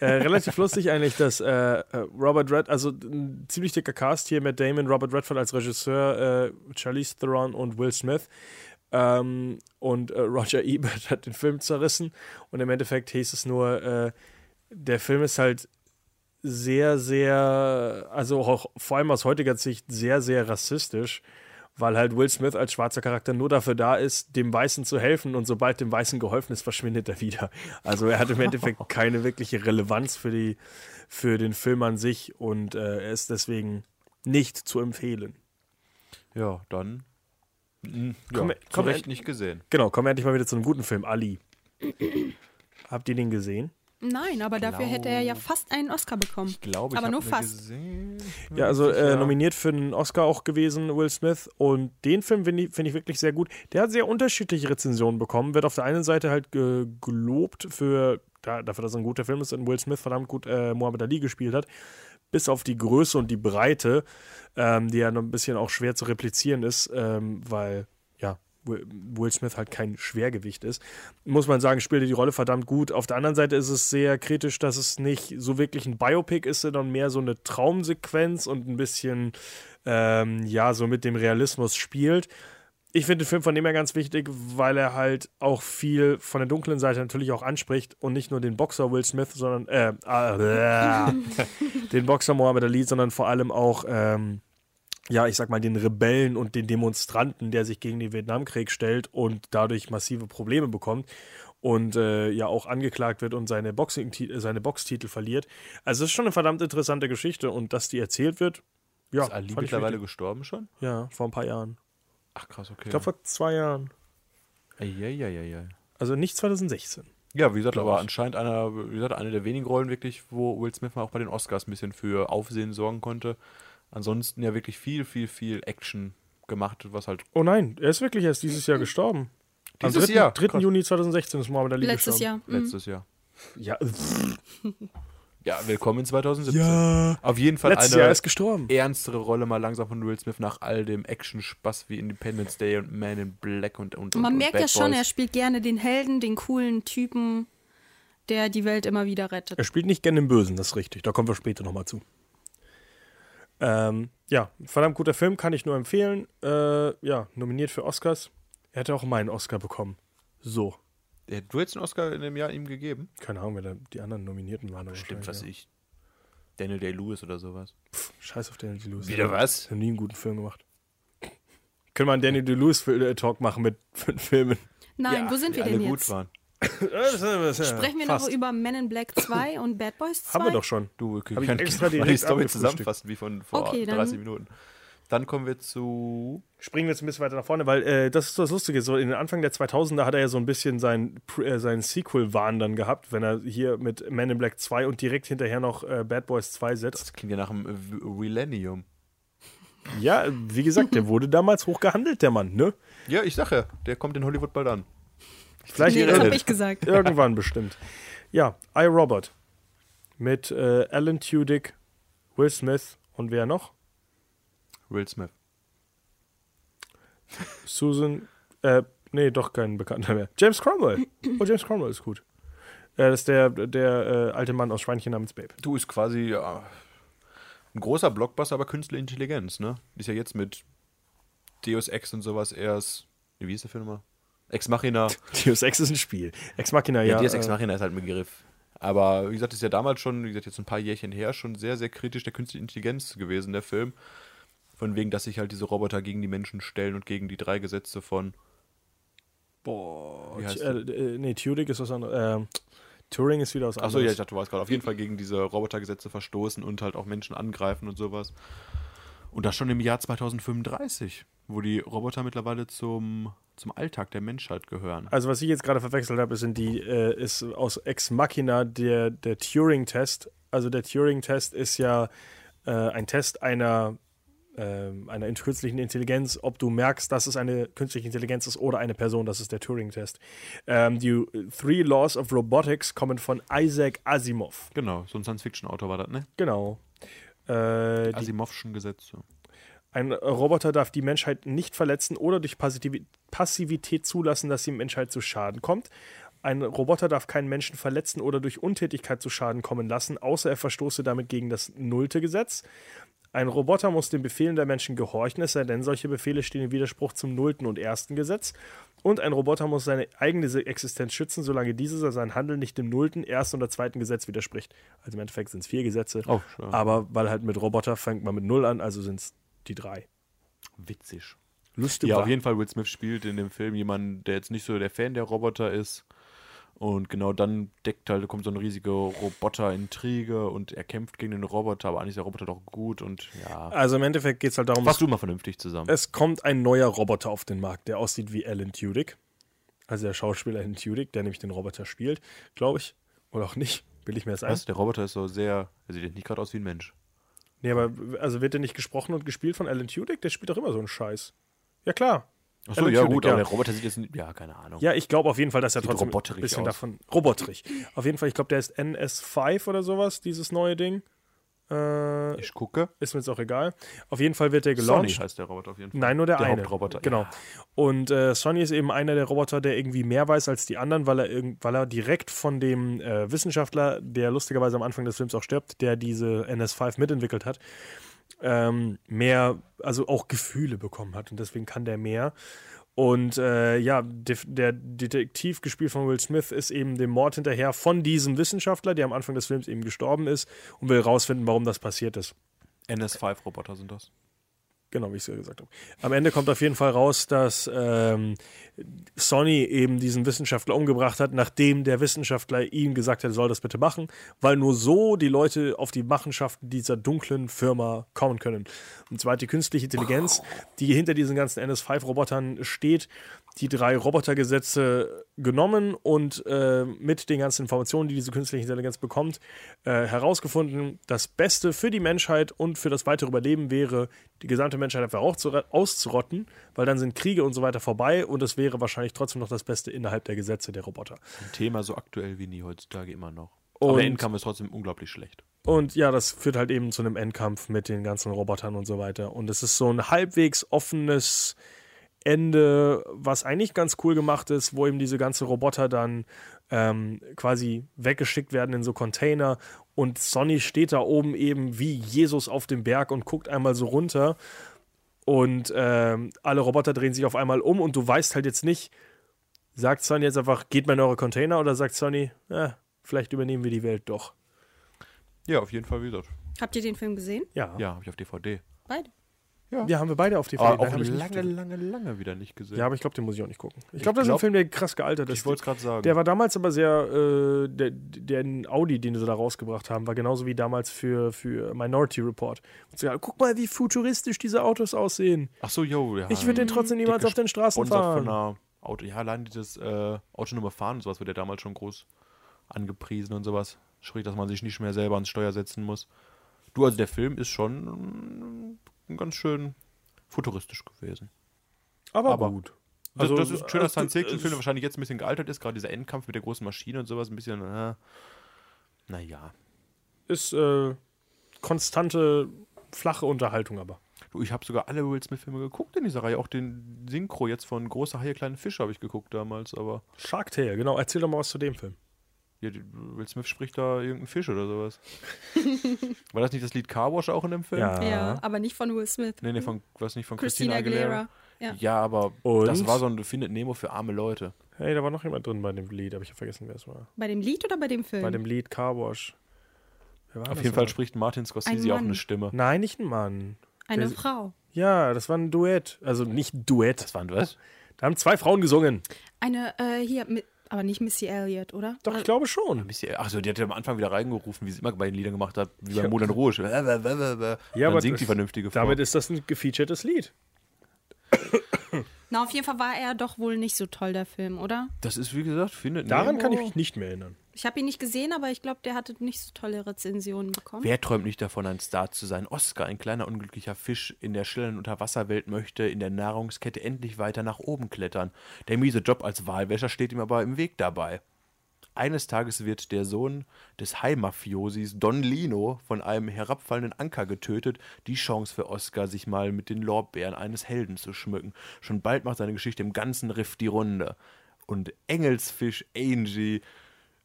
äh, relativ lustig eigentlich, dass äh, äh, Robert Red, also ein ziemlich dicker Cast hier mit Damon, Robert Redford als Regisseur, äh, Charlize Theron und Will Smith. Ähm, und äh, Roger Ebert hat den Film zerrissen. Und im Endeffekt hieß es nur, äh, der Film ist halt sehr, sehr, also auch vor allem aus heutiger Sicht sehr, sehr rassistisch, weil halt Will Smith als schwarzer Charakter nur dafür da ist, dem Weißen zu helfen und sobald dem Weißen geholfen ist, verschwindet er wieder. Also er hat im Endeffekt keine wirkliche Relevanz für, die, für den Film an sich und äh, er ist deswegen nicht zu empfehlen.
Ja, dann. Mhm, ja,
Komm-
zu
komm,
Recht
äh,
nicht gesehen.
Genau, kommen wir endlich mal wieder zu einem guten Film, Ali. Habt ihr den gesehen?
Nein, aber dafür hätte er ja fast einen Oscar bekommen.
Ich glaube, ich
aber
habe
nur
ihn
fast.
gesehen.
Ja, also äh,
Ja.
nominiert für einen Oscar auch gewesen, Will Smith. Und den Film finde ich, find ich wirklich sehr gut. Der hat sehr unterschiedliche Rezensionen bekommen. Wird auf der einen Seite halt ge gelobt für, da, dafür, dass er ein guter Film ist und Will Smith verdammt gut äh, Muhammad Ali gespielt hat. Bis auf die Größe und die Breite, ähm, die ja noch ein bisschen auch schwer zu replizieren ist, ähm, weil, ja, Will Will Smith halt kein Schwergewicht ist, muss man sagen, spielt er die Rolle verdammt gut. Auf der anderen Seite ist es sehr kritisch, dass es nicht so wirklich ein Biopic ist, sondern mehr so eine Traumsequenz und ein bisschen, ähm, ja, so mit dem Realismus spielt. Ich finde den Film von dem her ganz wichtig, weil er halt auch viel von der dunklen Seite natürlich auch anspricht und nicht nur den Boxer Will Smith, sondern äh, äh, den Boxer Mohammed Ali, sondern vor allem auch ähm, ja, ich sag mal, den Rebellen und den Demonstranten, der sich gegen den Vietnamkrieg stellt und dadurch massive Probleme bekommt und äh, ja auch angeklagt wird und seine, Boxing seine Boxtitel verliert. Also es ist schon eine verdammt interessante Geschichte und dass die erzählt wird, ja,
Ist Ali
fand ich
mittlerweile
wichtig.
gestorben schon?
ja vor ein paar Jahren.
Ach krass, okay.
Ich glaube vor zwei Jahren.
Eieieiei.
Also nicht 2016.
Ja, wie gesagt,
Glaub
aber
ich.
anscheinend einer, wie gesagt, eine der wenigen Rollen wirklich, wo Will Smith mal auch bei den Oscars ein bisschen für Aufsehen sorgen konnte. Ansonsten ja wirklich viel, viel, viel Action gemacht, was halt
Oh nein, er ist wirklich erst dieses Jahr gestorben.
Dieses
Am 3.
Jahr?
3.
Krass.
Juni 2016 ist Mohammed Ali
Letztes
gestorben.
Jahr. Mhm.
letztes Jahr.
Jahr. Ja, pff,
Ja, willkommen in 2017.
Ja.
Auf jeden Fall
letztes
eine E-
Jahr ist gestorben.
ernstere Rolle mal langsam von Will Smith nach all dem Action-Spaß wie Independence Day und Man in Black und und und
Man
und
merkt
Bad
ja schon,
Boys.
er spielt gerne den Helden, den coolen Typen, der die Welt immer wieder rettet.
Er spielt nicht gern den Bösen, das ist richtig. Da kommen wir später nochmal zu. Ähm, ja, verdammt guter Film, kann ich nur empfehlen. Äh, ja, nominiert für Oscars. Er hätte auch meinen Oscar bekommen. So.
Ja, du hättest einen Oscar in dem Jahr ihm gegeben?
Keine Ahnung, wer da die anderen Nominierten waren. aber
Stimmt, was
wahrscheinlich,
ich. Daniel Day-Lewis oder sowas.
ja. Scheiß auf Danny DeLuise.
was?
Ich hab nie einen guten Film gemacht. Können wir einen Danny DeLuise-Talk äh, machen mit fünf Filmen?
Nein, wo sind
die
wir
alle
denn
gut
jetzt?
waren.
Sprechen
Sprechen wir noch über Men in Black 2 und Bad Boys 2?
Haben wir doch schon.
Du, okay, ich
Hab ich
kann
extra
mal die
direkt
Story
abgefrühstückt.
zusammenfassen, wie von vor
Okay, dann-
30 Minuten. Dann kommen wir zu.
springen wir jetzt ein bisschen weiter nach vorne, weil äh, das ist das Lustige. So in den Anfang der 2000er hat er ja so ein bisschen seinen, Pr- äh, seinen Sequel-Wahn dann gehabt, wenn er hier mit Man in Black 2 und direkt hinterher noch äh, Bad Boys 2 setzt.
Das klingt ja nach einem äh, Millennium.
Ja, wie gesagt, der wurde damals hoch gehandelt, der Mann, ne?
Ja, ich sag ja, der kommt in Hollywood bald an.
Vielleicht
Nee, das habe
geredet.
ich gesagt.
irgendwann bestimmt. Ja, I, Robot mit äh, Alan Tudyk Will Smith und wer noch?
Will Smith.
Susan, äh, nee, doch kein Bekannter mehr. James Cromwell. Oh, James Cromwell ist gut. Äh, das ist der, der äh, alte Mann aus Schweinchen namens Babe.
Du ist quasi ja, ein großer Blockbuster, aber künstliche Intelligenz, ne? Die ist ja jetzt mit Deus Ex und sowas erst. Wie hieß der Film mal? Ex Machina.
Deus Ex ist ein Spiel. Ex Machina, ja.
Ja, Deus Ex
äh,
Machina ist halt ein Begriff. Aber wie gesagt, ist ja damals schon, wie gesagt, jetzt ein paar Jährchen her, schon sehr, sehr kritisch der künstlichen Intelligenz gewesen, der Film. Von wegen, dass sich halt diese Roboter gegen die Menschen stellen und gegen die drei Gesetze von. Boah, wie heißt
äh, äh, nee, Tudyk ist was anderes. Ähm, Turing ist wieder was anderes.
Achso, ja, ich dachte, du warst gerade auf jeden Fall gegen diese Robotergesetze verstoßen und halt auch Menschen angreifen und sowas. Und das schon im Jahr 2035, wo die Roboter mittlerweile zum, zum Alltag der Menschheit gehören.
Also was ich jetzt gerade verwechselt habe, sind die äh, ist aus Ex Machina der der Turing Test. Also der Turing Test ist ja äh, ein Test einer ähm, einer in- künstlichen Intelligenz, ob du merkst, dass es eine künstliche Intelligenz ist oder eine Person, das ist der Turing-Test. Ähm, die äh, Three Laws of Robotics kommen von Isaac Asimov.
Genau, so ein Science-Fiction-Autor war das, ne?
Genau. Äh, die
Asimovschen Gesetze.
Ein Roboter darf die Menschheit nicht verletzen oder durch Passivi- Passivität zulassen, dass die Menschheit zu Schaden kommt. Ein Roboter darf keinen Menschen verletzen oder durch Untätigkeit zu Schaden kommen lassen, außer er verstoße damit gegen das Nullte Gesetz. Ein Roboter muss den Befehlen der Menschen gehorchen, es sei denn, solche Befehle stehen im Widerspruch zum Nullten und Ersten Gesetz. Und ein Roboter muss seine eigene Se- Existenz schützen, solange dieses sein Handeln nicht dem Nullten, Ersten oder Zweiten Gesetz widerspricht. Also im Endeffekt sind es vier Gesetze.
Oh, schön.
aber weil halt mit Roboter fängt man mit Null an, also sind es die drei.
Witzig.
Lustig.
Ja, auf jeden Fall, Will Smith spielt in dem Film jemanden, der jetzt nicht so der Fan der Roboter ist. Und genau dann deckt halt, kommt so eine riesige Roboter-Intrige und er kämpft gegen den Roboter, aber eigentlich ist der Roboter doch gut und ja.
Also im Endeffekt geht es halt darum,
Fass du mal vernünftig zusammen.
es kommt ein neuer Roboter auf den Markt, der aussieht wie Alan Tudyk. Also der Schauspieler Alan Tudyk, der nämlich den Roboter spielt, glaube ich. Oder auch nicht, will ich mir das ein.
Was? Der Roboter ist so sehr. Er sieht jetzt nicht gerade aus wie ein Mensch.
Nee, aber also wird der nicht gesprochen und gespielt von Alan Tudyk? Der spielt doch immer so einen Scheiß. Ja, klar.
Achso,
Alan
ja,
Tudyk,
gut, aber der Roboter sieht jetzt. nicht- Ja, keine Ahnung.
Ja, ich glaube auf jeden Fall, dass er
Sieht
trotzdem ein
roboterig
bisschen
aus.
davon. Roboterig. Auf jeden Fall, ich glaube, der ist NS5 oder sowas, dieses neue Ding. Äh,
Ich gucke.
ist mir jetzt auch egal. Auf jeden Fall wird der
Sonny
gelauncht.
heißt der Roboter auf jeden Fall.
Nein, nur der,
Der
eine.
Hauptroboter,
Genau.
ja.
Und äh, Sonny ist eben einer der Roboter, der irgendwie mehr weiß als die anderen, weil er, irgend, weil er direkt von dem äh, Wissenschaftler, der lustigerweise am Anfang des Films auch stirbt, der diese NS5 mitentwickelt hat, ähm, mehr, also auch Gefühle bekommen hat. Und deswegen kann der mehr. Und äh, ja, def- der Detektiv, gespielt von Will Smith, ist eben dem Mord hinterher von diesem Wissenschaftler, der am Anfang des Films eben gestorben ist und will rausfinden, warum das passiert ist.
NS5-Roboter sind das.
Genau, wie ich es ja gesagt habe. Am Ende kommt auf jeden Fall raus, dass ähm, Sonny eben diesen Wissenschaftler umgebracht hat, nachdem der Wissenschaftler ihm gesagt hat, er soll das bitte machen, weil nur so die Leute auf die Machenschaften dieser dunklen Firma kommen können. Und zwar hat die künstliche Intelligenz, die hinter diesen ganzen NS5-Robotern steht, die drei Robotergesetze genommen und äh, mit den ganzen Informationen, die diese künstliche Intelligenz bekommt, äh, herausgefunden, das Beste für die Menschheit und für das weitere Überleben wäre, die gesamte Menschheit einfach auch zu, auszurotten, weil dann sind Kriege und so weiter vorbei und es wäre wahrscheinlich trotzdem noch das Beste innerhalb der Gesetze der Roboter.
Ein Thema so aktuell wie nie heutzutage immer noch.
Und-
Aber der Endkampf ist trotzdem unglaublich schlecht.
Und ja, das führt halt eben zu einem Endkampf mit den ganzen Robotern und so weiter. Und es ist so ein halbwegs offenes Ende, was eigentlich ganz cool gemacht ist, wo eben diese ganzen Roboter dann ähm, quasi weggeschickt werden in so Container und Sonny steht da oben eben wie Jesus auf dem Berg und guckt einmal so runter und ähm, alle Roboter drehen sich auf einmal um und du weißt halt jetzt nicht, sagt Sonny jetzt einfach, geht mal in eure Container oder sagt Sonny, ja, vielleicht übernehmen wir die Welt doch.
Ja, auf jeden Fall, wie gesagt.
Habt ihr den Film gesehen?
Ja.
Ja, habe ich auf DVD.
Beide.
Ja, haben wir beide auf DVD.
Aber
Nein,
auch
hab ich nicht
lange,
gesehen.
lange, lange wieder nicht gesehen.
ja, aber ich glaube, den muss ich auch nicht gucken. Ich glaube, das ist ein
glaub-
Film, der krass gealtert ist.
ich wollte es gerade sagen.
Der war damals aber sehr, äh, der, der Audi, den sie da rausgebracht haben, war genauso wie damals für, für Minority Report. Und sie, guck mal, wie futuristisch diese Autos aussehen.
Ach so, yo, ja.
Ich würde den trotzdem niemals
Dicke
auf den Straßen
Sponsor Von
fahren.
einer Auto, ja, allein dieses äh, autonome Fahren und sowas wird ja damals schon groß angepriesen und sowas. Sprich, dass man sich nicht mehr selber ans Steuer setzen muss. Du, also der Film ist schon mm, ganz schön futuristisch gewesen.
Aber,
aber-
gut.
Also, das ist ein schöner
äh,
Science-Fiction-Film, der wahrscheinlich jetzt ein bisschen gealtert ist. Gerade dieser Endkampf mit der großen Maschine und sowas ein bisschen, äh, naja.
Ist äh, konstante, flache Unterhaltung aber.
Du, ich habe sogar alle Will Smith-Filme geguckt in dieser Reihe. Auch den Synchro jetzt von Große Haie, kleine Fische habe ich geguckt damals, aber
Shark Tale, genau. Erzähl doch mal was zu dem Film.
ja, die- Will Smith spricht da irgendeinen Fisch oder sowas. War das nicht das Lied Car Wash auch in dem Film?
Ja, aber nicht von Will Smith.
Nee, nee, von, was nicht, von
Christina
Christina Aguilera.
Aguilera,
Ja, aber
Und? Ah,
das war so ein Findet Nemo für arme Leute.
Hey, da war noch jemand drin bei dem Lied, aber ich habe vergessen, wer es war.
Bei dem Lied oder bei dem Film?
Bei dem Lied Car Wash. Wer war
Auf
das
jeden Fall
nochmal?
spricht Martin
Ein
Scorsese auch
Mann.
eine Stimme.
Nein, nicht ein Mann.
Eine
der-
Frau.
Ja, das war ein Duett. Also nicht ein Duett.
war ein was?
Da haben zwei Frauen gesungen.
Eine, äh, hier, mi- aber nicht Missy Elliott, oder?
Doch, ich glaube schon.
Achso, die hat ja am Anfang wieder reingerufen, wie sie immer bei den Liedern gemacht hat, wie bei Moulin Rouge. Ja,
Ja,
Dann
aber
singt
das-
die vernünftige Frau.
Damit ist das ein gefeaturtes Lied.
Na, auf jeden Fall war er doch wohl nicht so toll, der Film, oder?
das ist, wie gesagt, Findet
Daran
Nemo.
kann ich mich nicht mehr erinnern.
Ich habe ihn nicht gesehen, aber ich glaube, der hatte nicht so tolle Rezensionen bekommen.
Wer träumt nicht davon, ein Star zu sein? Oscar, ein kleiner unglücklicher Fisch in der stillen Unterwasserwelt, möchte in der Nahrungskette endlich weiter nach oben klettern. Der miese Job als Wahlwäscher steht ihm aber im Weg dabei. Eines Tages wird der Sohn des Heimafiosis Don Lino von einem herabfallenden Anker getötet. Die Chance für Oscar, sich mal mit den Lorbeeren eines Helden zu schmücken. Schon bald macht seine Geschichte im ganzen Riff die Runde. Und Engelsfisch Angie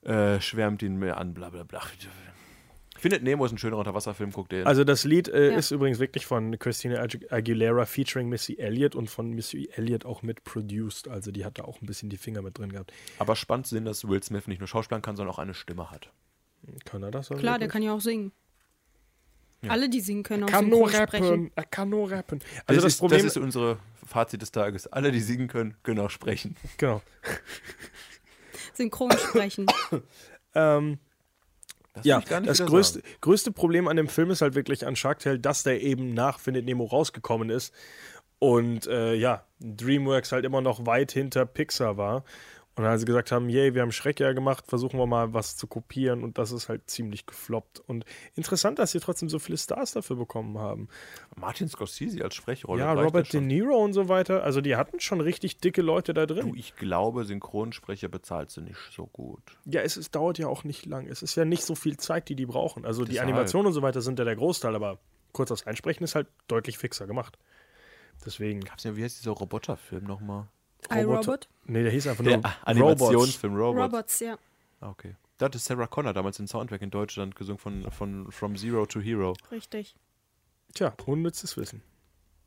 äh, schwärmt ihn mehr an, bla bla bla. Findet Nemo ist ein schöner Unterwasserfilm, guckt den.
Also das Lied äh,
Ja.
ist übrigens wirklich von Christina Agu- Aguilera featuring Missy Elliott und von Missy Elliott auch mit produced. Also die hat da auch ein bisschen die Finger mit drin gehabt.
Aber spannend zu sehen, dass Will Smith nicht nur schauspielern kann, sondern auch eine Stimme hat.
Kann er das?
Klar, der kann ja auch singen. Alle, die singen können, auch
kann
synchron
nur
sprechen.
rappen. Er kann nur rappen. Also das,
ist,
Problem
das ist unsere Fazit des Tages. Alle, die singen können, können auch sprechen.
genau.
Synchron sprechen.
Ähm,
Das
ja,
will ich gar nicht
das
wieder
größte,
sagen.
größte Problem an dem Film ist halt wirklich an Shark Tale, dass der eben nach Findet Nemo rausgekommen ist und äh, ja, DreamWorks halt immer noch weit hinter Pixar war. Und als sie gesagt haben, yay, wir haben Schreckjahr gemacht, versuchen wir mal was zu kopieren und das ist halt ziemlich gefloppt. Und interessant, dass sie trotzdem so viele Stars dafür bekommen haben.
Martin Scorsese als Sprechrolle.
ja,
reicht
Robert De
schon.
Niro und so weiter, also die hatten schon richtig dicke Leute da drin.
Du, ich glaube, Synchronsprecher bezahlst du nicht so gut.
Ja, es ist, dauert ja auch nicht lang. Es ist ja nicht so viel Zeit, die die brauchen. Also die
Deshalb.
Animationen und so weiter sind ja der Großteil, aber kurz aufs Einsprechen ist halt deutlich fixer gemacht. Deswegen.
Gab's ja, wie heißt dieser Roboterfilm nochmal?
I, Äh, Robot.
Nee, der hieß einfach
Der
nur Robots.
Animationsfilm Robots.
Robots, ja.
Ah, okay. Da hatte Sarah Connor damals den Soundtrack in Deutschland gesungen von, von From Zero to Hero.
Richtig.
Tja, unnützes Wissen.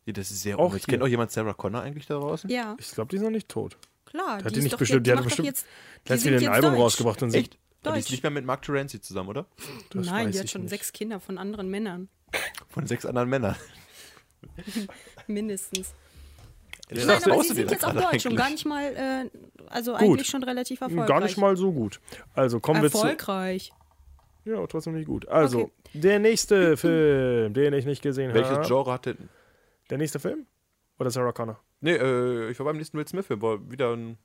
Ja, das ist sehr
Auch
unnütz.
hier.
Kennt auch jemand Sarah Connor eigentlich da draußen?
Ja,
Ich glaube, die ist noch nicht tot.
klar.
Der hat die
ist
nicht
doch jetzt,
bestimmt-
die
der
macht
hat
doch
bestimmt-
jetzt,
Der hat
die singt
wieder ein
jetzt
Album
Deutsch.
rausgebracht und
Echt? Die
Deutsch.
ist nicht mehr mit Mark Terenzi zusammen, oder?
Das
Nein,
weiß
die hat
ich
schon
nicht.
sechs Kinder von anderen Männern.
Von sechs anderen Männern.
Mindestens.
Ich
Nein, aber sie sind jetzt auf Deutsch und gar nicht mal, äh, also eigentlich schon relativ erfolgreich.
Gar nicht mal so gut. Also kommen wir zu.
erfolgreich.
Ja, aber trotzdem nicht gut. Also, der nächste Film, den ich nicht gesehen
Welches
habe.
Genre hat denn.
Der nächste Film? Oder Sarah Connor?
Nee, äh, ich war beim nächsten Will Smith-Film, war wieder ein.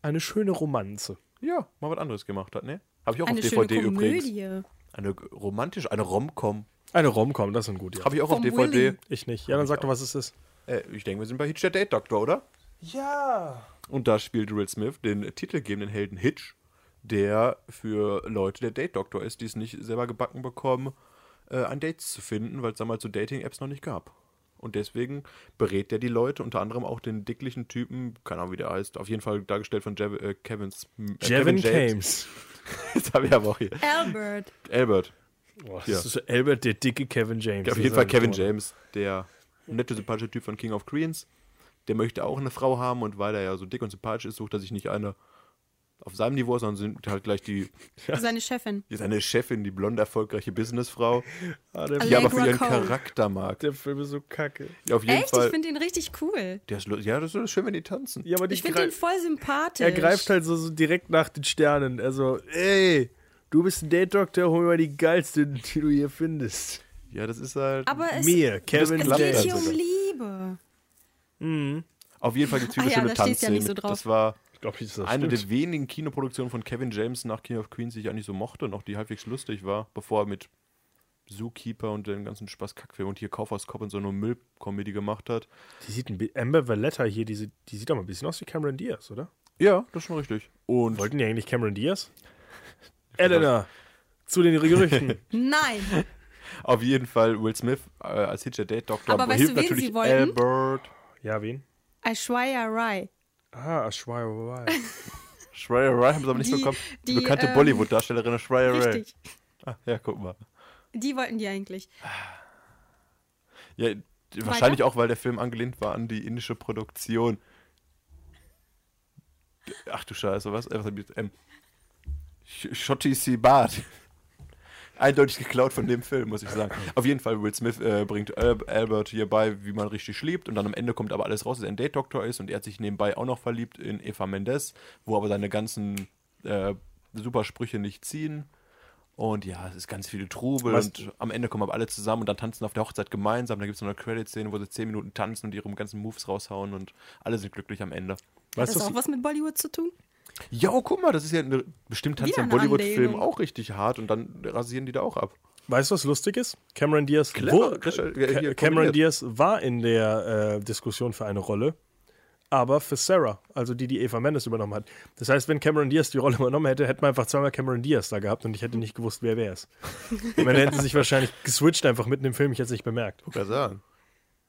Eine schöne Romanze.
Ja, mal was anderes gemacht hat, ne? Habe ich auch
Eine
auf
schöne
DVD übrigens.
Komödie.
Eine romantische, eine Rom-Com.
Eine Rom-Com, das sind gut, ja.
Habe ich auch auf
Vom
DVD.
Willy.
Ich nicht. Ja, dann sag doch, was es ist.
Äh, ich denke, wir sind bei Hitch der Date Doctor, oder?
Ja.
Und da spielt Will Smith den titelgebenden Helden Hitch, der für Leute der Date-Doktor ist, die es nicht selber gebacken bekommen, äh, an Dates zu finden, weil es damals so Dating-Apps noch nicht gab. Und deswegen berät er die Leute, unter anderem auch den dicklichen Typen, keine Ahnung, wie der heißt, auf jeden Fall dargestellt von Jev äh, Kevin's, äh,
Jevin
James.
James.
Jetzt habe ich aber auch hier.
Albert.
Albert.
Boah, das
Ja.
ist so Albert, der dicke Kevin James.
auf
Das
jeden
ist
Fall
ein
Kevin
Tor.
James, der nette, sympathische Typ von King of Queens. Der möchte auch eine Frau haben und weil er ja so dick und sympathisch ist, sucht er sich nicht eine auf seinem Niveau, sondern sind halt gleich die,
Seine Chefin.
die seine Chefin, die blonde, erfolgreiche Businessfrau,
Ah, der,
die aber
Allegra
für ihren
Cole.
Charakter mag.
der Film ist so kacke.
Ja, auf jeden
Echt? Ich
Fall.
finde den richtig cool.
Der ist, lu- ja, das ist schön, wenn die tanzen.
Ja, aber die
Ich finde den
greif-
voll sympathisch.
er greift halt so, so direkt nach den Sternen. Also, ey, du bist ein Date-Doktor, hol mir mal die geilsten, die du hier findest.
Ja, das ist halt.
Aber es,
Mir, Kevin
es
klappt
geht
dann
James.
hier um Liebe.
sogar. auf jeden Fall gibt es
Ah
viele
ja, da
schöne
steht's ja
Tanzszenen.
nicht so drauf.
Das war
Ich glaube nicht, dass das
eine
stimmt.
der wenigen Kinoproduktionen von Kevin James nach King of Queens, die ich eigentlich so mochte und auch die halbwegs lustig war, bevor er mit Zookeeper und den ganzen Spaß Kackfilm und hier Kaufhaus Cop und so eine Müllkomödie gemacht hat.
Die sieht ein bi- Amber Valletta hier, die, sieht- die sieht doch mal ein bisschen aus wie Cameron Diaz, oder?
Ja, das ist schon richtig. Und
Wollten die eigentlich Cameron Diaz? Elena, zu den Gerüchten.
Nein.
Auf jeden Fall Will Smith äh, als Hitcher Date Doktor
Aber weißt
hilft
du, wen
natürlich
sie wollten?
Albert
Ja, wen?
Aishwarya Rai.
Ah, Ashwai.
Shreya Ray haben sie aber nicht
Die-
bekommen. Die,
die,
bekannte
ähm,
Bollywood-Darstellerin Shreya Ray.
Richtig.
Ah, ja, guck mal.
Die wollten die eigentlich.
Ja, die- wahrscheinlich auch, weil der Film angelehnt war an die indische Produktion. Ach du Scheiße, was? Äh, was hab ich jetzt? Ähm, Sh- Shoti Sibat. Eindeutig geklaut von dem Film, muss ich sagen. Auf jeden Fall, Will Smith äh, bringt Al Albert hier bei, wie man richtig liebt. Und dann am Ende kommt aber alles raus, dass er ein Date-Doktor ist. Und er hat sich nebenbei auch noch verliebt in Eva Mendes, wo aber seine ganzen äh, Supersprüche nicht ziehen. Und ja, es ist ganz viel Trubel
Weißt-
und am Ende kommen aber alle zusammen und dann tanzen auf der Hochzeit gemeinsam. Da gibt es noch eine Credit-Szene, wo sie zehn Minuten tanzen und ihre ganzen Moves raushauen und alle sind glücklich am Ende.
Hat
Weißt
das
du,
auch was mit Bollywood zu tun?
Ja, oh, guck mal, das ist ja eine, bestimmt tanzt
Wieder
ja ein
eine
Bollywood-Film
Anlehnung.
auch richtig hart und dann rasieren die da auch ab.
Weißt du, was lustig ist? Cameron Diaz,
Clever, Richard, ja, hier,
Ca- Cameron
kombiniert.
Diaz war in der äh, Diskussion für eine Rolle, aber für Sarah, also die, die Eva Mendes übernommen hat. Das heißt, wenn Cameron Diaz die Rolle übernommen hätte, hätten wir einfach zweimal Cameron Diaz da gehabt und ich hätte nicht gewusst, wer wer ist. Und dann hätten sie sich wahrscheinlich geswitcht einfach mitten im Film, ich hätte es nicht bemerkt.
Guck mal sagen.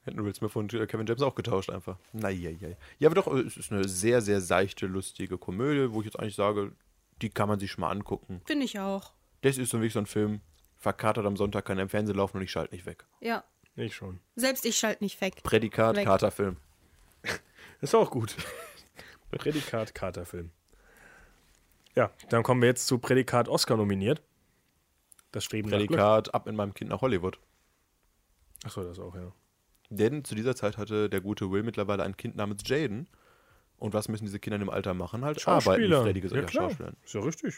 Hätten Will Smith und äh, Kevin James auch getauscht einfach. Naja, ja. Ja, aber doch, äh, es ist eine sehr, sehr seichte, lustige Komödie, wo ich jetzt eigentlich sage, die kann man sich schon mal angucken.
Finde ich auch.
Das ist so wirklich so ein Film, verkatert am Sonntag kann er im Fernsehen laufen und ich schalte nicht weg.
Ja.
Ich schon.
Selbst ich schalte nicht weg.
Prädikat,
Weg.
Katerfilm.
Ist auch gut. Prädikat Katerfilm. Ja, dann kommen wir jetzt zu Prädikat Oscar nominiert. Das Streben nach
Prädikat, ab mit meinem Kind nach Hollywood.
Glück. Achso, das auch, ja.
Denn zu dieser Zeit hatte der gute Will mittlerweile ein Kind namens Jaden. Und was müssen diese Kinder in dem Alter machen? Halt arbeiten, wie Freddy gesagt
ja,
hat.
klar.
Schauspielern.
Ist ja richtig.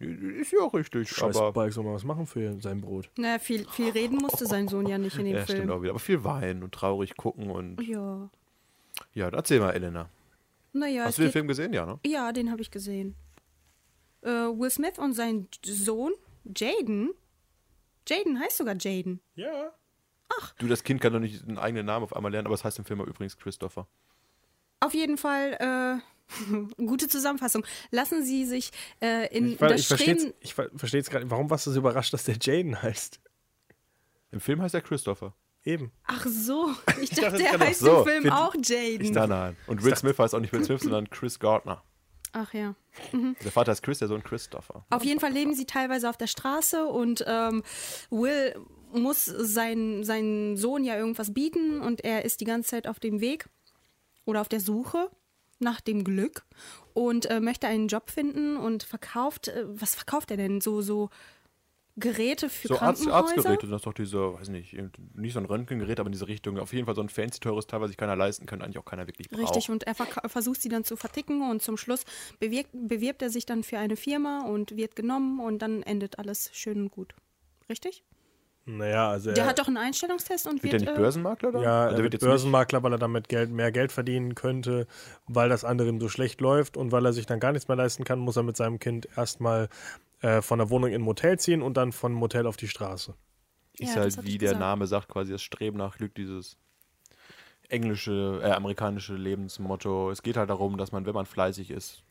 Ist ja auch richtig,
Scheiß
aber.
Spike soll mal was machen für sein Brot.
Na, viel, viel reden musste sein Sohn ja nicht in dem
Ja, stimmt
Film.
auch wieder. Aber viel weinen und traurig gucken und.
Ja.
Ja, erzähl mal, Elena.
Naja,
Hast
es
du den
geht-
Film gesehen? Ja, ne?
Ja, den habe ich gesehen. Äh, Will Smith und sein Sohn Jaden. Jaden heißt sogar Jaden.
Ja.
Du, das Kind kann doch nicht einen eigenen Namen auf einmal lernen, aber es heißt im Film übrigens Christopher.
Auf jeden Fall äh, gute Zusammenfassung. Lassen Sie sich äh, in
Ich, ver-
das
ich verstehe
Streben.
es gerade. Warum warst du so überrascht, dass der Jaden heißt?
Im Film heißt er Christopher.
Eben.
Ach so, ich dachte,
dachte, das
er
kann auch
heißt
so.
im Film
Find-
auch Jaden.
Nein, nein. Und Will Smith heißt auch nicht Will Smith, sondern Chris Gardner.
Ach ja.
Der Vater ist Chris, der Sohn Christopher.
Auf jeden Fall leben sie teilweise auf der Straße und ähm, Will muss sein, seinen Sohn ja irgendwas bieten und er ist die ganze Zeit auf dem Weg oder auf der Suche nach dem Glück und äh, möchte einen Job finden und verkauft, äh, was verkauft er denn? So, so Geräte für
So Arzt,
Krankenhäuser?
Arztgeräte, das ist doch diese, weiß nicht, nicht so ein Röntgengerät, aber in diese Richtung. Auf jeden Fall so ein fancy teures Teil, was sich keiner leisten kann, eigentlich auch keiner wirklich braucht.
Richtig, und er verka- versucht sie dann zu verticken und zum Schluss bewirkt, bewirbt er sich dann für eine Firma und wird genommen und dann endet alles schön und gut. Richtig?
Naja, also.
Der
er-
hat doch einen Einstellungstest und wird.
Wird der Äh, nicht
äh,
Börsenmakler da?
Ja,
also
er
wird
wird
jetzt
Börsenmakler, weil er damit Geld, mehr Geld verdienen könnte, weil das andere ihm so schlecht läuft und weil er sich dann gar nichts mehr leisten kann, muss er mit seinem Kind erstmal äh, von der Wohnung in ein Motel ziehen und dann von Motel auf die Straße.
Nicht,
Ja,
ist
das
halt,
hab
wie
ich
der
gesagt.
Name sagt, quasi das Streben nach Glück, dieses englische, äh, amerikanische Lebensmotto. Es geht halt darum, dass man, wenn man fleißig ist,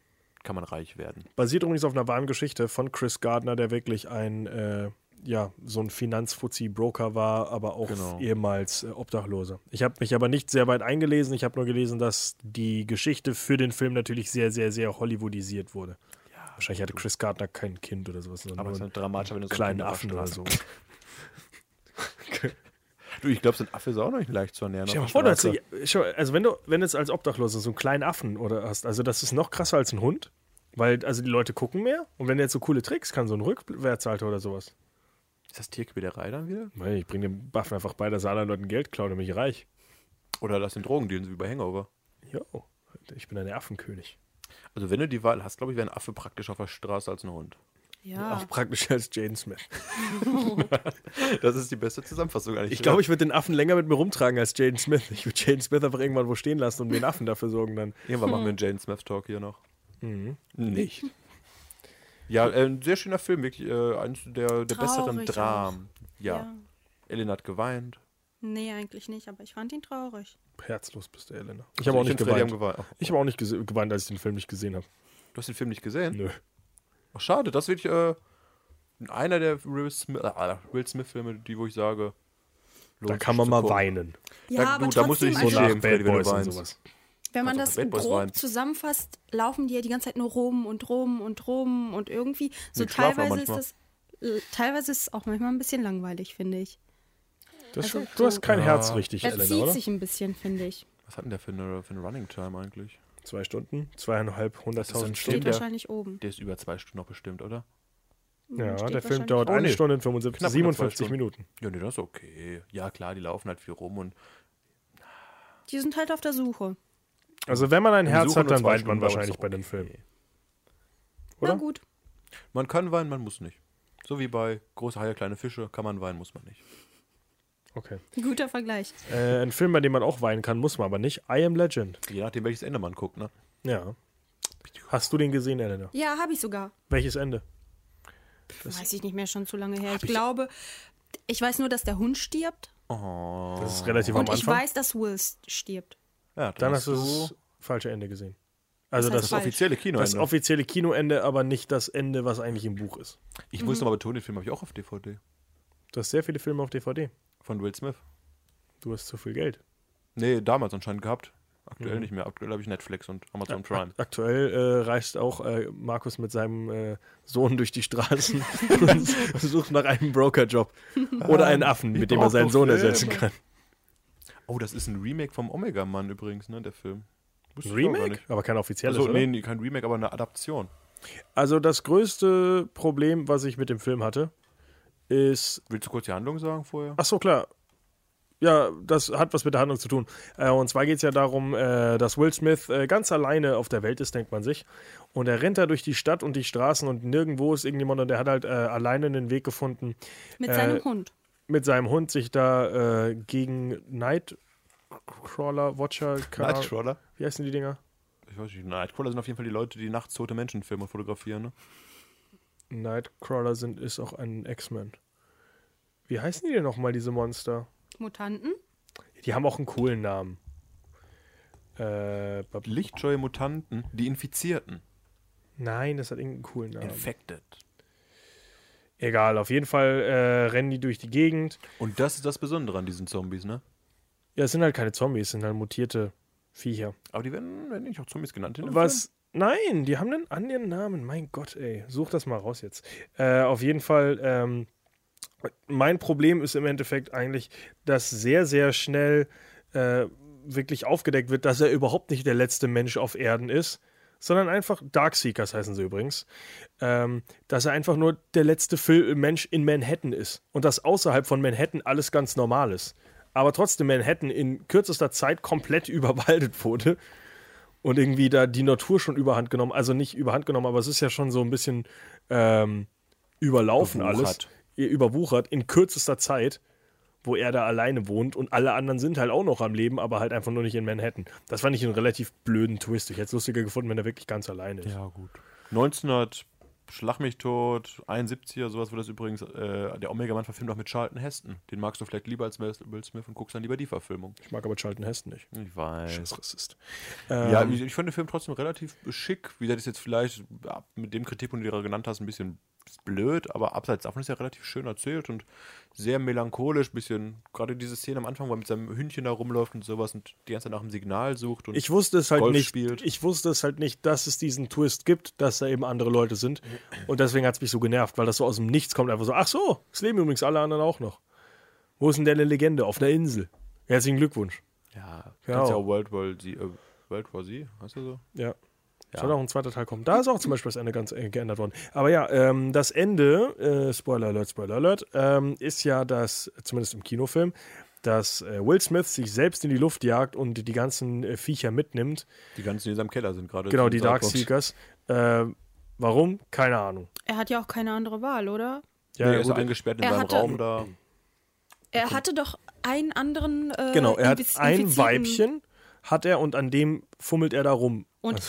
kann man reich werden.
Basiert übrigens auf einer wahren Geschichte von Chris Gardner, der wirklich ein, äh, ja, so ein Finanzfuzzi-Broker war, aber auch
Genau.
ehemals äh, Obdachloser. Ich habe mich aber nicht sehr weit eingelesen. Ich habe nur gelesen, dass die Geschichte für den Film natürlich sehr, sehr, sehr hollywoodisiert wurde. Wahrscheinlich hatte Chris Gardner kein Kind oder sowas, sondern
Aber es ist
nur
halt dramatischer, wenn du so einen
kleinen
Kind auf
Affen
der
oder
Straße
so.
Du, ich glaube, so ein Affe ist auch noch nicht leicht zu ernähren.
Stell dir mal
auf
vor,
der
dass du,
Straße.
stell mal- also wenn du, wenn du jetzt als Obdachloser so einen kleinen Affen oder hast, also das ist noch krasser als ein Hund, weil also die Leute gucken mehr und wenn der jetzt so coole Tricks kann, so ein Rückwärtshalter oder sowas.
Ist das Tierquälerei dann wieder?
Weil ich bringe dem Affen einfach bei, dass er anderen Leuten Geld klaut und mich reich.
Oder das sind Drogendealen, so wie bei Hangover.
Jo, ich bin ein Affenkönig.
Also wenn du die Wahl hast, glaube ich, wäre ein Affe praktisch auf der Straße als ein Hund.
Ja.
Auch praktischer als Jaden Smith.
Das ist die beste Zusammenfassung eigentlich.
Ich glaube, ich würde den Affen länger mit mir rumtragen als Jaden Smith. Ich würde Jaden Smith einfach irgendwann wo stehen lassen und mir einen Affen dafür sorgen dann.
Irgendwann
Hm.
machen wir einen Jane Smith Talk hier noch.
Mhm.
Nicht. Ja, äh, ein sehr schöner Film, wirklich äh, eines der, der besseren
Traurig auch.
Dramen. Ja.
Ja.
Elena hat geweint.
Nee, eigentlich nicht, aber ich fand ihn traurig.
Herzlos bist du, Elena. Also Ich habe auch nicht
und Freddy
geweint.
haben geweint.
Ich habe auch nicht gese- geweint, als ich den Film nicht gesehen habe.
Du hast den Film nicht gesehen?
Nö.
Ach, schade, das wirklich äh, einer der Will Smith, äh, Will Smith Filme, die wo ich sage, lohnt
Da kann
sich
man
zu
mal
gucken.
weinen.
Ja,
Da-
aber
du, da musst du dich
trotzdem,
so
also-
nach
schämen,
Bad
Freddy, wenn du
Boys und
weinst.
sowas.
Wenn man
Also
das
bei Bad Boys
grob
rein.
zusammenfasst, laufen die ja die ganze Zeit nur rum und rum und rum und irgendwie. So
Die schlafen auch
teilweise ist
manchmal.
das. äh, Teilweise ist es auch manchmal ein bisschen langweilig, finde ich.
Das,
Also
du hast kein
so-
Herz richtig,
Er
Elena,
zieht
oder?
sich ein bisschen, finde ich.
Was hat denn der für eine, für eine Running Time eigentlich?
Zwei Stunden, zweieinhalb,
Das
hunderttausend
ist
Stunden.
ein
Steht
der-
wahrscheinlich oben.
Der ist über zwei Stunden noch bestimmt, oder?
Ja,
Steht
der Film
wahrscheinlich-
dauert
Oh,
eine
nee.
Stunde und 75,
Knapp unter zwei
57
Stunden.
Minuten.
Ja, nee, das ist okay. Ja, klar, die laufen halt viel rum und
Die sind halt auf der Suche.
Also wenn man ein
Wir
Herz
suchen
hat, dann
uns zwei
weint man
Stunden, aber ist
wahrscheinlich
doch
bei dem
okay.
Film.
Na
Oder?
gut.
Man kann weinen, man muss nicht. So wie bei Große Haie, kleine Fische, kann man weinen, muss man nicht.
Okay.
Guter Vergleich.
Äh, ein Film, bei dem man auch weinen kann, muss man aber nicht. I Am Legend.
Je nachdem, welches Ende man guckt, ne?
Ja. Hast du den gesehen, Elena?
Ja, habe ich sogar.
Welches Ende?
Weiß ich nicht mehr, schon zu lange her. Ich glaube, ich weiß nur, dass der Hund stirbt
Das ist relativ
und
am
ich
Anfang.
weiß, dass Will s- stirbt.
Ja,
dann hast du das falsche Ende gesehen. Also
Das heißt
das,
das
falsch.
offizielle Kino.
das offizielle Kinoende, aber nicht das Ende, was eigentlich im Buch ist.
ich muss nochmal betonen, den Film habe ich auch auf DVD.
Du hast sehr viele Filme auf DVD.
Von Will Smith.
Du hast zu viel Geld.
Nee, damals anscheinend gehabt.
Mhm.
Aktuell nicht mehr. Aktuell habe ich Netflix und Amazon Prime.
Aktuell äh, reist auch äh, Markus mit seinem äh, Sohn durch die Straßen und sucht nach einem Brokerjob. Oder einen Affen, mit dem er
brauch
seinen
doch
Sohn
Filme.
ersetzen kann.
Oh, das ist ein Remake vom Omega-Mann übrigens, ne, der Film. Wusste ich auch gar
Remake?
nicht.
Aber kein offizielles,
Also,
oder?
nee, nee, kein Remake, aber eine Adaption.
Also das größte Problem, was ich mit dem Film hatte, ist
Willst du kurz die Handlung sagen vorher?
Ach so, klar. Ja, das hat was mit der Handlung zu tun. Äh, und zwar geht es ja darum, äh, dass Will Smith äh, ganz alleine auf der Welt ist, denkt man sich. Und er rennt da durch die Stadt und die Straßen und nirgendwo ist irgendjemand und er hat halt äh, alleine einen Weg gefunden,
Mit
Äh,
seinem Hund.
mit seinem Hund sich da äh, gegen Nightcrawler, Watcher, keine Ahnung-
Nightcrawler?
Wie heißen die Dinger?
Ich weiß nicht. Nightcrawler sind auf jeden Fall die Leute, die nachts tote Menschen filmen und fotografieren, ne?
Nightcrawler sind, ist auch ein X-Men. Wie heißen die denn nochmal, diese Monster?
Mutanten?
Die haben auch einen coolen Namen. Äh, bab-
Lichtscheue Mutanten, die Infizierten.
Nein, das hat irgendeinen coolen Namen.
Infected.
Egal, auf jeden Fall äh, rennen die durch die Gegend.
Und das ist das Besondere an diesen Zombies, ne?
Ja, es sind halt keine Zombies, es sind halt mutierte Viecher.
Aber die werden, werden nicht auch Zombies genannt. in dem
Was? Nein, die haben einen anderen Namen. Mein Gott, ey. Such das mal raus jetzt. Äh, auf jeden Fall, ähm, mein Problem ist im Endeffekt eigentlich, dass sehr, sehr schnell äh, wirklich aufgedeckt wird, dass er überhaupt nicht der letzte Mensch auf Erden ist, sondern einfach Darkseekers heißen sie übrigens. ähm, dass er einfach nur der letzte Fil Mensch in Manhattan ist und dass außerhalb von Manhattan alles ganz normal ist. Aber trotzdem Manhattan in kürzester Zeit komplett überwaldet wurde und irgendwie da die Natur schon überhand genommen, also nicht überhand genommen, aber es ist ja schon so ein bisschen ähm, überlaufen
Bewuchert.
alles, überwuchert in kürzester Zeit, wo er da alleine wohnt und alle anderen sind halt auch noch am Leben, aber halt einfach nur nicht in Manhattan. Das fand ich einen relativ blöden Twist. Ich hätte es lustiger gefunden, wenn er wirklich ganz alleine ist.
Film. Ja, gut. 1900, Schlag mich tot, 71er, sowas wurde das übrigens. Äh, der Omega-Mann verfilmt auch mit Charlton Heston. Den magst du vielleicht lieber als Will Smith und guckst dann lieber die Verfilmung.
Ich mag aber Charlton Heston nicht.
Ich weiß.
Scheiß Rassist.
Ja, ich, ich fand den Film trotzdem relativ schick. Wie gesagt, ist jetzt vielleicht ab- mit dem Kritikpunkt, den du genannt hast, ein bisschen blöd, aber abseits davon ist er relativ schön erzählt und sehr melancholisch, bisschen. Gerade diese Szene am Anfang, wo er mit seinem Hündchen da rumläuft und sowas und die ganze Zeit nach einem Signal sucht und
Ich wusste es halt
Golf
nicht.
spielt.
Ich wusste es halt nicht, dass es diesen Twist gibt, dass da eben andere Leute sind. Und deswegen hat es mich so genervt, weil das so aus dem Nichts kommt. Einfach so, ach so, es leben übrigens alle anderen auch noch. Wo ist denn deine Legende? Auf einer Insel. Herzlichen Glückwunsch.
ja,
Genau.
genau. ja auch World War Z, äh, World War Z, weißt du so?
Ja. Soll auch ein zweiter Teil kommen. Da ist auch zum Beispiel das Ende ganz äh, geändert worden. Aber ja, ähm, das Ende, äh, Spoiler Alert, Spoiler Alert, ähm, ist ja das, zumindest im Kinofilm, dass äh, Will Smith sich selbst in die Luft jagt und die ganzen äh, Viecher mitnimmt.
Die ganzen, die in seinem Keller sind gerade.
Genau,
zum
die
Zeitpunkt.
Darkseekers. Äh, warum? Keine Ahnung.
Er hat ja auch keine andere Wahl, oder?
Nee,
Ja,
er ist
gut,
eingesperrt in
Er
seinem
hatte-
Raum da.
Er hatte doch einen anderen. Äh,
genau, er hat
infiz-
ein
infizierten-
Weibchen, hat er und an dem fummelt er da rum.
Und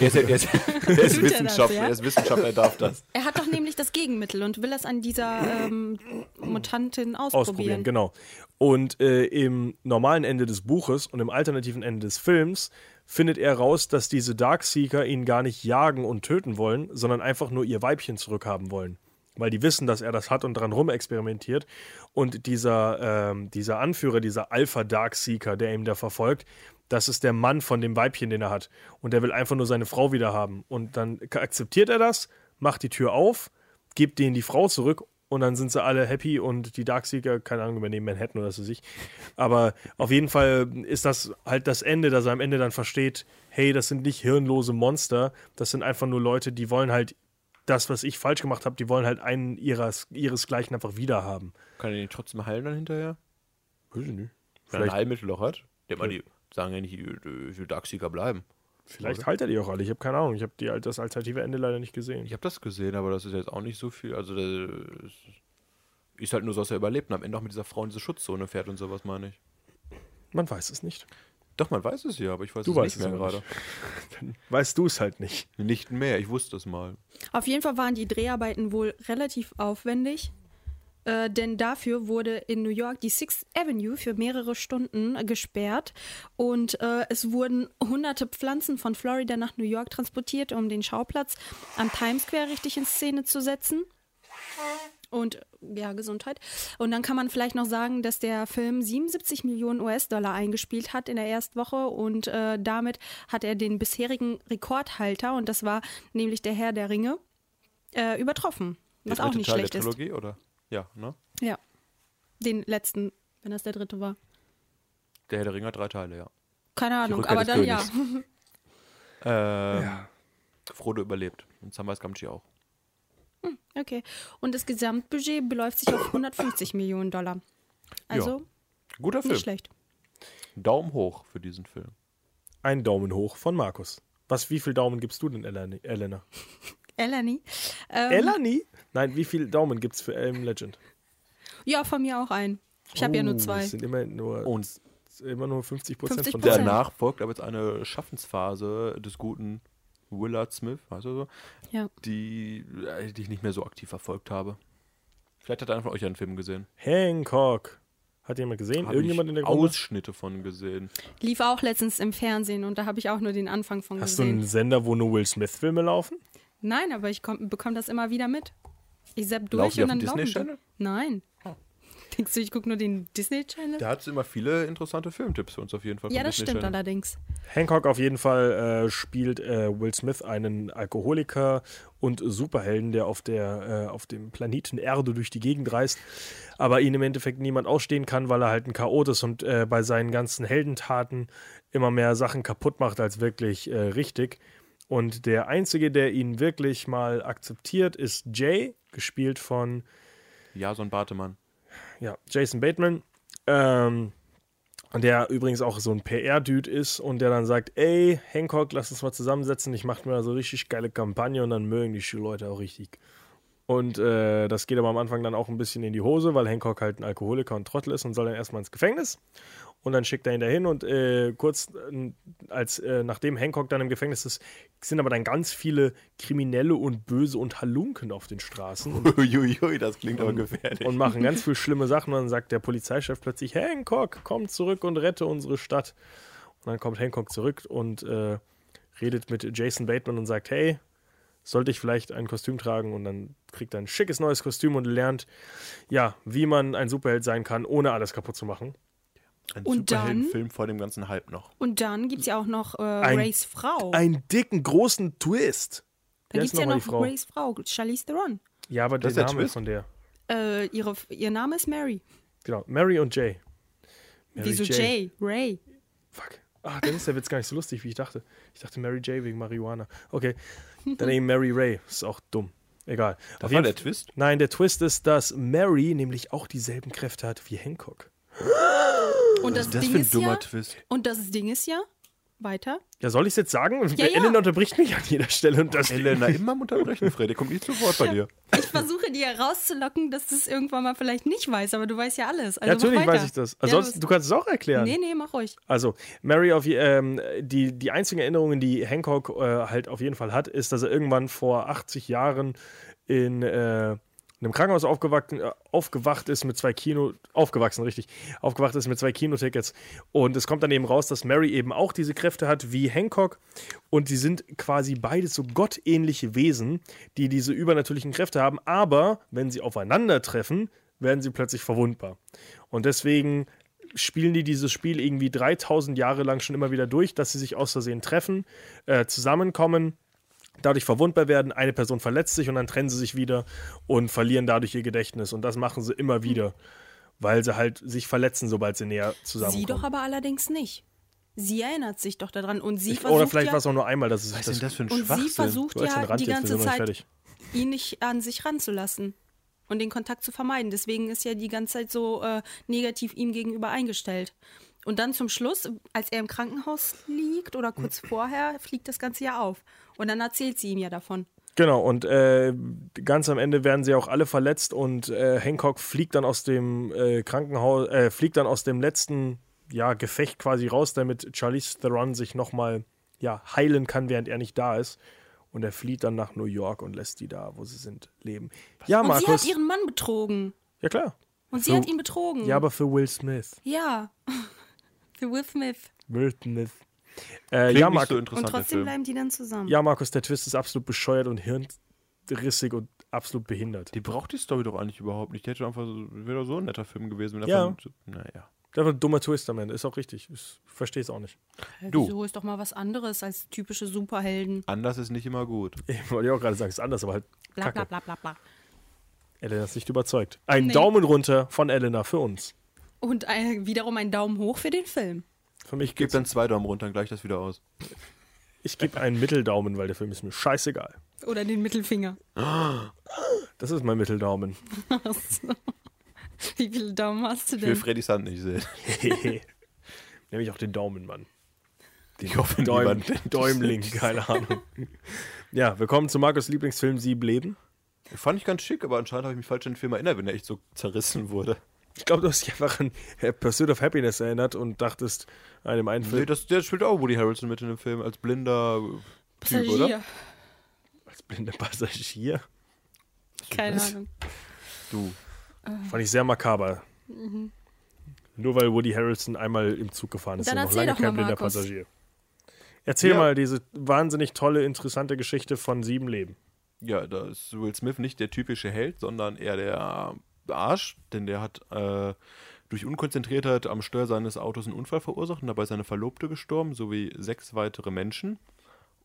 Er ist, er ist, er ist
Tut er das,
Wissenschaftler,
ja?
er ist Wissenschaftler, er darf das.
Er hat doch nämlich das Gegenmittel und will das an dieser ähm, Mutantin
Ausprobieren,
ausprobieren.
genau. Und äh, im normalen Ende des Buches und im alternativen Ende des Films findet er raus, dass diese Darkseeker ihn gar nicht jagen und töten wollen, sondern einfach nur ihr Weibchen zurückhaben wollen. weil die wissen, dass er das hat und dran rumexperimentiert. Und dieser, ähm, dieser Anführer, dieser Alpha Dark Seeker, der ihn da verfolgt, das ist der Mann von dem Weibchen, den er hat. Und der will einfach nur seine Frau wieder haben. Und dann k- akzeptiert er das, macht die Tür auf, gibt denen die Frau zurück und dann sind sie alle happy und die Darkseeker, keine Ahnung, übernehmen Manhattan oder so sich. Aber auf jeden Fall ist das halt das Ende, dass er am Ende dann versteht, hey, das sind nicht hirnlose Monster, das sind einfach nur Leute, die wollen halt das, was ich falsch gemacht habe, die wollen halt einen ihres, ihresgleichen einfach wieder haben.
Kann er den trotzdem heilen dann hinterher? Weiß ich nicht. Wenn er ein
Vielleicht-
Heilmittel doch hat. Der mal die sagen ja nicht, ich will Darkseeker bleiben.
Vielleicht halt er die auch alle, ich habe keine Ahnung, ich habe die halt das alternative Ende leider nicht gesehen.
Ich habe das gesehen, aber das ist jetzt auch nicht so viel. Also das ist halt nur so, dass er überlebt und am Ende auch mit dieser Frau in diese Schutzzone fährt und sowas, meine ich.
Man weiß es nicht.
Doch, man weiß es ja, aber ich weiß
Du
es
weißt
nicht
es
mehr
aber
gerade.
Weißt du es halt nicht.
Nicht mehr, ich wusste es mal.
Auf jeden Fall waren die Dreharbeiten wohl relativ aufwendig, äh, denn dafür wurde in New York die Sixth Avenue für mehrere Stunden äh, gesperrt und äh, es wurden hunderte Pflanzen von Florida nach New York transportiert, um den Schauplatz am Times Square richtig in Szene zu setzen. Und ja, Gesundheit. Und dann kann man vielleicht noch sagen, dass der Film 77 Millionen US-Dollar eingespielt hat in der Erstwoche und äh, damit hat er den bisherigen Rekordhalter, und das war nämlich der Herr der Ringe, äh, übertroffen. Was
Der
auch
dritte
nicht
Teil
schlecht
der
ist.
Trilogie, oder? Ja, ne?
Ja. Den letzten, wenn das der dritte war.
Der Herr der Ringe hat drei Teile, ja.
Keine Ahnung,
Rückkehr
aber
des
dann ja.
Ähm, Frodo überlebt. Und Samwise Gamgee auch.
Okay. Und das Gesamtbudget beläuft sich auf 150 Millionen Dollar. Also
Guter Film.
nicht schlecht.
Daumen hoch für diesen Film.
Ein Daumen hoch von Markus. Was, wie viel Daumen gibst du denn, Eleni- Elena?
Elanie. Äh, Ähm,
Elani? Nein, wie viel Daumen gibt's für Elm Legend?
Ja, von mir auch ein. Ich habe ja nur
Oh,
Uh,
zwei.
Es sind immer nur,
Und
es sind immer nur 50 Prozent von
50%.
Daumen.
danach folgt aber jetzt eine Schaffensphase des guten Willard Smith, weißt du so,
Ja.
die, äh, die ich nicht mehr so aktiv verfolgt habe. Vielleicht hat einer von euch ja einen Film gesehen.
Hancock. Hat jemand gesehen?
Hab
Irgendjemand
ich
in der Gruppe?
Ausschnitte von gesehen.
Lief auch letztens im Fernsehen und da habe ich auch nur den Anfang von
Hast du einen
gesehen.
Sender, wo nur Will Smith-Filme laufen?
Nein, aber ich komm- bekomme das immer wieder mit. Ich sepp durch
Laufen die
und
auf
dann
dem
laufen die.
Disney Channel?
Nein. Denkst du, ich gucke nur den Disney Channel?
Da hat es immer viele interessante Filmtipps für uns auf jeden Fall.
ja,
vom
das
Disney
stimmt
Channel.
allerdings.
Hancock auf jeden Fall äh, spielt äh, Will Smith einen Alkoholiker und Superhelden, der auf der äh, auf dem Planeten Erde durch die Gegend reist, aber ihn im Endeffekt niemand ausstehen kann, weil er halt ein Chaot ist und äh, bei seinen ganzen Heldentaten immer mehr Sachen kaputt macht als wirklich äh, richtig. Und der einzige, der ihn wirklich mal akzeptiert, ist Jay, gespielt von
Jason Bartemann.
ja, Jason Bateman, ähm, der übrigens auch so ein PR-Dude ist und der dann sagt, ey, Hancock, lass uns mal zusammensetzen, ich mache mir so richtig geile Kampagne und dann mögen die Schulleute auch richtig. Und äh, das geht aber am Anfang dann auch ein bisschen in die Hose, weil Hancock halt ein Alkoholiker und Trottel ist und soll dann erstmal ins Gefängnis. Und dann schickt er ihn dahin und äh, kurz äh, als äh, nachdem Hancock dann im Gefängnis ist, sind aber dann ganz viele Kriminelle und Böse und Halunken auf den Straßen. Und
Uiuiui, das klingt aber gefährlich.
und machen ganz viel schlimme Sachen. Und dann sagt der Polizeichef plötzlich: Hancock, komm zurück und rette unsere Stadt. Und dann kommt Hancock zurück und äh, redet mit Jason Bateman und sagt: Hey, sollte ich vielleicht ein Kostüm tragen? Und dann kriegt er ein schickes neues Kostüm und lernt, ja, wie man ein Superheld sein kann, ohne alles kaputt zu machen.
Ein
Und dann-
Superheldenfilm vor dem ganzen Hype noch.
Und dann gibt es ja auch noch äh,
Ein-
Rays Frau.
Einen dicken, großen Twist.
da
Wer
gibt
ist
es ja
nochmal
noch Rays Frau, Charlize Theron.
Ja, aber der
Das ist der
Name
Twist?
von der.
Äh, ihre, ihr Name ist Mary.
Genau, Mary und Jay. Mary
Wieso Jay? Ray.
Fuck. Ach, Ah, dann ist der Witz gar nicht so lustig, wie ich dachte. Ich dachte Mary J wegen Marihuana. Okay. Dann eben Mary Ray. Ist auch dumm. Egal.
Das
Auf
war
jeden
der
Fall-
Twist?
Nein, der Twist ist, dass Mary nämlich auch dieselben Kräfte hat wie Hancock.
Und das,
ist das
Ding
für ein
ist
dummer
ja,
Twist?
Und das Ding ist ja, weiter,
Ja, soll ich es jetzt sagen?
Ja, Oh, ja.
Elena unterbricht mich an jeder Stelle und das.
Elena, immer am unterbrechen, Freddy. Kommt nicht zu Wort bei dir.
Ich versuche dir rauszulocken, dass du es irgendwann mal vielleicht nicht weißt, aber du weißt ja alles. Also
Ja, Natürlich
mach weiter.
weiß ich das.
Ja,
Ansonsten, du
du
kannst es auch erklären.
nee, nee, mach ruhig.
Also, Mary, auf, je- ähm, die, die einzigen Erinnerungen, die Hancock äh, halt auf jeden Fall hat, ist, dass er irgendwann vor 80 Jahren in äh, in einem Krankenhaus aufgewacht, äh, aufgewacht ist mit zwei Kino, aufgewachsen, richtig, aufgewacht ist mit zwei Kinotickets. Und es kommt dann eben raus, dass Mary eben auch diese Kräfte hat wie Hancock. Und die sind quasi beides so gottähnliche Wesen, die diese übernatürlichen Kräfte haben. Aber wenn sie aufeinandertreffen, werden sie plötzlich verwundbar. Und deswegen spielen die dieses Spiel irgendwie 3000 Jahre lang schon immer wieder durch, dass sie sich aus Versehen treffen, äh, zusammenkommen, dadurch verwundbar werden, eine Person verletzt sich und dann trennen sie sich wieder und verlieren dadurch ihr Gedächtnis. Und das machen sie immer wieder, weil sie halt sich verletzen, sobald sie näher
Hm. Sie doch
zusammenkommen.
aber allerdings nicht. Sie erinnert sich doch daran und sie
Ich,
versucht
oder vielleicht
ja,
war es auch nur einmal, dass es
Was ist denn das für ein
und
Schwachsinn?
sie versucht
Du hast schon
ja
Rand
die
jetzt,
ganze
wir sind noch nicht
Zeit
fertig.
ihn nicht an sich ranzulassen und den Kontakt zu vermeiden. Deswegen ist ja die ganze Zeit so äh, negativ ihm gegenüber eingestellt. Und dann zum Schluss, als er im Krankenhaus liegt oder kurz
Hm.
vorher, fliegt das Ganze ja auf. Und dann erzählt sie ihm ja davon.
Genau, und äh, ganz am Ende werden sie auch alle verletzt und äh, Hancock fliegt dann aus dem äh, Krankenhaus, äh, fliegt dann aus dem letzten ja, Gefecht quasi raus, damit Charlize Theron sich nochmal ja, heilen kann, während er nicht da ist. Und er flieht dann nach New York und lässt die da, wo sie sind, leben. Ja,
Und sie
Markus.
hat ihren Mann betrogen.
ja, klar.
Und sie
So.
hat ihn betrogen.
Ja, aber für Will Smith.
Ja. Für Will Smith.
Will Smith. Äh,
Klingt
ja,
nicht
Mark
so
Und
interessant, der
trotzdem
Film.
bleiben die dann zusammen.
ja, Markus, der Twist ist absolut bescheuert und hirnrissig und absolut behindert.
Die braucht die Story doch eigentlich überhaupt nicht. Die hätte einfach so, wäre doch so ein netter Film gewesen. Wenn
Ja.
davon, Naja.
Das war ein dummer Twist am Ende, ist auch richtig. Ich verstehe es auch nicht.
Du.
So ist doch mal was anderes als typische Superhelden.
Anders ist nicht immer gut.
Ich wollte ja auch gerade sagen, es ist anders, aber halt.
Bla
Kacke.
bla bla bla bla.
Elena ist nicht überzeugt. Ein
Nee.
Daumen runter von Elena für uns.
Und ein, wiederum einen Daumen hoch für den Film.
Für
Ich
mich
gebe
gibt's.
dann zwei Daumen runter und gleich das wieder aus.
Ich gebe einen Mitteldaumen, weil der Film ist mir scheißegal.
Oder den Mittelfinger.
Das ist mein Mitteldaumen.
Wie viele Daumen hast du
Ich will
denn?
Freddy's Hand nicht sehen.
Nämlich auch den Daumen, Mann.
Ich hoffe,
Däum,
niemand-
Däumling, keine Ahnung. Ja, willkommen zu Markus Lieblingsfilm Sieb Leben.
Fand ich ganz schick, aber anscheinend habe ich mich falsch an den Film erinnert, wenn er echt so zerrissen wurde.
Ich glaube, du hast dich einfach an äh, Pursuit of Happiness erinnert und dachtest an dem einen
Nee,
Film
das, der spielt auch Woody Harrelson mit in dem Film als blinder äh, Typ, oder?
Passagier.
als blinder Passagier.
Keine Ahnung.
Du.
Fand ich sehr makaber. Mhm. Nur weil Woody Harrelson einmal im Zug gefahren ist,
Dann
und noch
erzähl
lange
doch
kein
mal,
blinder
Markus.
Passagier. Erzähl
Ja.
mal diese wahnsinnig tolle, interessante Geschichte von sieben Leben.
Ja, da ist Will Smith nicht der typische Held, sondern eher der Arsch, denn der hat äh, durch Unkonzentriertheit am Steuer seines Autos einen Unfall verursacht und dabei ist seine Verlobte gestorben, sowie sechs weitere Menschen.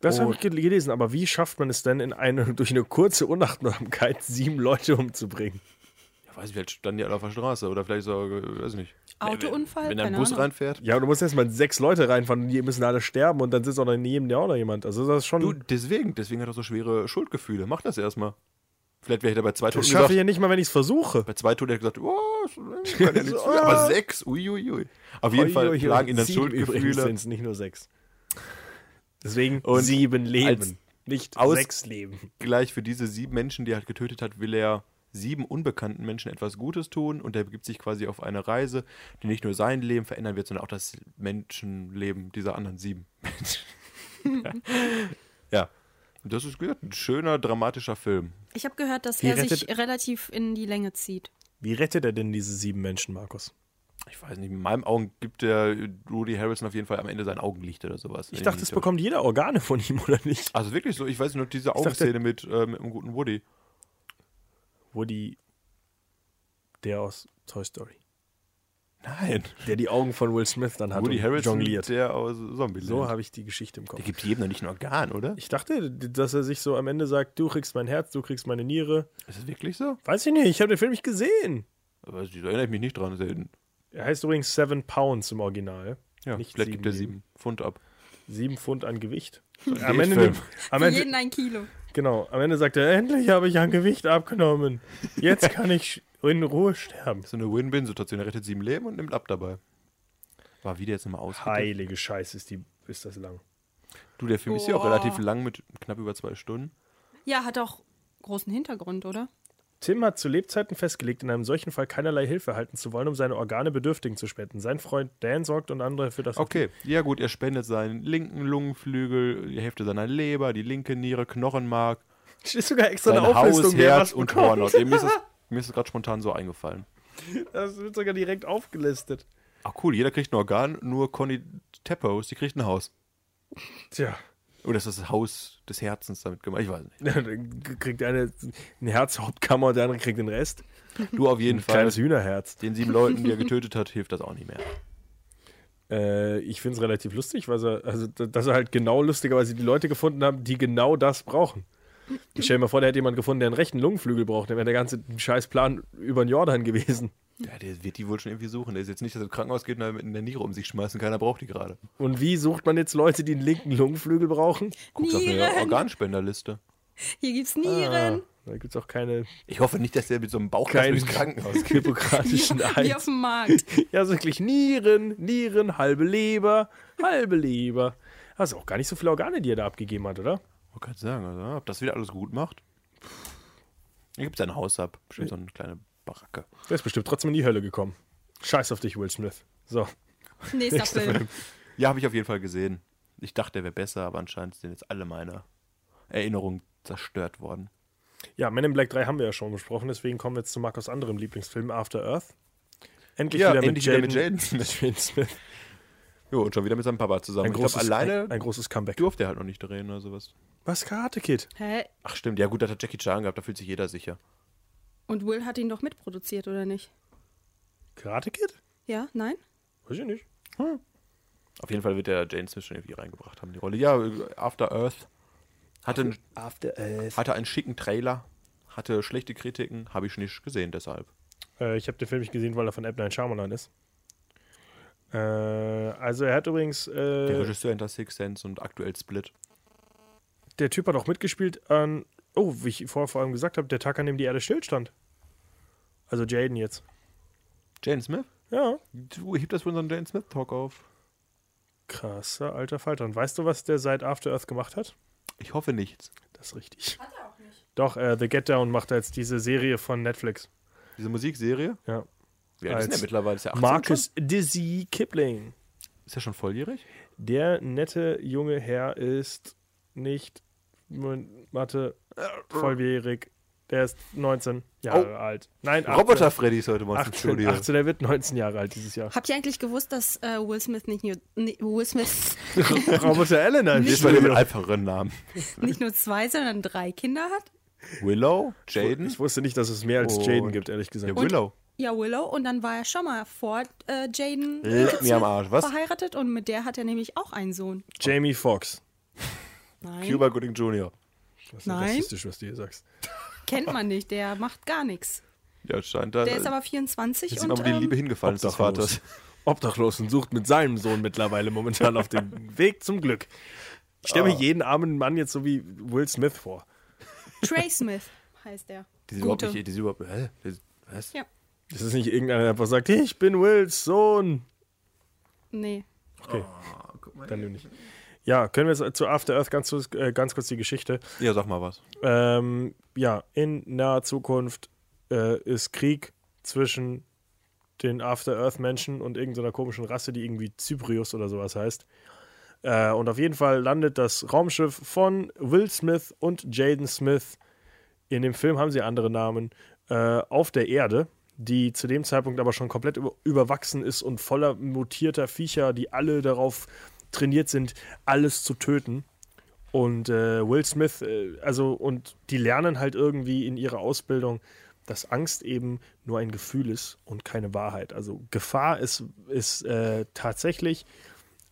Das habe
Und-
ich gel- gelesen, aber wie schafft man es denn, in eine, durch eine kurze Unachtsamkeit sieben Leute umzubringen?
Ja, weiß ich, vielleicht standen die alle auf der Straße oder vielleicht so, äh, weiß nicht.
Autounfall?
Wenn da ein
Keine
Bus
Ahnung.
reinfährt.
Ja, du musst erstmal sechs Leute reinfahren und die müssen alle sterben und dann sitzt auch noch neben dir auch noch jemand. Also das ist schon.
Du, deswegen, deswegen hat er so schwere Schuldgefühle. Mach das erstmal. Vielleicht wäre ich da bei zwei Toten
das schaffe ich
gesagt.
ja nicht mal, wenn ich es versuche.
Bei zwei Toten hätte ich gesagt, oh, ich kann ja nichts für. Aber sechs, uiuiui. Auf jeden Fall
Uiuiui,
lagen ihn dann
sieben übrigens
Schuldgefühle.
sind's, nicht nur sechs. Deswegen
Und
sieben
als-
Leben, nicht
aus-
sechs Leben.
gleich für diese sieben Menschen, die er halt getötet hat, will er sieben unbekannten Menschen etwas Gutes tun und er begibt sich quasi auf eine Reise, die nicht nur sein Leben verändern wird, sondern auch das Menschenleben dieser anderen sieben Menschen. ja. Und Das ist wie gesagt, ein schöner, dramatischer Film.
Ich habe gehört, dass
Wie
er sich
rettet-
relativ in die Länge zieht.
Wie rettet er denn diese sieben Menschen, Markus?
Ich weiß nicht, in meinen Augen gibt der Rudy Harrison auf jeden Fall am Ende sein Augenlicht oder sowas.
Ich dachte, es bekommt jeder Organe von ihm, oder nicht?
Also wirklich so, ich weiß nur diese
dachte-
Augenszene mit, äh, mit dem guten Woody.
Wo die. Der aus Toy Story.
Nein.
Der die Augen von Will Smith dann hat
Woody
und
Harrison,
jongliert.
der aus Zombie.
So habe ich die Geschichte im Kopf.
der gibt jedem noch nicht ein Organ, oder?
Ich dachte, dass er sich so am Ende sagt, du kriegst mein Herz, du kriegst meine Niere.
Ist das wirklich so?
Weiß ich nicht, ich habe den Film nicht gesehen.
Aber da erinnere ich mich nicht dran selten.
Er heißt übrigens Seven Pounds im Original.
Ja,
nicht
vielleicht gibt er
Leben.
sieben Pfund ab.
sieben Pfund an Gewicht.
ein
Am Ende,
Diätfilm.
nimmt- am,
Für
Ende,
jeden ein Kilo.
genau, am Ende sagt er, endlich habe ich an Gewicht abgenommen. Jetzt kann ich in Ruhe sterben.
So eine Win-Win-Situation. Er rettet sieben Leben und nimmt ab dabei. War wieder jetzt nochmal aus.
Heilige Scheiße, ist, die, ist das lang.
Du, der Film ist ja auch
Boah.
relativ lang mit knapp über zwei Stunden.
Ja, hat auch großen Hintergrund, oder?
Tim hat zu Lebzeiten festgelegt, in einem solchen Fall keinerlei Hilfe erhalten zu wollen, um seine Organe Bedürftigen zu spenden. Sein Freund Dan sorgt und andere für das.
Okay, ja gut, er spendet seinen linken Lungenflügel, die Hälfte seiner Leber, die linke Niere, Knochenmark,
Steht sogar extra
Sein
eine Auflistung,
Haus,
wer
Herz
was
und
bekommt.
Hornhaut. Eben, Mir ist das, mir ist das gerade spontan so eingefallen.
Das wird sogar direkt aufgelistet.
Ach cool, jeder kriegt ein Organ, nur Conny Teppos, die kriegt ein Haus.
Tja,
Oder ist das das Haus des Herzens damit gemeint? Ich weiß nicht.
dann kriegt eine ein Herz Hauptkammer und der andere kriegt den Rest.
Du auf jeden
Ein kleines
Fall.
Hühnerherz.
Den sieben Leuten, die er getötet hat, hilft das auch nicht mehr.
Äh, ich finde es relativ lustig, weil sie, also, d- dass er halt genau lustigerweise die Leute gefunden haben, die genau das brauchen. Ich stelle mir vor, der hätte jemand gefunden, der einen rechten Lungenflügel braucht. Dann wäre der ganze Scheißplan über den Jordan gewesen.
Ja, der wird die wohl schon irgendwie suchen. Der ist jetzt nicht, dass er ins Krankenhaus geht und dann in der Niere um sich schmeißen. Keiner braucht die gerade.
Und wie sucht man jetzt Leute, die einen linken Lungenflügel brauchen?
Guckt auf eine
Nieren.
Organspenderliste.
Hier gibt's Nieren.
Da gibt es auch keine,
Ich hoffe nicht, dass der mit so einem Bauchkasten
keinen
durchs Krankenhaus geht.
hippokratischen
Wie auf
Eid.
dem Markt.
Ja, also wirklich Nieren, Nieren, halbe Leber, halbe Leber. Das sind auch gar nicht so viele Organe, die er da abgegeben hat, oder?
Man kann sagen, also, ob das wieder alles gut macht. Da gibt es ein Haus ab. Bestimmt so eine kleine Baracke.
Der ist bestimmt trotzdem in die Hölle gekommen. Scheiß auf dich, Will Smith. So.
Nächster Film.
Ja, habe ich auf jeden Fall gesehen. Ich dachte, der wäre besser, aber anscheinend sind jetzt alle meine Erinnerungen zerstört worden.
Ja, Men in Black 3 haben wir ja schon besprochen, deswegen kommen wir jetzt zu Marcos anderem Lieblingsfilm, After Earth. Endlich
Ja,
wieder
endlich wieder
mit
mit
Jaden.
Jaden.
mit Jaden Smith.
Jo, und schon wieder mit seinem Papa zusammen.
Ein
ich glaube,
großes,
alleine
ein, ein großes Comeback.
durfte er halt noch nicht drehen oder sowas.
Was, Karate Kid?
Hä?
Ach stimmt, ja gut, da hat Jackie Chan gehabt, da fühlt sich jeder sicher.
Und Will hat ihn doch mitproduziert, oder nicht?
Karate Kid?
Ja? Nein?
Weiß ich nicht. Hm.
Auf jeden Fall wird der Jane Smith schon irgendwie reingebracht haben, die Rolle. Ja, äh, After Earth hatte, einen-
After Earth.
hatte einen schicken Trailer, hatte schlechte Kritiken, habe ich nicht gesehen deshalb.
Äh, ich habe den Film nicht gesehen, weil er von Ebner in Shyamalan ist. Äh, also er hat übrigens,
Der
äh,
Regisseur hinter Six Sense und aktuell Split.
der Typ hat auch mitgespielt an, oh, wie ich vorher vor allem gesagt habe, der Tag, an dem die Erde stillstand. Also Jaden jetzt.
Jane Smith?
Ja.
Du hebt das für unseren Jane Smith Talk auf.
Krasser alter Falter. Und weißt du, was der seit After Earth gemacht hat?
Ich hoffe nichts.
Das ist richtig. Hat er auch nicht. Doch, äh, The Get Down macht jetzt diese Serie von Netflix.
Diese Musikserie?
Ja.
Wie alt ist denn
Als
der mittlerweile? Ist der 18
Marcus Dizzy Kipling.
Schon? Ist er schon volljährig?
Der nette junge Herr ist nicht Moment, Mathe volljährig. Der ist 19 Jahre alt. Nein, 18,
Oh. Roboter Freddy ist heute mal im
18,
Studio.
18, der wird 19 Jahre alt dieses Jahr.
Habt ihr eigentlich gewusst, dass äh, Will Smith nicht nur, ni- Will Smith
Roboter Elena im
Jetzt bei dem
Studio.
einfacheren Namen.
nicht nur zwei, sondern drei Kinder hat?
Willow, Jaden.
Ich wusste nicht, dass es mehr als
Und-
Jaden gibt, ehrlich gesagt.
Ja, Willow.
Ja, Willow. Und dann war er schon mal vor äh, Jaden
Leck
Smith
mir am Arsch, was?
verheiratet und mit der hat er nämlich auch einen Sohn.
Jamie Foxx.
Nein,
Cuba Gooding Jr.
Das ist
Nein.
rassistisch, was du hier sagst.
kennt man nicht. Der macht gar nichts.
Ja, scheint da.
Der ist aber 24
Jetzt sieht
und
man, wo die
ähm,
Liebe hingefallen ist des Vaters.
Obdachlos und sucht mit seinem Sohn mittlerweile momentan auf dem Weg zum Glück. Ich stelle mir jeden armen Mann jetzt so wie Will Smith vor.
Trey Smith heißt der.
Die sind überhaupt nicht. Die sind überhaupt. Hä? Die- Was?
Ja,
Das ist nicht irgendeiner, der einfach sagt, hey, ich bin Wills Sohn.
nee.
Okay, dann nimm nicht. Ja, können wir jetzt zu After Earth ganz, kurz- äh, ganz kurz die Geschichte.
Ja, sag mal was.
Ähm, ja, in naher Zukunft äh, ist Krieg zwischen den After Earth-Menschen und irgendeiner komischen Rasse, die irgendwie Zyprius oder sowas heißt. Äh, und auf jeden Fall landet das Raumschiff von Will Smith und Jaden Smith. In dem Film haben sie andere Namen äh, auf der Erde, die zu dem Zeitpunkt aber schon komplett über überwachsen ist und voller mutierter Viecher, die alle darauf trainiert sind, alles zu töten. Und äh, Will Smith, äh, also, und die lernen halt irgendwie in ihrer Ausbildung, dass Angst eben nur ein Gefühl ist und keine Wahrheit. Also Gefahr ist, ist äh, tatsächlich,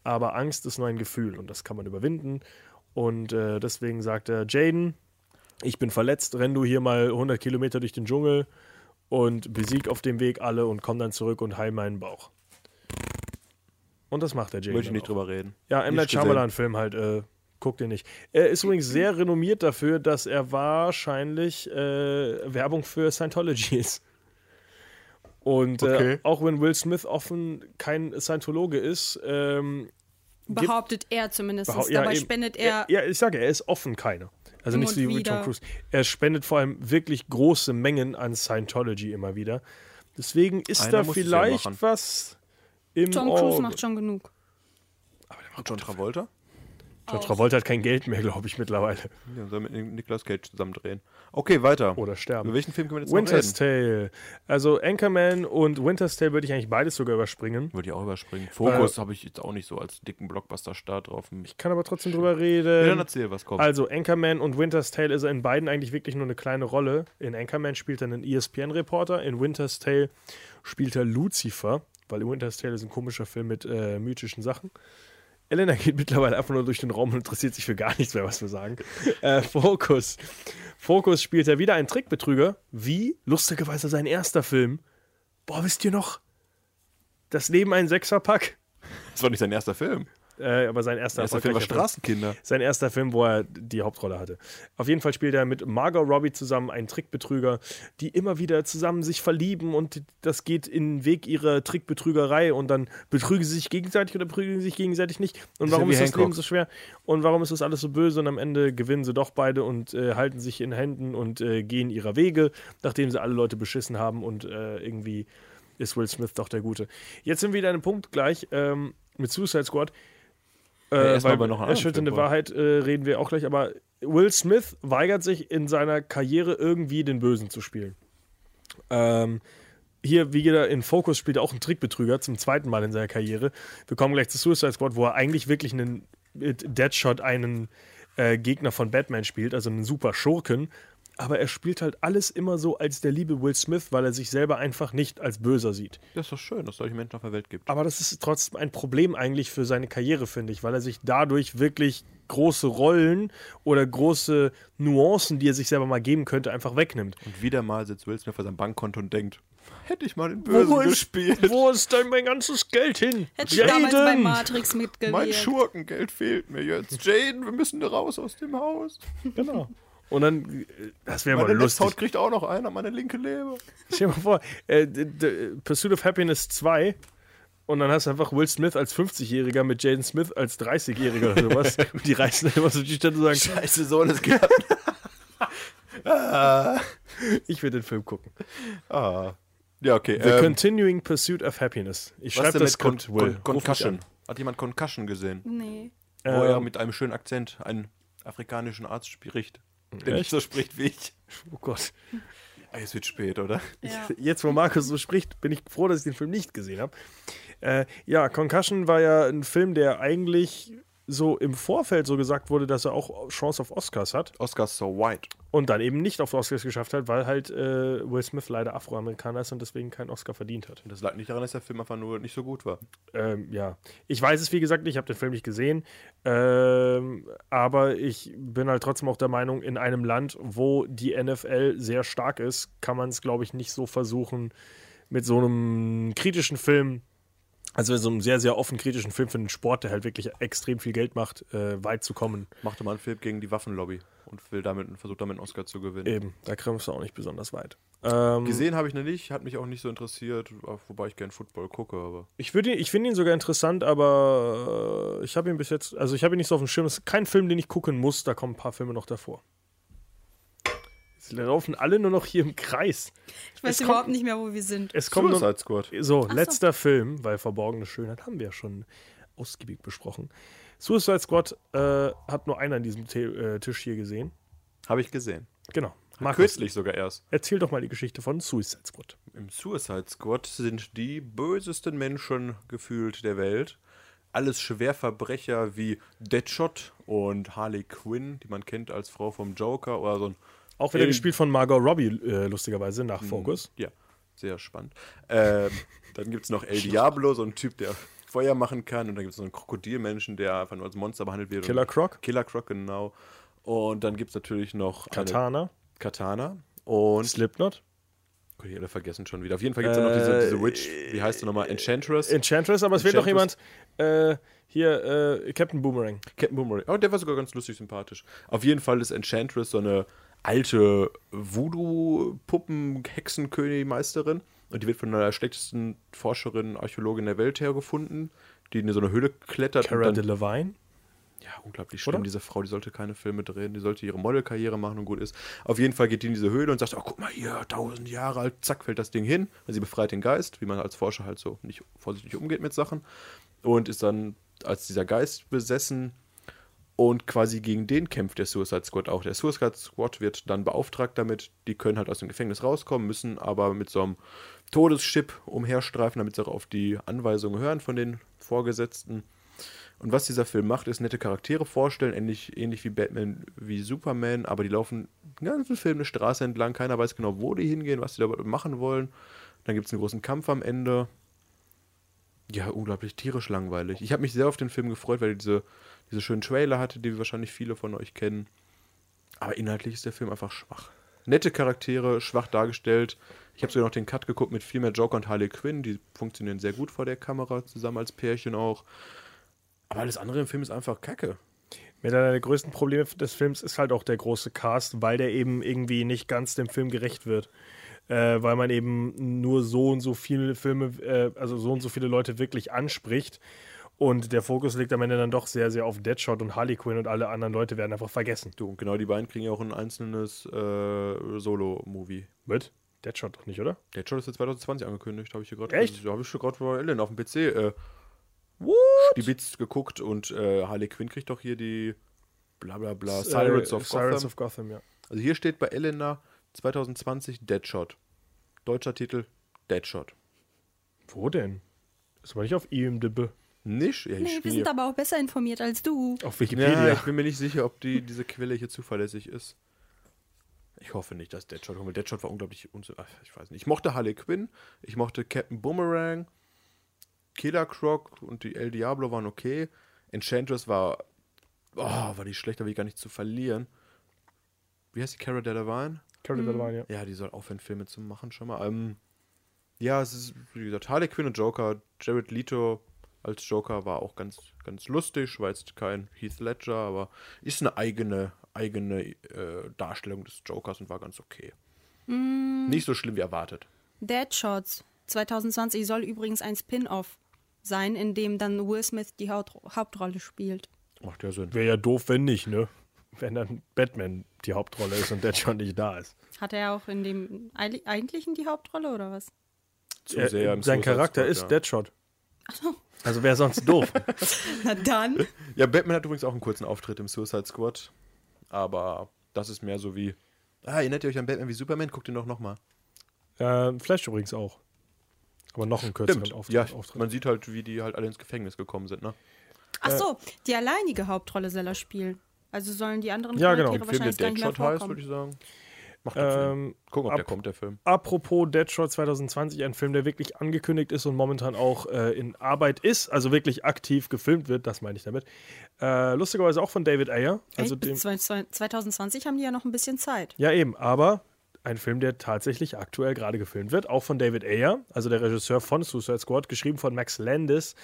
aber Angst ist nur ein Gefühl und das kann man überwinden. Und äh, deswegen sagt er, Jaden, ich bin verletzt, renn du hier mal 100 Kilometer durch den Dschungel und besieg auf dem Weg alle und komm dann zurück und heil meinen Bauch. Und das macht der Jaden.
Möchte ich
dann
nicht
auch.
drüber reden.
Ja, M. Night
Nicht gesehen.
Shyamalan-Film halt. Äh, guck den nicht. Er ist übrigens sehr renommiert dafür, dass er wahrscheinlich äh, Werbung für Scientology ist. Und äh,
Okay.
auch wenn Will Smith offen kein Scientologe ist, ähm,
Behauptet er zumindest.
behau- ja,
Dabei
eben.
spendet er.
Ja, ich sage, er ist offen keiner. Also nicht so
Immer
wie
wieder.
Tom Cruise. Er spendet vor allem wirklich große Mengen an Scientology immer wieder. Deswegen ist
Einer
da
muss es ja
vielleicht
machen.
was im
Tom Cruise
Auge.
macht schon genug.
Und John Travolta?
John
auf.
Travolta hat kein Geld mehr, glaube ich, mittlerweile.
Ja, soll mit Nicolas Cage zusammen drehen. Okay, weiter.
Oder sterben.
Über welchen Film können wir jetzt
Winter's
noch reden?
Tale. Also Anchorman und Winter's Tale würde ich eigentlich beides sogar überspringen.
Würde ich auch überspringen.
Äh,
Fokus habe ich jetzt auch nicht so als dicken Blockbuster-Start drauf.
Ich kann aber trotzdem drüber
Ja,
reden.
dann erzähl, was kommt.
Also Anchorman und Winter's Tale ist er in beiden eigentlich wirklich nur eine kleine Rolle. In Anchorman spielt E er einen ESPN-Reporter, in Winter's Tale spielt er Lucifer, weil Winter's Tale ist ein komischer Film mit äh, mythischen Sachen. Elena geht mittlerweile einfach nur durch den Raum und interessiert sich für gar nichts mehr, was wir sagen. äh, Fokus. Fokus spielt er wieder einen Trickbetrüger, wie lustigerweise sein erster Film. Boah, wisst ihr noch? Das Leben ein Sechserpack.
das war nicht sein erster Film.
Äh, aber sein erster,
Sein erster Film war
erfolgreicher Film.
Straßenkinder.
Sein erster Film, wo er die Hauptrolle hatte. Auf jeden Fall spielt er mit Margot Robbie zusammen einen Trickbetrüger, die immer wieder zusammen sich verlieben und das geht in den Weg ihrer Trickbetrügerei und dann betrügen sie sich gegenseitig oder betrügen sie sich gegenseitig nicht. Und
ist
warum
ja wie
ist das
Hancock.
Leben so schwer? Und warum ist das alles so böse? Und am Ende gewinnen sie doch beide und äh, halten sich in Händen und äh, gehen ihrer Wege, nachdem sie alle Leute beschissen haben und äh, irgendwie ist Will Smith doch der Gute. Jetzt sind wir wieder an einem Punkt gleich ähm, mit Suicide Squad.
Ja,
Äh,
erst mal
weil
über noch einen anderen
erschütternde
Film wollen.
Wahrheit äh, reden wir auch gleich, aber Will Smith weigert sich in seiner Karriere irgendwie den Bösen zu spielen. Ähm, hier, wie jeder in Focus spielt, er auch ein Trickbetrüger zum zweiten Mal in seiner Karriere. Wir kommen gleich zu Suicide Squad, wo er eigentlich wirklich einen mit Deadshot einen äh, Gegner von Batman spielt, also einen super Schurken. Aber er spielt halt alles immer so als der liebe Will Smith, weil er sich selber einfach nicht als böser sieht.
Das ist doch schön, dass es solche Menschen auf der Welt gibt.
Aber das ist trotzdem ein Problem eigentlich für seine Karriere, finde ich, weil er sich dadurch wirklich große Rollen oder große Nuancen, die er sich selber mal geben könnte, einfach wegnimmt.
Und wieder mal sitzt Will Smith vor seinem Bankkonto und denkt, hätte ich mal den Bösen gespielt.
wo ist denn mein ganzes Geld hin?
Hätte ich damals bei Matrix
Mein
mitgewirkt.
Schurkengeld fehlt mir jetzt. Jane, wir müssen da raus aus dem Haus.
Genau. Und dann, äh, das wäre mal
Meine
lustig.
Netzhaut kriegt auch noch einer, meine linke Leber.
Stell dir mal vor, äh, d- d- Pursuit of Happiness 2 und dann hast du einfach Will Smith als 50-Jähriger mit Jaden Smith als 30-Jähriger oder sowas. Und die reißen dann immer so die Stände und sagen,
Scheiße, so das geht.
ich will den Film gucken.
Ah. Ja, okay.
The
ähm,
Continuing Pursuit of Happiness. Ich
was
schreibe
denn
das
mit Con
Skript, Will.
Con
Ruf mich
Concussion?
an.
Hat jemand Concussion gesehen?
Nee.
Wo er
Ähm,
mit einem schönen Akzent einen afrikanischen Arzt spricht, der nicht so spricht wie ich.
Oh Gott.
Ah, es wird spät, oder?
Ja.
Jetzt, wo Markus so spricht, bin ich froh, dass ich den Film nicht gesehen habe. Äh, ja, Concussion war ja ein Film, der eigentlich so im Vorfeld so gesagt wurde, dass er auch Chance auf Oscars hat.
Oscar so white.
und dann eben nicht auf Oscars geschafft hat, weil halt äh, Will Smith leider Afroamerikaner ist und deswegen keinen Oscar verdient hat.
Das lag nicht daran, dass der Film einfach nur nicht so gut war.
Ähm, ja, ich weiß es wie gesagt nicht, ich habe den Film nicht gesehen, ähm, aber ich bin halt trotzdem auch der Meinung, in einem Land, wo die NFL sehr stark ist, kann man es, glaube ich, nicht so versuchen, mit so einem kritischen Film, also so einem sehr, sehr offen kritischen Film für den Sport, der halt wirklich extrem viel Geld macht, äh, weit zu kommen.
Macht doch mal einen Film gegen die Waffenlobby und will damit, versucht damit einen Oscar zu gewinnen.
Eben, da kommst du auch nicht besonders weit. Ähm,
Gesehen habe ich noch nicht, hat mich auch nicht so interessiert, wobei ich gern Football gucke, aber.
Ich, würde ihn- ich finde ihn sogar interessant, aber äh, ich habe ihn bis jetzt, also ich habe ihn nicht so auf dem Schirm. Es ist kein Film, den ich gucken muss, da kommen ein paar Filme noch davor. Es laufen alle nur noch hier im Kreis.
Ich weiß überhaupt nicht mehr, wo wir sind.
Es kommt nur,
Squad.
so, letzter Film, weil verborgene Schönheit haben wir ja schon ausgiebig besprochen. Suicide Squad äh, hat nur einer an diesem Te äh, Tisch hier gesehen.
Habe ich gesehen.
Genau. Markus,
Kürzlich sogar erst.
erzähl doch mal die Geschichte von Suicide Squad.
Im Suicide Squad sind die bösesten Menschen gefühlt der Welt. Alles Schwerverbrecher wie Deadshot und Harley Quinn, die man kennt als Frau vom Joker oder so ein.
Auch wieder
Äh,
gespielt von Margot Robbie, äh, lustigerweise, nach Focus.
Ja, sehr spannend. Ähm, dann gibt es noch El Diablo, so ein Typ, der Feuer machen kann. Und dann gibt es so einen Krokodilmenschen, der einfach nur als Monster behandelt wird.
Killer
und
Croc.
Killer Croc, genau. Und dann gibt es natürlich noch eine-
Katana,
Katana. Und
Slipknot.
Gut, ich alle vergessen schon wieder. Auf jeden Fall gibt es dann noch diese, diese Witch, wie heißt sie nochmal? Enchantress.
Enchantress, aber es fehlt noch jemand.
Enchantress.
Äh, hier, äh, Captain Boomerang.
Captain Boomerang. Oh, der war sogar ganz lustig sympathisch. Auf jeden Fall ist Enchantress so eine alte Voodoo-Puppen-Hexenkönigmeisterin. Und die wird von einer schlechtesten Forscherin, Archäologin der Welt hergefunden, die in so eine Höhle klettert. und
Cara
dann-
Delevingne.
Ja, unglaublich schlimm.
Oder?
Diese Frau, die sollte keine Filme drehen, die sollte ihre Modelkarriere machen und gut ist. Auf jeden Fall geht die in diese Höhle und sagt, oh, guck mal hier, tausend Jahre alt, zack, fällt das Ding hin. Und sie befreit den Geist, wie man als Forscher halt so nicht vorsichtig umgeht mit Sachen. Und ist dann als dieser Geist besessen Und quasi gegen den kämpft der Suicide Squad auch. Der Suicide Squad wird dann beauftragt damit. Die können halt aus dem Gefängnis rauskommen, müssen aber mit so einem Todeschip umherstreifen, damit sie auch auf die Anweisungen hören von den Vorgesetzten. Und was dieser Film macht, ist nette Charaktere vorstellen, ähnlich, ähnlich wie Batman, wie Superman, aber die laufen den ganzen Film eine Straße entlang. Keiner weiß genau, wo die hingehen, was die da machen wollen. Dann gibt es einen großen Kampf am Ende. Ja, unglaublich tierisch langweilig. Ich habe mich sehr auf den Film gefreut, weil er diese, diese schönen Trailer hatte, die wahrscheinlich viele von euch kennen. Aber inhaltlich ist der Film einfach schwach. Nette Charaktere, schwach dargestellt. Ich habe sogar noch den Cut geguckt mit viel mehr Joker und Harley Quinn. Die funktionieren sehr gut vor der Kamera, zusammen als Pärchen auch. Aber alles andere im Film ist einfach Kacke.
Mit einer der größten Probleme des Films ist halt auch der große Cast, weil der eben irgendwie nicht ganz dem Film gerecht wird. Äh, weil man eben nur so und so viele Filme, äh, also so und so viele Leute wirklich anspricht. Und der Fokus liegt am Ende dann doch sehr, sehr auf Deadshot und Harley Quinn und alle anderen Leute werden einfach vergessen.
Du, und genau die beiden kriegen ja auch ein einzelnes äh, Solo-Movie.
Mit? Deadshot doch nicht, oder?
Deadshot ist jetzt 2020 angekündigt, habe ich hier gerade.
Echt?
Da habe ich hier gerade bei Ellen auf dem PC äh, die Bits geguckt und äh, Harley Quinn kriegt doch hier die bla bla bla äh, Sirens of Gotham.
Sirens Äh, of Gotham, ja.
Also hier steht bei Elena 2020 Deadshot. Deutscher Titel Deadshot.
Wo denn? Ist aber nicht auf IMDb.
Nicht? Ja, ich
Nee, wir
bin
sind
hier-
aber auch besser informiert als du.
Auf
ja, ich bin mir nicht sicher, ob die, diese Quelle hier zuverlässig ist. Ich hoffe nicht, dass Deadshot kommt. weil Deadshot war unglaublich unzu Ach, Ich weiß nicht. Ich mochte Harley Quinn, ich mochte Captain Boomerang, Killer Croc und die El Diablo waren okay. Enchantress war. Oh, war die schlechter, wie gar nicht zu verlieren. Wie heißt die Cara Delevingne?
Carol Delevingne, ja.
Ja, die soll aufhören, Filme zu machen schon mal. Ähm, ja, es ist, wie gesagt, Harley Quinn und Joker. Jared Leto als Joker war auch ganz, ganz lustig, war jetzt kein Heath Ledger, aber ist eine eigene, eigene äh, Darstellung des Jokers und war ganz okay. Nicht so schlimm wie erwartet.
Deadshots 2020 soll übrigens ein Spin-off sein, in dem dann Will Smith die Haut Hauptrolle spielt.
Macht ja Sinn.
Wäre ja doof, wenn nicht, ne? Wenn dann Batman die Hauptrolle ist und Deadshot nicht da ist.
Hat er auch in dem eil- eigentlichen die Hauptrolle oder was?
Zu sehr im
äh, sein
Suicide
Charakter
Squad,
ist
ja.
Deadshot. Also wäre sonst doof.
Na dann.
Ja, Batman hat übrigens auch einen kurzen Auftritt im Suicide Squad, aber das ist mehr so wie. Ah, erinnert ihr euch an Batman wie Superman? Guckt ihn doch nochmal.
äh, Flash übrigens auch. Aber noch einen kürzeren
Stimmt.
Auftritt.
ja,
Auftritt.
man sieht halt, wie die halt alle ins Gefängnis gekommen sind, ne?
Ach so, die alleinige Hauptrolle soll er spielen. Also sollen die anderen
Ja, genau,
Charaktere
Film,
im
der
wahrscheinlich gar nicht mehr
Deadshot heißt,
vorkommen.
würde ich sagen. Macht den Film.
Ähm,
Gucken, ob der
ab-
kommt, der Film.
Apropos Deadshot 2020, ein Film, der wirklich angekündigt ist und momentan auch äh, in Arbeit ist, also wirklich aktiv gefilmt wird, das meine ich damit. Äh, lustigerweise auch von David Ayer. Also
Echt? Bis
dem,
2020 haben die ja noch ein bisschen Zeit.
ja, eben, aber ein Film, der tatsächlich aktuell gerade gefilmt wird, auch von David Ayer, also der Regisseur von Suicide Squad, geschrieben von Max Landis,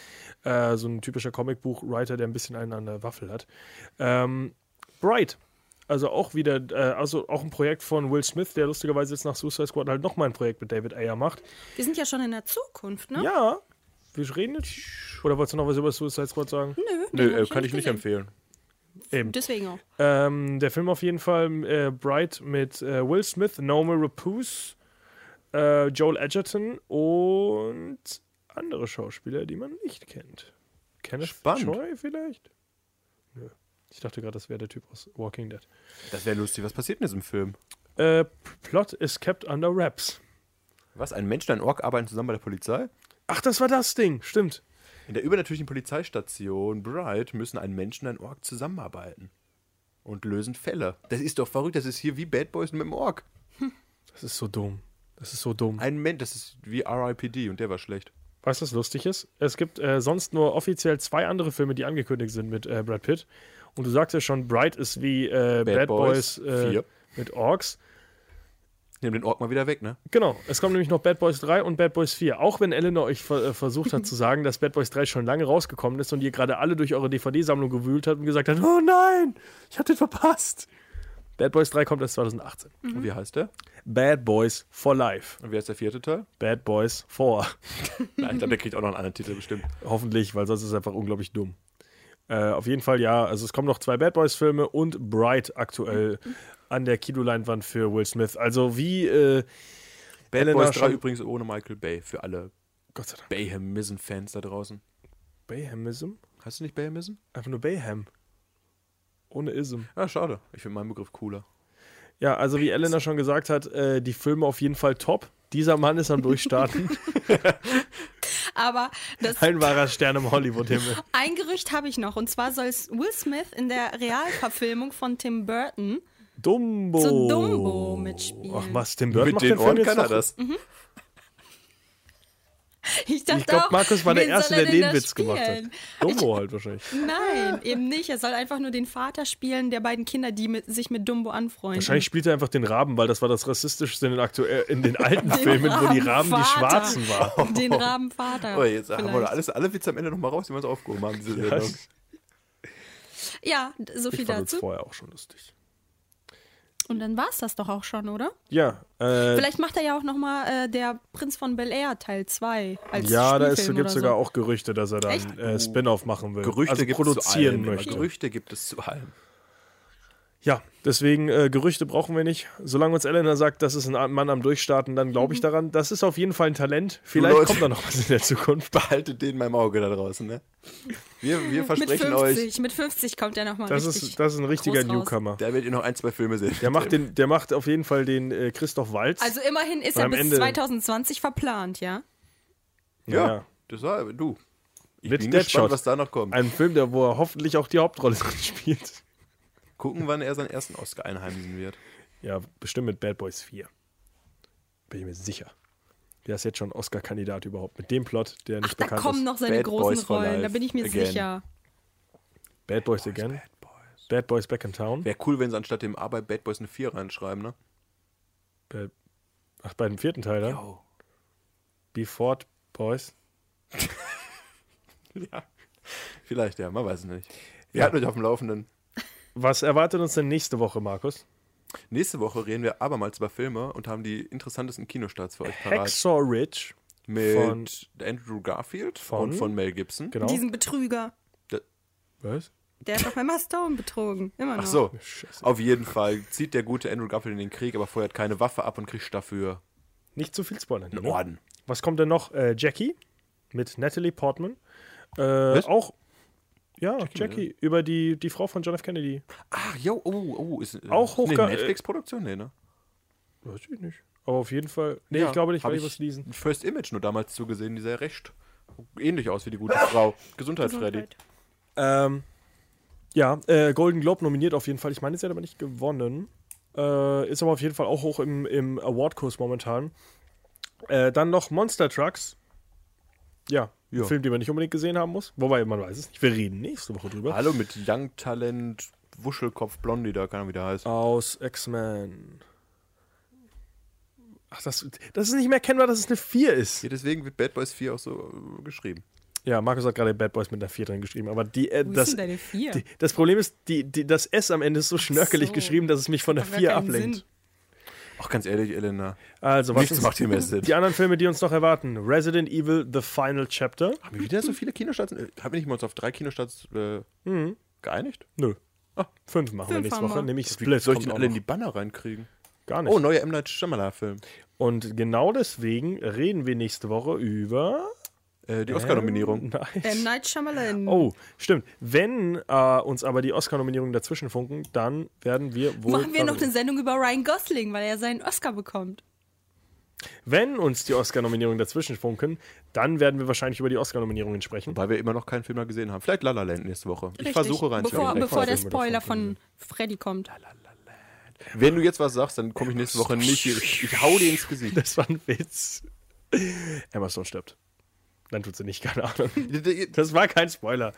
äh, so ein typischer Comicbuch-Writer, der ein bisschen einen an der Waffel hat. Ähm, Bright. Also auch wieder, äh, also auch ein Projekt von Will Smith, der lustigerweise jetzt nach Suicide Squad halt nochmal ein Projekt mit David Ayer macht.
Wir sind ja schon in der Zukunft, ne?
Ja, wir reden jetzt. Oder wolltest du noch was über Suicide Squad sagen?
Nö, den
Nö,
hab
äh, kann ich nicht
gesehen.
empfehlen.
Eben.
Deswegen auch.
Ähm, der Film auf jeden Fall äh, Bright mit äh, Will Smith, Nome Rapuse, äh, Joel Edgerton und andere Schauspieler, die man nicht kennt. Kenneth
Spannend.
Troy vielleicht? Nö. Ich dachte gerade, das wäre der Typ aus Walking Dead.
Das wäre lustig. Was passiert in diesem Film?
Äh, Plot is kept under wraps.
Was? Ein Mensch und ein Ork arbeiten zusammen bei der Polizei?
Ach, das war das Ding. Stimmt.
In der übernatürlichen Polizeistation Bright müssen ein Mensch und ein Ork zusammenarbeiten. Und lösen Fälle. Das ist doch verrückt. Das ist hier wie Bad Boys mit dem Ork.
Das ist so dumm. Das ist so dumm.
Ein Mensch, das ist wie RIPD und der war schlecht.
Weißt du, was lustig ist? Es gibt äh, sonst nur offiziell zwei andere Filme, die angekündigt sind mit äh, Brad Pitt. Und du sagst ja schon, Bright ist wie äh, Bad,
Bad
Boys,
Boys
äh,
vier.
mit Orks.
Nimm den Ork mal wieder weg, ne?
Genau, es kommen nämlich noch Bad Boys 3 und Bad Boys 4. Auch wenn Eleanor euch ver äh, versucht hat zu sagen, dass Bad Boys 3 schon lange rausgekommen ist und ihr gerade alle durch eure DVD-Sammlung gewühlt habt und gesagt habt, oh nein, ich hab den verpasst. Bad Boys 3 kommt erst 2018.
Mhm.
Und wie heißt der?
Bad Boys for Life.
Und wer ist der vierte Teil?
Bad Boys 4.
Nein, ich glaube, der kriegt auch noch einen anderen Titel bestimmt.
Hoffentlich, weil sonst ist es einfach unglaublich dumm. Äh, auf jeden Fall ja. Also es kommen noch zwei Bad Boys Filme und Bright aktuell an der Kinoleinwand für Will Smith. Also wie äh,
Bad
Elena
Boys 3
schon-
übrigens ohne Michael Bay für alle
Gott sei Dank
Bayhamism-Fans da draußen.
Bayhamism?
Hast du nicht Bayhamism?
Einfach nur Bayham. Ohne Ism.
Ja, schade. Ich finde meinen Begriff cooler.
Ja, also wie Elena schon gesagt hat, äh, die Filme auf jeden Fall top. Dieser Mann ist am Durchstarten.
Aber das
Ein wahrer Stern im Hollywood-Himmel.
ein Gerücht habe ich noch. Und zwar soll es Will Smith in der Realverfilmung von Tim Burton
Dumbo.
zu Dumbo mitspielen.
Ach was, Tim Burton
Mit
macht
den
den Film
Ohren
jetzt
kann er
noch? Mhm.
das.
Ich dachte
Ich glaube,
auch,
Markus war der
wen
Erste,
soll er
der
denn
den
da
Witz gemacht hat.
spielen?
Dumbo halt wahrscheinlich.
Nein, eben nicht. Er soll einfach nur den Vater spielen der beiden Kinder, die mit, sich mit Dumbo anfreunden.
Wahrscheinlich spielt er einfach den Raben, weil das war das Rassistischste in den, aktuell, in den alten Filmen, wo die Raben die
Rabenvater.
Schwarzen waren.
Den Rabenvater.
Aber Oh, jetzt haben wir doch
vielleicht.
alles, alle Witze am Ende nochmal raus, die wir uns aufgehoben haben. Diese
Ja,
Sendung.
Ja, d- so viel
ich fand es
dazu.
vorher auch schon lustig.
Und dann war es das doch auch schon, oder?
Ja, äh,
Vielleicht macht er ja auch nochmal äh, der Prinz von Bel Air Teil 2 als
ja da
Spielfilm
gibt es
oder
sogar
so.
auch Gerüchte, dass er dann
Echt?
äh, Spin-off machen will.
Gerüchte
also
gibt
produzieren
es zu allem.
möchte.
Gerüchte gibt es zu allem.
Ja, deswegen äh, Gerüchte brauchen wir nicht. Solange uns Elena sagt, das ist ein Mann am Durchstarten, dann glaube ich
Mhm.
daran. Das ist auf jeden Fall ein Talent. Vielleicht
Leute.
kommt da noch was in der Zukunft.
Behaltet den beim Auge da draußen, ne? Wir, wir
Mit
versprechen euch,
50, mit 50 kommt er nochmal
Das
richtig.
ist, das ist ein richtiger
groß raus.
Newcomer.
da werdet ihr noch ein, zwei Filme sehen.
Der macht, den, der macht auf jeden Fall den äh, Christoph Walz.
also immerhin ist
Und
er
am
bis
Ende-
2020 verplant, ja?
Ja,
Ja.
das war du. Ich
Mit
bin
Deadshot. Also-
gespannt, was da noch kommt.
Ein Film, der, wo er hoffentlich auch die Hauptrolle drin spielt.
Gucken, wann er seinen ersten Oscar einheimsen wird.
Ja, bestimmt mit Bad Boys 4. Bin ich mir sicher. Der ist jetzt schon Oscar-Kandidat überhaupt. Mit dem Plot, der nicht
Ach, da
bekannt
kommen
ist.
noch seine
Bad
großen
Boys for
Rollen, da
life.
bin ich mir
Again.
sicher.
Bad Boys Again.
Bad Boys.
Bad Boys Back in Town.
Wäre cool, wenn sie anstatt dem A bei Bad Boys eine 4 reinschreiben, ne?
Bad- Ach, bei dem vierten Teil, ne?
Oh.
Before Boys.
Ja. Vielleicht, ja, man weiß es nicht. Wir halten euch auf dem Laufenden.
Was erwartet uns denn nächste Woche, Markus?
Nächste Woche reden wir abermals über Filme und haben die interessantesten Kinostarts für euch parat.
Hacksaw Ridge.
Mit
von-
Andrew Garfield
von-
und von Mel Gibson.
Genau.
Diesen Betrüger.
Da-
Was?
Der hat doch Emma Stone betrogen. Immer noch.
Ach so,
Ah, Scheiße.
auf jeden Fall zieht der gute Andrew Garfield in den Krieg, aber feuert keine Waffe ab und kriegt dafür
Nicht zu viel spoilern.
einen
ne?
Orden.
Was kommt denn noch? Äh, Jackie mit Natalie Portman. Äh, auch. Ja, Jackie,
ne?
über die, die Frau von John F. Kennedy.
Ach, jo, oh, oh. Ist, äh,
Auch
ist eine
hochge-
Netflix-Produktion, nee, ne?
Weiß ich nicht. Aber auf jeden Fall. Nee,
Ja,
ich glaube nicht,
hab
weil ich was lesen.
First Image nur damals zugesehen, die sah recht ähnlich aus wie die gute Frau. Gesundheit, Freddy.
Gesundheit.
Ähm, ja, äh, Golden Globe nominiert auf jeden Fall. Ich meine, sie hat aber nicht gewonnen. Äh, ist aber auf jeden Fall auch hoch im, im Award-Kurs momentan. Äh, dann noch Monster Trucks. Ja,
Ja.
Ein Film, den man nicht unbedingt gesehen haben muss. Wobei, man weiß es nicht. Wir reden nächste Woche drüber.
Hallo mit Young Talent, Wuschelkopf, Blondie, da keine Ahnung, wie der heißt.
Aus X-Men. Ach, das, das ist nicht mehr erkennbar, dass es eine 4 ist.
Ja, deswegen wird Bad Boys 4 auch so äh, geschrieben.
Ja, Markus hat gerade Bad Boys mit einer 4 drin geschrieben, aber die, äh,
Wo
das,
ist denn deine 4?
die, das Problem ist, die, die, das S am Ende ist so schnörkelig
so.
geschrieben, dass es mich von der
Macht gar
4
keinen
ablenkt.
Sinn.
Ach, ganz ehrlich, Elena.
Also, was
Nichts macht hier mehr Sinn.
die anderen Filme, die uns noch erwarten? Resident Evil The Final Chapter?
Haben wir wieder so viele Kinostarts? Äh, Haben wir nicht mal uns auf drei Kinostarts äh,
Mhm.
geeinigt?
Nö. Ah, fünf machen wir
Fünf
nächste
haben
Woche,
wir.
nämlich
Wie
Split.
soll ich
kommt
denn
auch
alle in
noch.
die Banner reinkriegen?
Gar nicht.
Oh, neuer M. Night Shyamalan-Film.
Und genau deswegen reden wir nächste Woche über.
Äh, die Oscar-Nominierung.
Nice.
M. Night Shyamalan.
Oh, stimmt. Wenn äh, uns aber die Oscar-Nominierungen dazwischen funken, dann werden wir wohl.
Machen wir noch
darüber-
eine Sendung über Ryan Gosling, weil er seinen Oscar bekommt.
Wenn uns die Oscar-Nominierungen dazwischen funken, dann werden wir wahrscheinlich über die Oscar-Nominierungen sprechen.
Weil wir immer noch keinen Film mehr gesehen haben. Vielleicht La La Land nächste Woche. Ich versuche
Bevor,
reinzuhören.
bevor der
Film würde ich
Spoiler von Freddy kommt.
Wenn du jetzt was sagst, dann komme ich nächste Woche nicht hier. Ich, ich hau dir ins Gesicht.
Das war ein Witz. Emma Stone stirbt. Dann tut sie nicht, keine Ahnung. Das war kein Spoiler.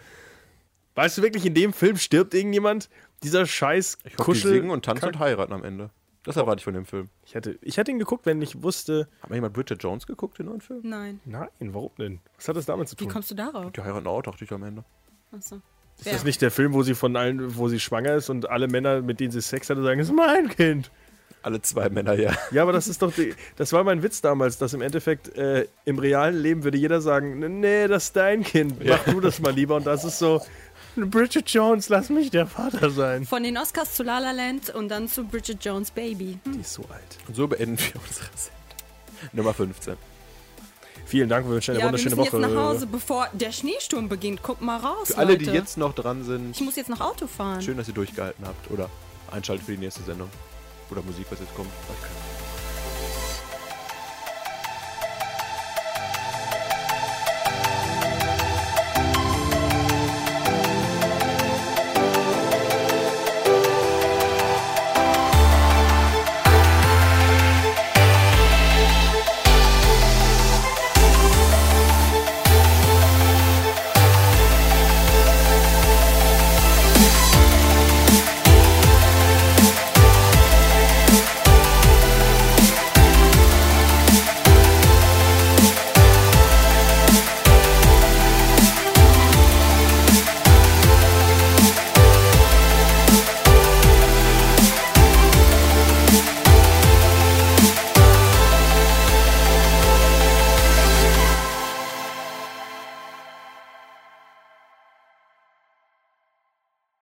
Weißt du wirklich, in dem Film stirbt irgendjemand? Dieser scheiß
Ich hoffe, die
Kuschel.
singen und tanzen und heiraten am Ende. Das erwarte ich von dem Film.
ich, hätte, ich hätte ihn geguckt, wenn ich wusste.
Hat mal jemand Bridget Jones geguckt, den neuen Film?
Nein.
Nein, warum denn? Was hat das damit zu
Wie
tun?
kommst du darauf?
Die heiraten auch, dachte ich am Ende.
Achso.
Ist das nicht der Film, wo sie von allen, wo sie schwanger ist und alle Männer, mit denen sie Sex hatte, sagen, es ist mein Kind?
Alle zwei Männer, ja.
Ja, aber das ist doch, die, das war mein Witz damals, dass im Endeffekt äh, im realen Leben würde jeder sagen, nee, das ist dein Kind, mach du das mal lieber. Und das ist so, Bridget Jones, lass mich der Vater sein.
Von den Oscars zu La La Land und dann zu Bridget Jones Baby.
Die ist so alt.
Und so beenden wir unsere Sendung. Nummer 15.
Vielen Dank, wir wünschen eine
Ja, wir
wunderschöne
müssen
Woche.
jetzt nach Hause, bevor der Schneesturm beginnt. Guck mal raus,
Für alle,
Leute.
die jetzt noch dran sind,
Ich muss jetzt noch Auto fahren.
schön, dass ihr durchgehalten habt. Oder einschaltet für die nächste Sendung. Oder Musik, was jetzt kommt. Weiß keiner.